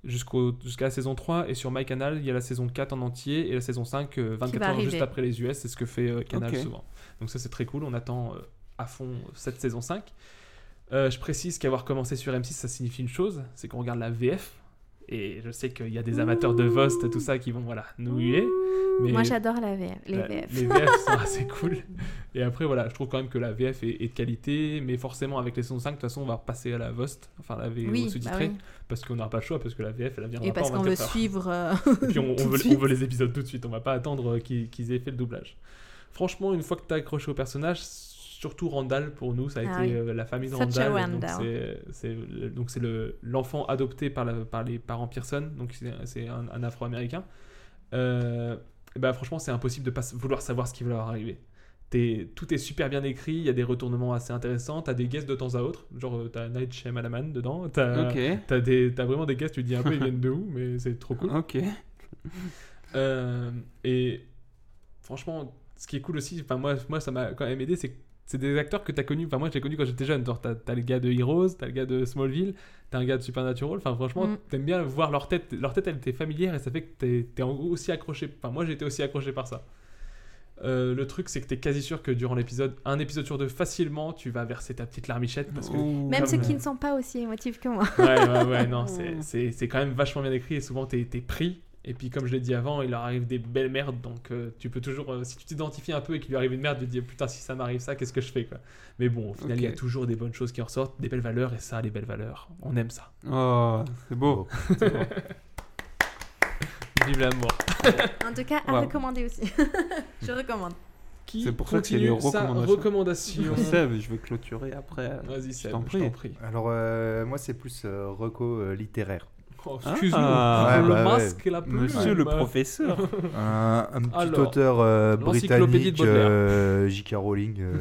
Speaker 8: jusqu'au- jusqu'à la saison 3, et sur MyCanal, il y a la saison 4 en entier, et la saison 5, euh, 24
Speaker 9: va
Speaker 8: heures juste
Speaker 9: arriver.
Speaker 8: après les US, c'est ce que fait euh, Canal
Speaker 5: Ok.
Speaker 8: souvent. Donc ça, c'est très cool, on attend euh, à fond cette saison 5. Euh, je précise qu'avoir commencé sur M6, ça signifie une chose, c'est qu'on regarde la VF, et je sais qu'il y a des amateurs de Vost, tout ça, qui vont voilà, nous huer. mais-
Speaker 9: Moi, j'adore la VF, les
Speaker 8: la-
Speaker 9: VF.
Speaker 8: Les VF sont assez cool. Et après, voilà, je trouve quand même que la VF est, est de qualité, mais forcément, avec les saisons 5, de toute façon, on va passer à la VOST, enfin la VO
Speaker 9: Oui,
Speaker 8: sous-titrée,
Speaker 9: bah oui.
Speaker 8: parce qu'on n'aura pas le choix, parce que la VF, elle viendra
Speaker 9: Et
Speaker 8: pas
Speaker 9: parce
Speaker 8: en
Speaker 9: qu'on veut
Speaker 8: 24 heures.
Speaker 9: suivre. euh,
Speaker 8: Et puis on, on
Speaker 9: tout de
Speaker 8: veut,
Speaker 9: suite.
Speaker 8: on veut les épisodes tout de suite, on va pas attendre euh, qu'ils qu'ils aient fait le doublage. Franchement, une fois que t'as accroché au personnage, surtout Randall pour nous, ça a
Speaker 9: Ah
Speaker 8: été
Speaker 9: oui.
Speaker 8: euh, la famille de
Speaker 9: Such a
Speaker 8: Randall. donc
Speaker 9: Randall.
Speaker 8: c'est- c'est le- Donc c'est le- l'enfant adopté par, la- par les parents Pearson, donc c'est- c'est un, un afro-américain. Euh, bah, franchement, c'est impossible de pas s- vouloir savoir ce qui va leur arriver. T'es- tout est super bien écrit, il y a des retournements assez intéressants, t'as des guests de temps à autre, genre euh, t'as Night Shyamalan dedans, t'as
Speaker 5: Ok.
Speaker 8: t'as des- t'as vraiment des guests, tu te dis un peu ils viennent de où, mais c'est trop cool.
Speaker 5: Ok.
Speaker 8: Euh, et franchement, ce qui est cool aussi, enfin moi, moi ça m'a quand même aidé, c'est que c'est des acteurs que t'as connus, enfin moi j'ai connu quand j'étais jeune, genre t'as t'as le gars de Heroes, t'as le gars de Smallville, t'as un gars de Supernatural, enfin franchement
Speaker 9: Mm.
Speaker 8: t'aimes bien voir leur tête, leur tête elle était familière et ça fait que t'es t'es en gros aussi accroché, enfin moi j'étais aussi accroché par ça. Euh, le truc, c'est que t'es quasi sûr que durant l'épisode, un épisode sur deux, facilement, tu vas verser ta petite larmichette. Parce que,
Speaker 9: Même
Speaker 8: comme-
Speaker 9: ceux qui ne sont pas aussi émotifs que moi.
Speaker 8: ouais, ouais, ouais, non, c'est-
Speaker 9: Oh.
Speaker 8: c'est c'est quand même vachement bien écrit et souvent t'es t'es pris. Et puis, comme je l'ai dit avant, il leur arrive des belles merdes, donc euh, tu peux toujours, euh, si tu t'identifies un peu et qu'il lui arrive une merde, tu te dis oh putain, si ça m'arrive ça, qu'est-ce que je fais quoi. Mais bon, au final, il y a
Speaker 5: Ok.
Speaker 8: toujours des bonnes choses qui en ressortent, des belles valeurs, et ça, les belles valeurs, on aime ça.
Speaker 5: Oh, c'est beau. C'est beau.
Speaker 8: Vive l'amour.
Speaker 9: En tout cas, à
Speaker 5: Waouh.
Speaker 9: recommander aussi. Je recommande.
Speaker 8: Qui
Speaker 5: C'est pour ça que c'est les
Speaker 8: continue sa
Speaker 5: recommandations.
Speaker 8: recommandation
Speaker 5: Seb, je vais clôturer après.
Speaker 8: Vas-y, Seb,
Speaker 5: je t'en
Speaker 8: je
Speaker 5: prie.
Speaker 8: t'en prie.
Speaker 6: Alors, euh, moi, c'est plus euh, reco euh, littéraire.
Speaker 8: Oh, excuse-nous,
Speaker 5: Ah.
Speaker 8: le
Speaker 6: Ouais, bah,
Speaker 8: masque et la hein. plume.
Speaker 5: Monsieur le professeur.
Speaker 6: Un, un petit
Speaker 8: Alors,
Speaker 6: auteur euh,
Speaker 8: l'encyclopédie de
Speaker 6: britannique,
Speaker 8: Baudelaire.
Speaker 6: euh, J.K. Rowling, euh,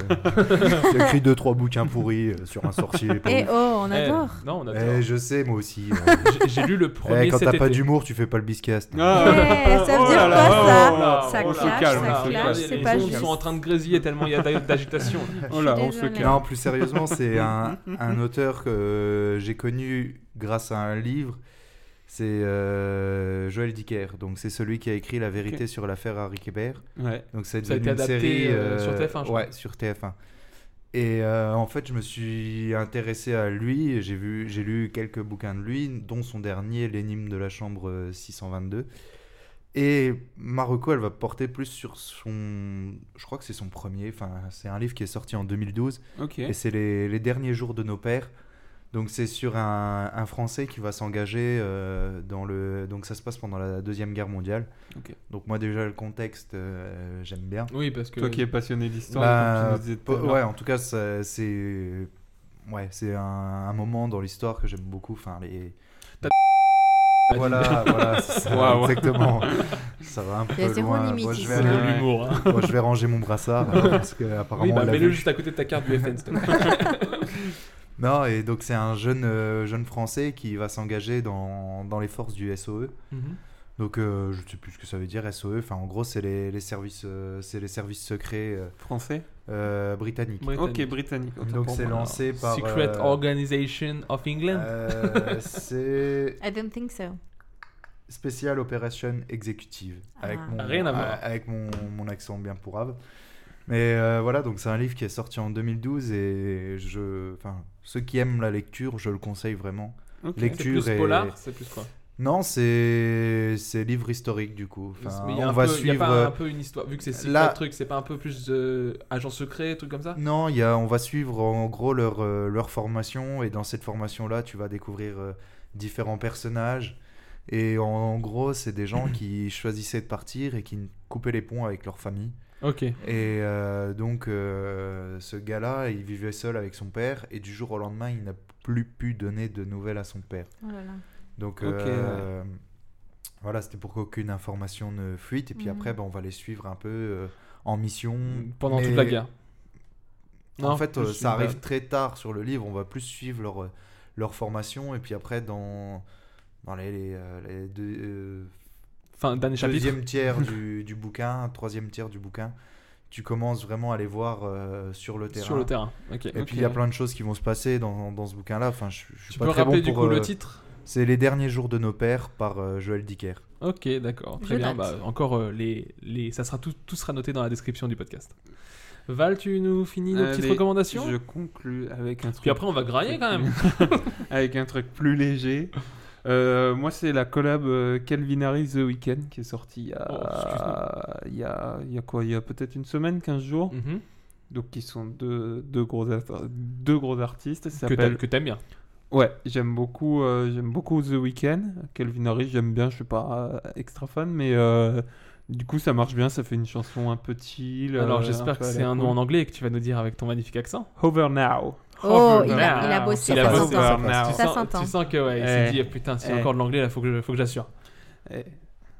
Speaker 6: qui a écrit deux trois bouquins pourris euh, sur un sorcier. pauvre.
Speaker 9: Eh oh, on
Speaker 8: Eh,
Speaker 9: adore.
Speaker 8: non, on adore.
Speaker 6: Eh, je sais, moi aussi. euh.
Speaker 8: J'ai- J'ai lu le premier.
Speaker 6: Eh, quand
Speaker 8: cet
Speaker 6: t'as
Speaker 8: été.
Speaker 6: pas
Speaker 8: Ah,
Speaker 6: d'humour, tu fais pas le biscast.
Speaker 5: Ah,
Speaker 9: Eh, ça veut dire
Speaker 8: là
Speaker 9: quoi,
Speaker 8: là,
Speaker 9: ça
Speaker 8: oh là,
Speaker 9: Ça
Speaker 8: on se
Speaker 9: clash,
Speaker 8: calme,
Speaker 9: ça
Speaker 8: on se
Speaker 9: clash,
Speaker 8: calme.
Speaker 9: c'est
Speaker 8: Les
Speaker 9: pas
Speaker 8: ondes
Speaker 9: juste.
Speaker 8: sont en train de grésiller tellement il y a d'a- d'agitation.
Speaker 5: Oh là, on se calme.
Speaker 6: Non, plus sérieusement, c'est un, un auteur que euh, j'ai connu grâce à un livre. C'est euh, Joël Dicker. Donc, c'est celui qui a écrit La vérité
Speaker 5: Ok.
Speaker 6: sur l'affaire Harry Quebert.
Speaker 5: Ouais.
Speaker 6: Donc, c'est
Speaker 8: Ça a
Speaker 6: devenu une
Speaker 8: été adapté,
Speaker 6: série.
Speaker 8: euh, sur TF1, je
Speaker 6: ouais,
Speaker 8: crois.
Speaker 6: sur TF1. Et euh, en fait, je me suis intéressé à lui. et J'ai vu- j'ai lu quelques bouquins de lui, dont son dernier, L'énigme de la chambre euh, 622. Et Marocco, elle va porter plus sur son. Je crois que c'est son premier. Enfin, c'est un livre qui est sorti en 2012.
Speaker 5: Ok.
Speaker 6: Et c'est les, les derniers jours de nos pères. Donc, c'est sur un, un Français qui va s'engager euh, dans le. Donc, ça se passe pendant la Deuxième Guerre mondiale.
Speaker 5: Ok.
Speaker 6: Donc, moi, déjà, le contexte, euh, j'aime bien.
Speaker 8: Oui, parce que.
Speaker 5: Toi qui es passionné d'histoire,
Speaker 6: Bah,
Speaker 5: comme tu nous disais tout à
Speaker 6: po-
Speaker 5: l'heure.
Speaker 6: ouais, en tout cas, ça- c'est. Ouais, c'est un, un moment dans l'histoire que j'aime beaucoup. Enfin, les. Voilà, voilà, c'est ça,
Speaker 8: Waouh.
Speaker 6: exactement. Ça va un
Speaker 8: Il y a
Speaker 6: peu
Speaker 8: zéro
Speaker 6: loin.
Speaker 8: limite
Speaker 6: Moi,
Speaker 8: ici.
Speaker 6: je vais,
Speaker 8: C'est de l'humour, hein.
Speaker 6: Moi, je vais ranger mon brassard alors, parce que apparemment.
Speaker 8: Oui, bah,
Speaker 6: on l'a
Speaker 8: mets-le
Speaker 6: vu.
Speaker 8: juste à côté de ta carte du FN, s'il te
Speaker 6: non, et donc c'est un jeune euh, jeune français qui va s'engager dans, dans les forces du SOE.
Speaker 8: Mhm.
Speaker 6: Donc euh, je sais plus ce que ça veut dire SOE. Enfin, en gros, c'est les, les services euh, c'est les services secrets euh,
Speaker 5: Français
Speaker 6: euh, britanniques.
Speaker 5: Ok, britannique. autant
Speaker 6: Donc
Speaker 5: pour
Speaker 6: c'est
Speaker 5: moi.
Speaker 6: lancé par
Speaker 8: Secret
Speaker 6: euh,
Speaker 8: Organization of England.
Speaker 6: euh, c'est
Speaker 9: I don't think so.
Speaker 6: Special Operation Executive. Avec
Speaker 9: Ah.
Speaker 6: mon,
Speaker 8: Rien à voir.
Speaker 6: Avec mon, mon accent bien pourrave. Mais euh, voilà, donc c'est un livre qui est sorti en 2012 et je, enfin, ceux qui aiment la lecture, je le conseille vraiment.
Speaker 8: Ok.
Speaker 6: Lecture
Speaker 8: C'est plus
Speaker 6: et-
Speaker 8: polar, c'est plus quoi
Speaker 6: Non, c'est c'est livre historique du coup. Enfin,
Speaker 8: Mais il y a
Speaker 6: on
Speaker 8: un
Speaker 6: va
Speaker 8: peu- il y a
Speaker 6: suivre. euh,
Speaker 8: pas un peu une histoire. Vu que c'est secret
Speaker 6: là-
Speaker 8: truc, c'est pas un peu plus euh, agent secret, truc comme ça
Speaker 6: Non, il y a, on va suivre en gros leur, euh, leur formation et dans cette formation-là, tu vas découvrir euh, différents personnages. Et en, en gros, c'est des gens qui choisissaient de partir et qui coupaient les ponts avec leur famille.
Speaker 8: Ok.
Speaker 6: Et euh, donc, euh, ce gars-là, il vivait seul avec son père, et du jour au lendemain, il n'a plus pu donner de nouvelles à son père.
Speaker 9: Oh là là.
Speaker 6: Donc,
Speaker 5: Ok,
Speaker 6: euh, voilà, c'était pour qu'aucune information ne fuite, et puis
Speaker 5: Mhm.
Speaker 6: après, ben, on va les suivre un peu euh, en mission.
Speaker 5: Pendant
Speaker 6: Mm, mais-
Speaker 5: toute la guerre.
Speaker 6: En
Speaker 5: Non,
Speaker 6: fait, euh,
Speaker 5: plus
Speaker 6: ça
Speaker 5: une
Speaker 6: arrive
Speaker 5: base.
Speaker 6: très tard sur le livre, on va plus suivre leur, euh, leur formation, et puis après, dans, dans les, les, euh, les deux. euh,
Speaker 5: Fin, dernier chapitre.
Speaker 6: Deuxième tiers du, du bouquin, troisième tiers du bouquin, tu commences vraiment à les voir euh, sur le terrain.
Speaker 5: Sur le terrain, ok.
Speaker 6: Et
Speaker 5: Ok.
Speaker 6: puis il y a plein de choses qui vont se passer dans, dans ce bouquin-là. Enfin, je, je suis
Speaker 5: Tu
Speaker 6: pas
Speaker 5: peux
Speaker 6: très
Speaker 5: rappeler,
Speaker 6: bon
Speaker 5: du
Speaker 6: pour,
Speaker 5: coup, le
Speaker 6: euh,
Speaker 5: titre
Speaker 6: C'est Les derniers jours de nos pères par euh, Joël Dicker.
Speaker 8: Ok, d'accord. Très
Speaker 5: Je
Speaker 8: bien.
Speaker 5: note.
Speaker 8: Bah, encore, euh, les, les, ça sera tout, tout sera noté dans la description du podcast. Val, tu nous finis nos petites
Speaker 5: Allez,
Speaker 8: recommandations
Speaker 5: Euh, Je conclus avec un truc.
Speaker 8: après, on va grailler, quand même.
Speaker 5: avec un truc plus léger. Euh, moi, c'est la collab euh, Calvin Harris The Weeknd qui est sortie il y
Speaker 8: Oh,
Speaker 5: a, il y a, il y a quoi Il y a peut-être une semaine, 15
Speaker 8: Mm.
Speaker 5: jours.
Speaker 8: Mhm.
Speaker 5: Donc, ils sont deux, deux, gros, art- deux gros artistes. Ça
Speaker 8: Que t'a-
Speaker 5: s'appelle-
Speaker 8: que t'aimes bien.
Speaker 5: Ouais, j'aime beaucoup, euh, j'aime beaucoup The Weeknd. Calvin Harris, j'aime bien, je suis pas euh, extra fan, mais euh, du coup, ça marche bien, ça fait une chanson un peu chill.
Speaker 8: Alors,
Speaker 5: euh,
Speaker 8: j'espère
Speaker 5: un
Speaker 8: que
Speaker 5: peu à la
Speaker 8: c'est un nom
Speaker 5: cool.
Speaker 8: en anglais et que tu vas nous dire avec ton magnifique accent.
Speaker 5: Hover Now.
Speaker 9: Oh,
Speaker 8: Hover
Speaker 9: il a-
Speaker 8: now.
Speaker 9: il a bossé,
Speaker 8: Il a
Speaker 9: ça
Speaker 8: bossé.
Speaker 9: s'entend.
Speaker 8: Hover now.
Speaker 9: Ça
Speaker 8: Tu sens-
Speaker 9: s'entend.
Speaker 8: Tu sens que ouais, il
Speaker 5: Eh.
Speaker 8: s'est dit eh, putain, c'est
Speaker 5: Eh.
Speaker 8: encore de l'anglais là, faut que je- faut que j'assure.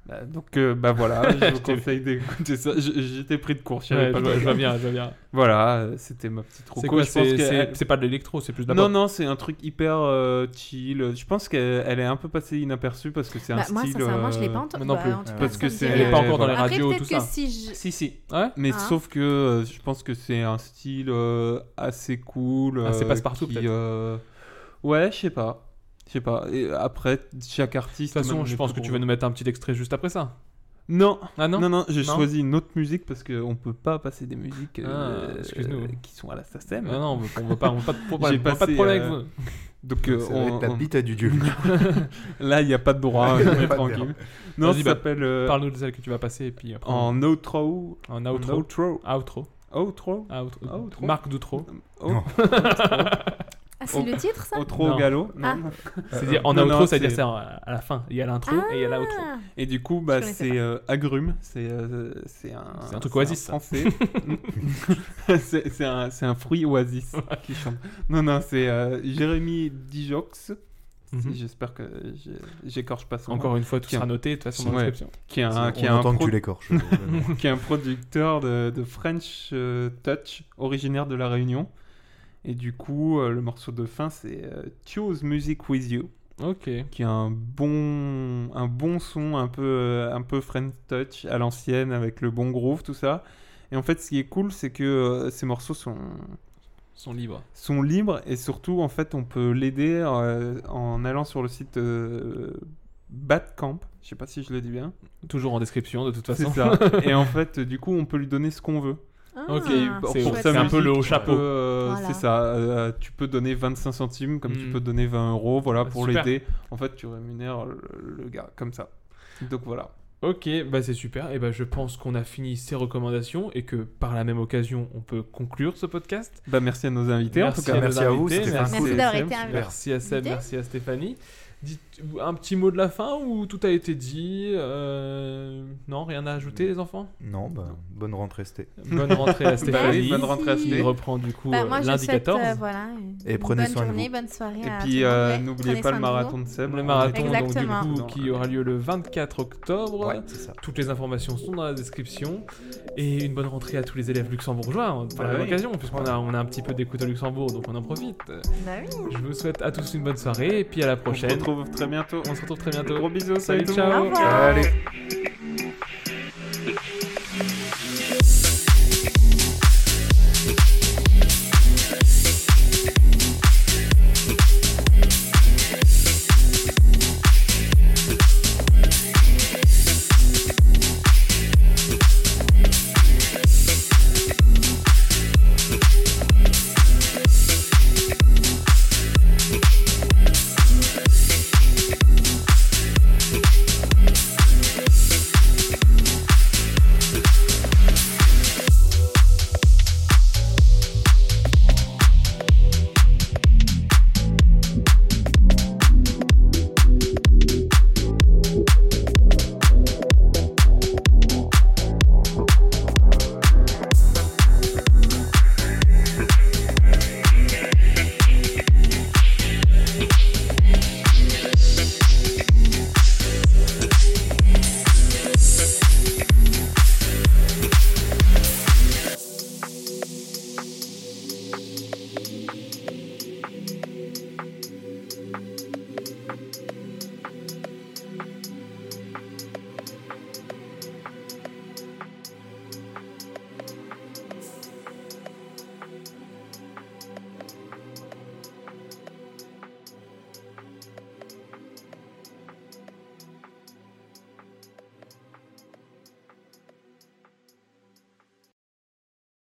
Speaker 5: Bah, donc, euh, bah voilà, je vous
Speaker 8: Je t'ai vu.
Speaker 5: conseille d'écouter ça. Je- J'étais pris de court, je savais
Speaker 8: Ouais,
Speaker 5: pas
Speaker 8: je vois-
Speaker 5: quoi
Speaker 8: je vois
Speaker 5: dire.
Speaker 8: bien, je vois bien.
Speaker 5: Voilà, euh, c'était ma petite roco.
Speaker 8: C'est quoi,
Speaker 5: Je pense
Speaker 8: c'est-
Speaker 5: qu'elle-
Speaker 8: c'est- c'est pas de l'électro, c'est plus de la
Speaker 5: Non,
Speaker 8: pop.
Speaker 5: non, c'est un truc hyper euh, chill. Je pense qu'elle elle est un peu passée inaperçue parce que c'est
Speaker 9: Bah,
Speaker 5: un
Speaker 9: moi,
Speaker 5: style.
Speaker 9: sincèrement, je l'ai
Speaker 5: euh,
Speaker 9: pas entendu.
Speaker 5: non
Speaker 9: Bah,
Speaker 5: plus.
Speaker 9: en tout cas,
Speaker 5: parce
Speaker 9: ça
Speaker 5: que
Speaker 9: me dit
Speaker 5: c'est.
Speaker 9: rien. Elle est pas encore
Speaker 8: dans les
Speaker 9: Après,
Speaker 8: radios,
Speaker 9: peut-être
Speaker 8: tout ça.
Speaker 9: que si je-
Speaker 8: Si, si. Ouais.
Speaker 5: Mais
Speaker 9: Ah.
Speaker 5: sauf que euh, je pense que c'est un style euh, assez cool.
Speaker 8: Ah, c'est
Speaker 5: euh,
Speaker 8: passe-partout,
Speaker 5: qui,
Speaker 8: peut-être.
Speaker 5: euh, Ouais, je sais pas. Je sais pas. Et après, chaque artiste.
Speaker 8: De toute façon,
Speaker 5: même
Speaker 8: je
Speaker 5: le
Speaker 8: pense
Speaker 5: plus
Speaker 8: que tu
Speaker 5: gros-
Speaker 8: vas nous mettre un petit extrait juste après ça.
Speaker 5: Non.
Speaker 8: Ah non
Speaker 5: non, j'ai
Speaker 8: Non
Speaker 5: choisi une autre musique parce qu'on peut pas passer des musiques euh,
Speaker 8: Ah, excuse-nous.
Speaker 5: qui sont à la SACEM.
Speaker 8: Ah non, on veut- on veut pas- on veut pas de problème, on
Speaker 5: J'ai
Speaker 8: veut pas de
Speaker 5: passé,
Speaker 8: problème
Speaker 5: euh,
Speaker 8: avec vous.
Speaker 5: Donc, euh,
Speaker 6: Ça va
Speaker 5: on,
Speaker 6: être la
Speaker 5: on-
Speaker 6: bite à du dieu.
Speaker 5: Là, il n'y a pas de droit,
Speaker 8: Il y a
Speaker 5: on est
Speaker 8: pas de
Speaker 5: tranquille.
Speaker 8: droit.
Speaker 5: Non,
Speaker 8: Vas-y,
Speaker 5: ça
Speaker 8: bah,
Speaker 5: s'appelle. euh,
Speaker 8: Parle-nous de celle que tu vas passer et puis après. on-
Speaker 5: En outro.
Speaker 8: En outro.
Speaker 5: En outro.
Speaker 8: Outro. Ah,
Speaker 5: Outro.
Speaker 8: Outro.
Speaker 5: Outro.
Speaker 8: Marc Doutreau.
Speaker 5: Oh.
Speaker 9: Ah,
Speaker 8: Oh.
Speaker 9: c'est le titre, ça
Speaker 5: Outro
Speaker 8: Non.
Speaker 5: au galop.
Speaker 9: Ah.
Speaker 8: C'est-à-dire, en
Speaker 5: Euh, Non, non,
Speaker 8: outro, ça veut dire
Speaker 5: c'est-
Speaker 8: c'est à à la fin. Il y a l'intro et il y a l'outro.
Speaker 9: Ah.
Speaker 5: Et du coup, bah,
Speaker 8: connaissais
Speaker 5: c'est euh, Agrume, c'est euh, c'est un,
Speaker 8: C'est un truc oasis, ça.
Speaker 5: français. c'est c'est un, c'est un fruit oasis qui chante. Non, non, c'est euh, Jérémy Dijox.
Speaker 8: Mhm.
Speaker 5: J'espère que j'ai- j'écorche pas son
Speaker 8: Encore
Speaker 5: nom.
Speaker 8: une fois, tout
Speaker 5: Qui est
Speaker 8: sera
Speaker 5: un-
Speaker 8: noté, de toute façon, dans la
Speaker 5: Ouais.
Speaker 8: description.
Speaker 5: Qui est un,
Speaker 6: On
Speaker 5: Hein, qui est un
Speaker 6: entend que
Speaker 5: pro-
Speaker 6: tu l'écorches, euh, vraiment.
Speaker 5: qui est un producteur de, de French euh, Touch, originaire de La Réunion. Et du coup, euh, le morceau de fin, c'est euh, Choose Music With You
Speaker 8: Ok.
Speaker 5: qui a un bon, un bon son, un peu, euh, un peu French touch à l'ancienne, avec le bon groove, tout ça. Et en fait, ce qui est cool, c'est que euh, ces morceaux sont,
Speaker 8: Sont libres.
Speaker 5: sont libres et surtout, en fait, on peut l'aider euh, en allant sur le site euh, Batcamp. Je sais pas si je le dis bien.
Speaker 8: Toujours en description, de toute
Speaker 5: C'est
Speaker 8: façon.
Speaker 5: ça. et en fait, du coup, on peut lui donner ce qu'on veut.
Speaker 9: Ah,
Speaker 8: Ok,
Speaker 5: Pour-
Speaker 8: c'est
Speaker 5: pour
Speaker 8: c'est
Speaker 5: sa
Speaker 8: un peu
Speaker 5: musique,
Speaker 8: le haut
Speaker 5: tu
Speaker 8: chapeau.
Speaker 5: peux, euh,
Speaker 9: Voilà.
Speaker 5: C'est ça. euh, tu peux donner 25 centimes comme tu
Speaker 8: Mm.
Speaker 5: peux donner 20 euros, voilà,
Speaker 8: Ah,
Speaker 5: pour
Speaker 8: super.
Speaker 5: l'aider. En fait, tu rémunères le, le gars comme ça. Donc voilà.
Speaker 8: Ok, bah c'est super. Et bah je pense qu'on a fini ces recommandations et que par la même occasion, on peut conclure ce podcast.
Speaker 5: Bah merci à nos invités en tout cas.
Speaker 8: nos
Speaker 6: Merci à vous,
Speaker 8: invités,
Speaker 6: c'était
Speaker 9: Merci cool. d'avoir été invités.
Speaker 8: Merci à Seb, merci à Stéphanie. Dites un petit mot de la fin ou tout a été dit Euh, Non, rien à ajouter les enfants
Speaker 6: Non, bah, bonne rentrée, c'était.
Speaker 8: Bonne rentrée à Stéphanie.
Speaker 5: Merci. Bonne rentrée à
Speaker 8: qui
Speaker 5: Stéphanie.
Speaker 8: reprend du coup
Speaker 9: Bah, moi, je
Speaker 8: lundi
Speaker 9: vous souhaite,
Speaker 8: 14.
Speaker 9: euh, voilà, une
Speaker 6: Et prenez
Speaker 9: bonne
Speaker 6: soin de
Speaker 9: journée,
Speaker 6: vous.
Speaker 9: bonne soirée.
Speaker 5: Et
Speaker 9: à tout
Speaker 5: puis
Speaker 9: le monde.
Speaker 5: euh,
Speaker 9: Ouais,
Speaker 5: n'oubliez pas
Speaker 9: prenez soin
Speaker 5: le
Speaker 9: de vous.
Speaker 5: marathon de Seb.
Speaker 8: Le marathon donc, du
Speaker 9: euh, Exactement.
Speaker 8: coup, qui aura lieu le 24 octobre.
Speaker 6: Ouais, c'est ça.
Speaker 8: Toutes les informations sont dans la description. Et une bonne rentrée à tous les élèves luxembourgeois, par la
Speaker 5: Bah
Speaker 8: même
Speaker 5: oui.
Speaker 8: occasion, puisqu'on a, on a un petit peu d'écoute à Luxembourg, donc on en profite.
Speaker 9: Bah oui.
Speaker 8: Je vous souhaite à tous une bonne soirée, et puis à la
Speaker 5: On se
Speaker 8: prochaine.
Speaker 5: retrouve très bientôt.
Speaker 8: On se retrouve très bientôt.
Speaker 5: Gros bisous,
Speaker 8: Salut,
Speaker 5: salut, tout le monde.
Speaker 8: ciao.
Speaker 6: Allez.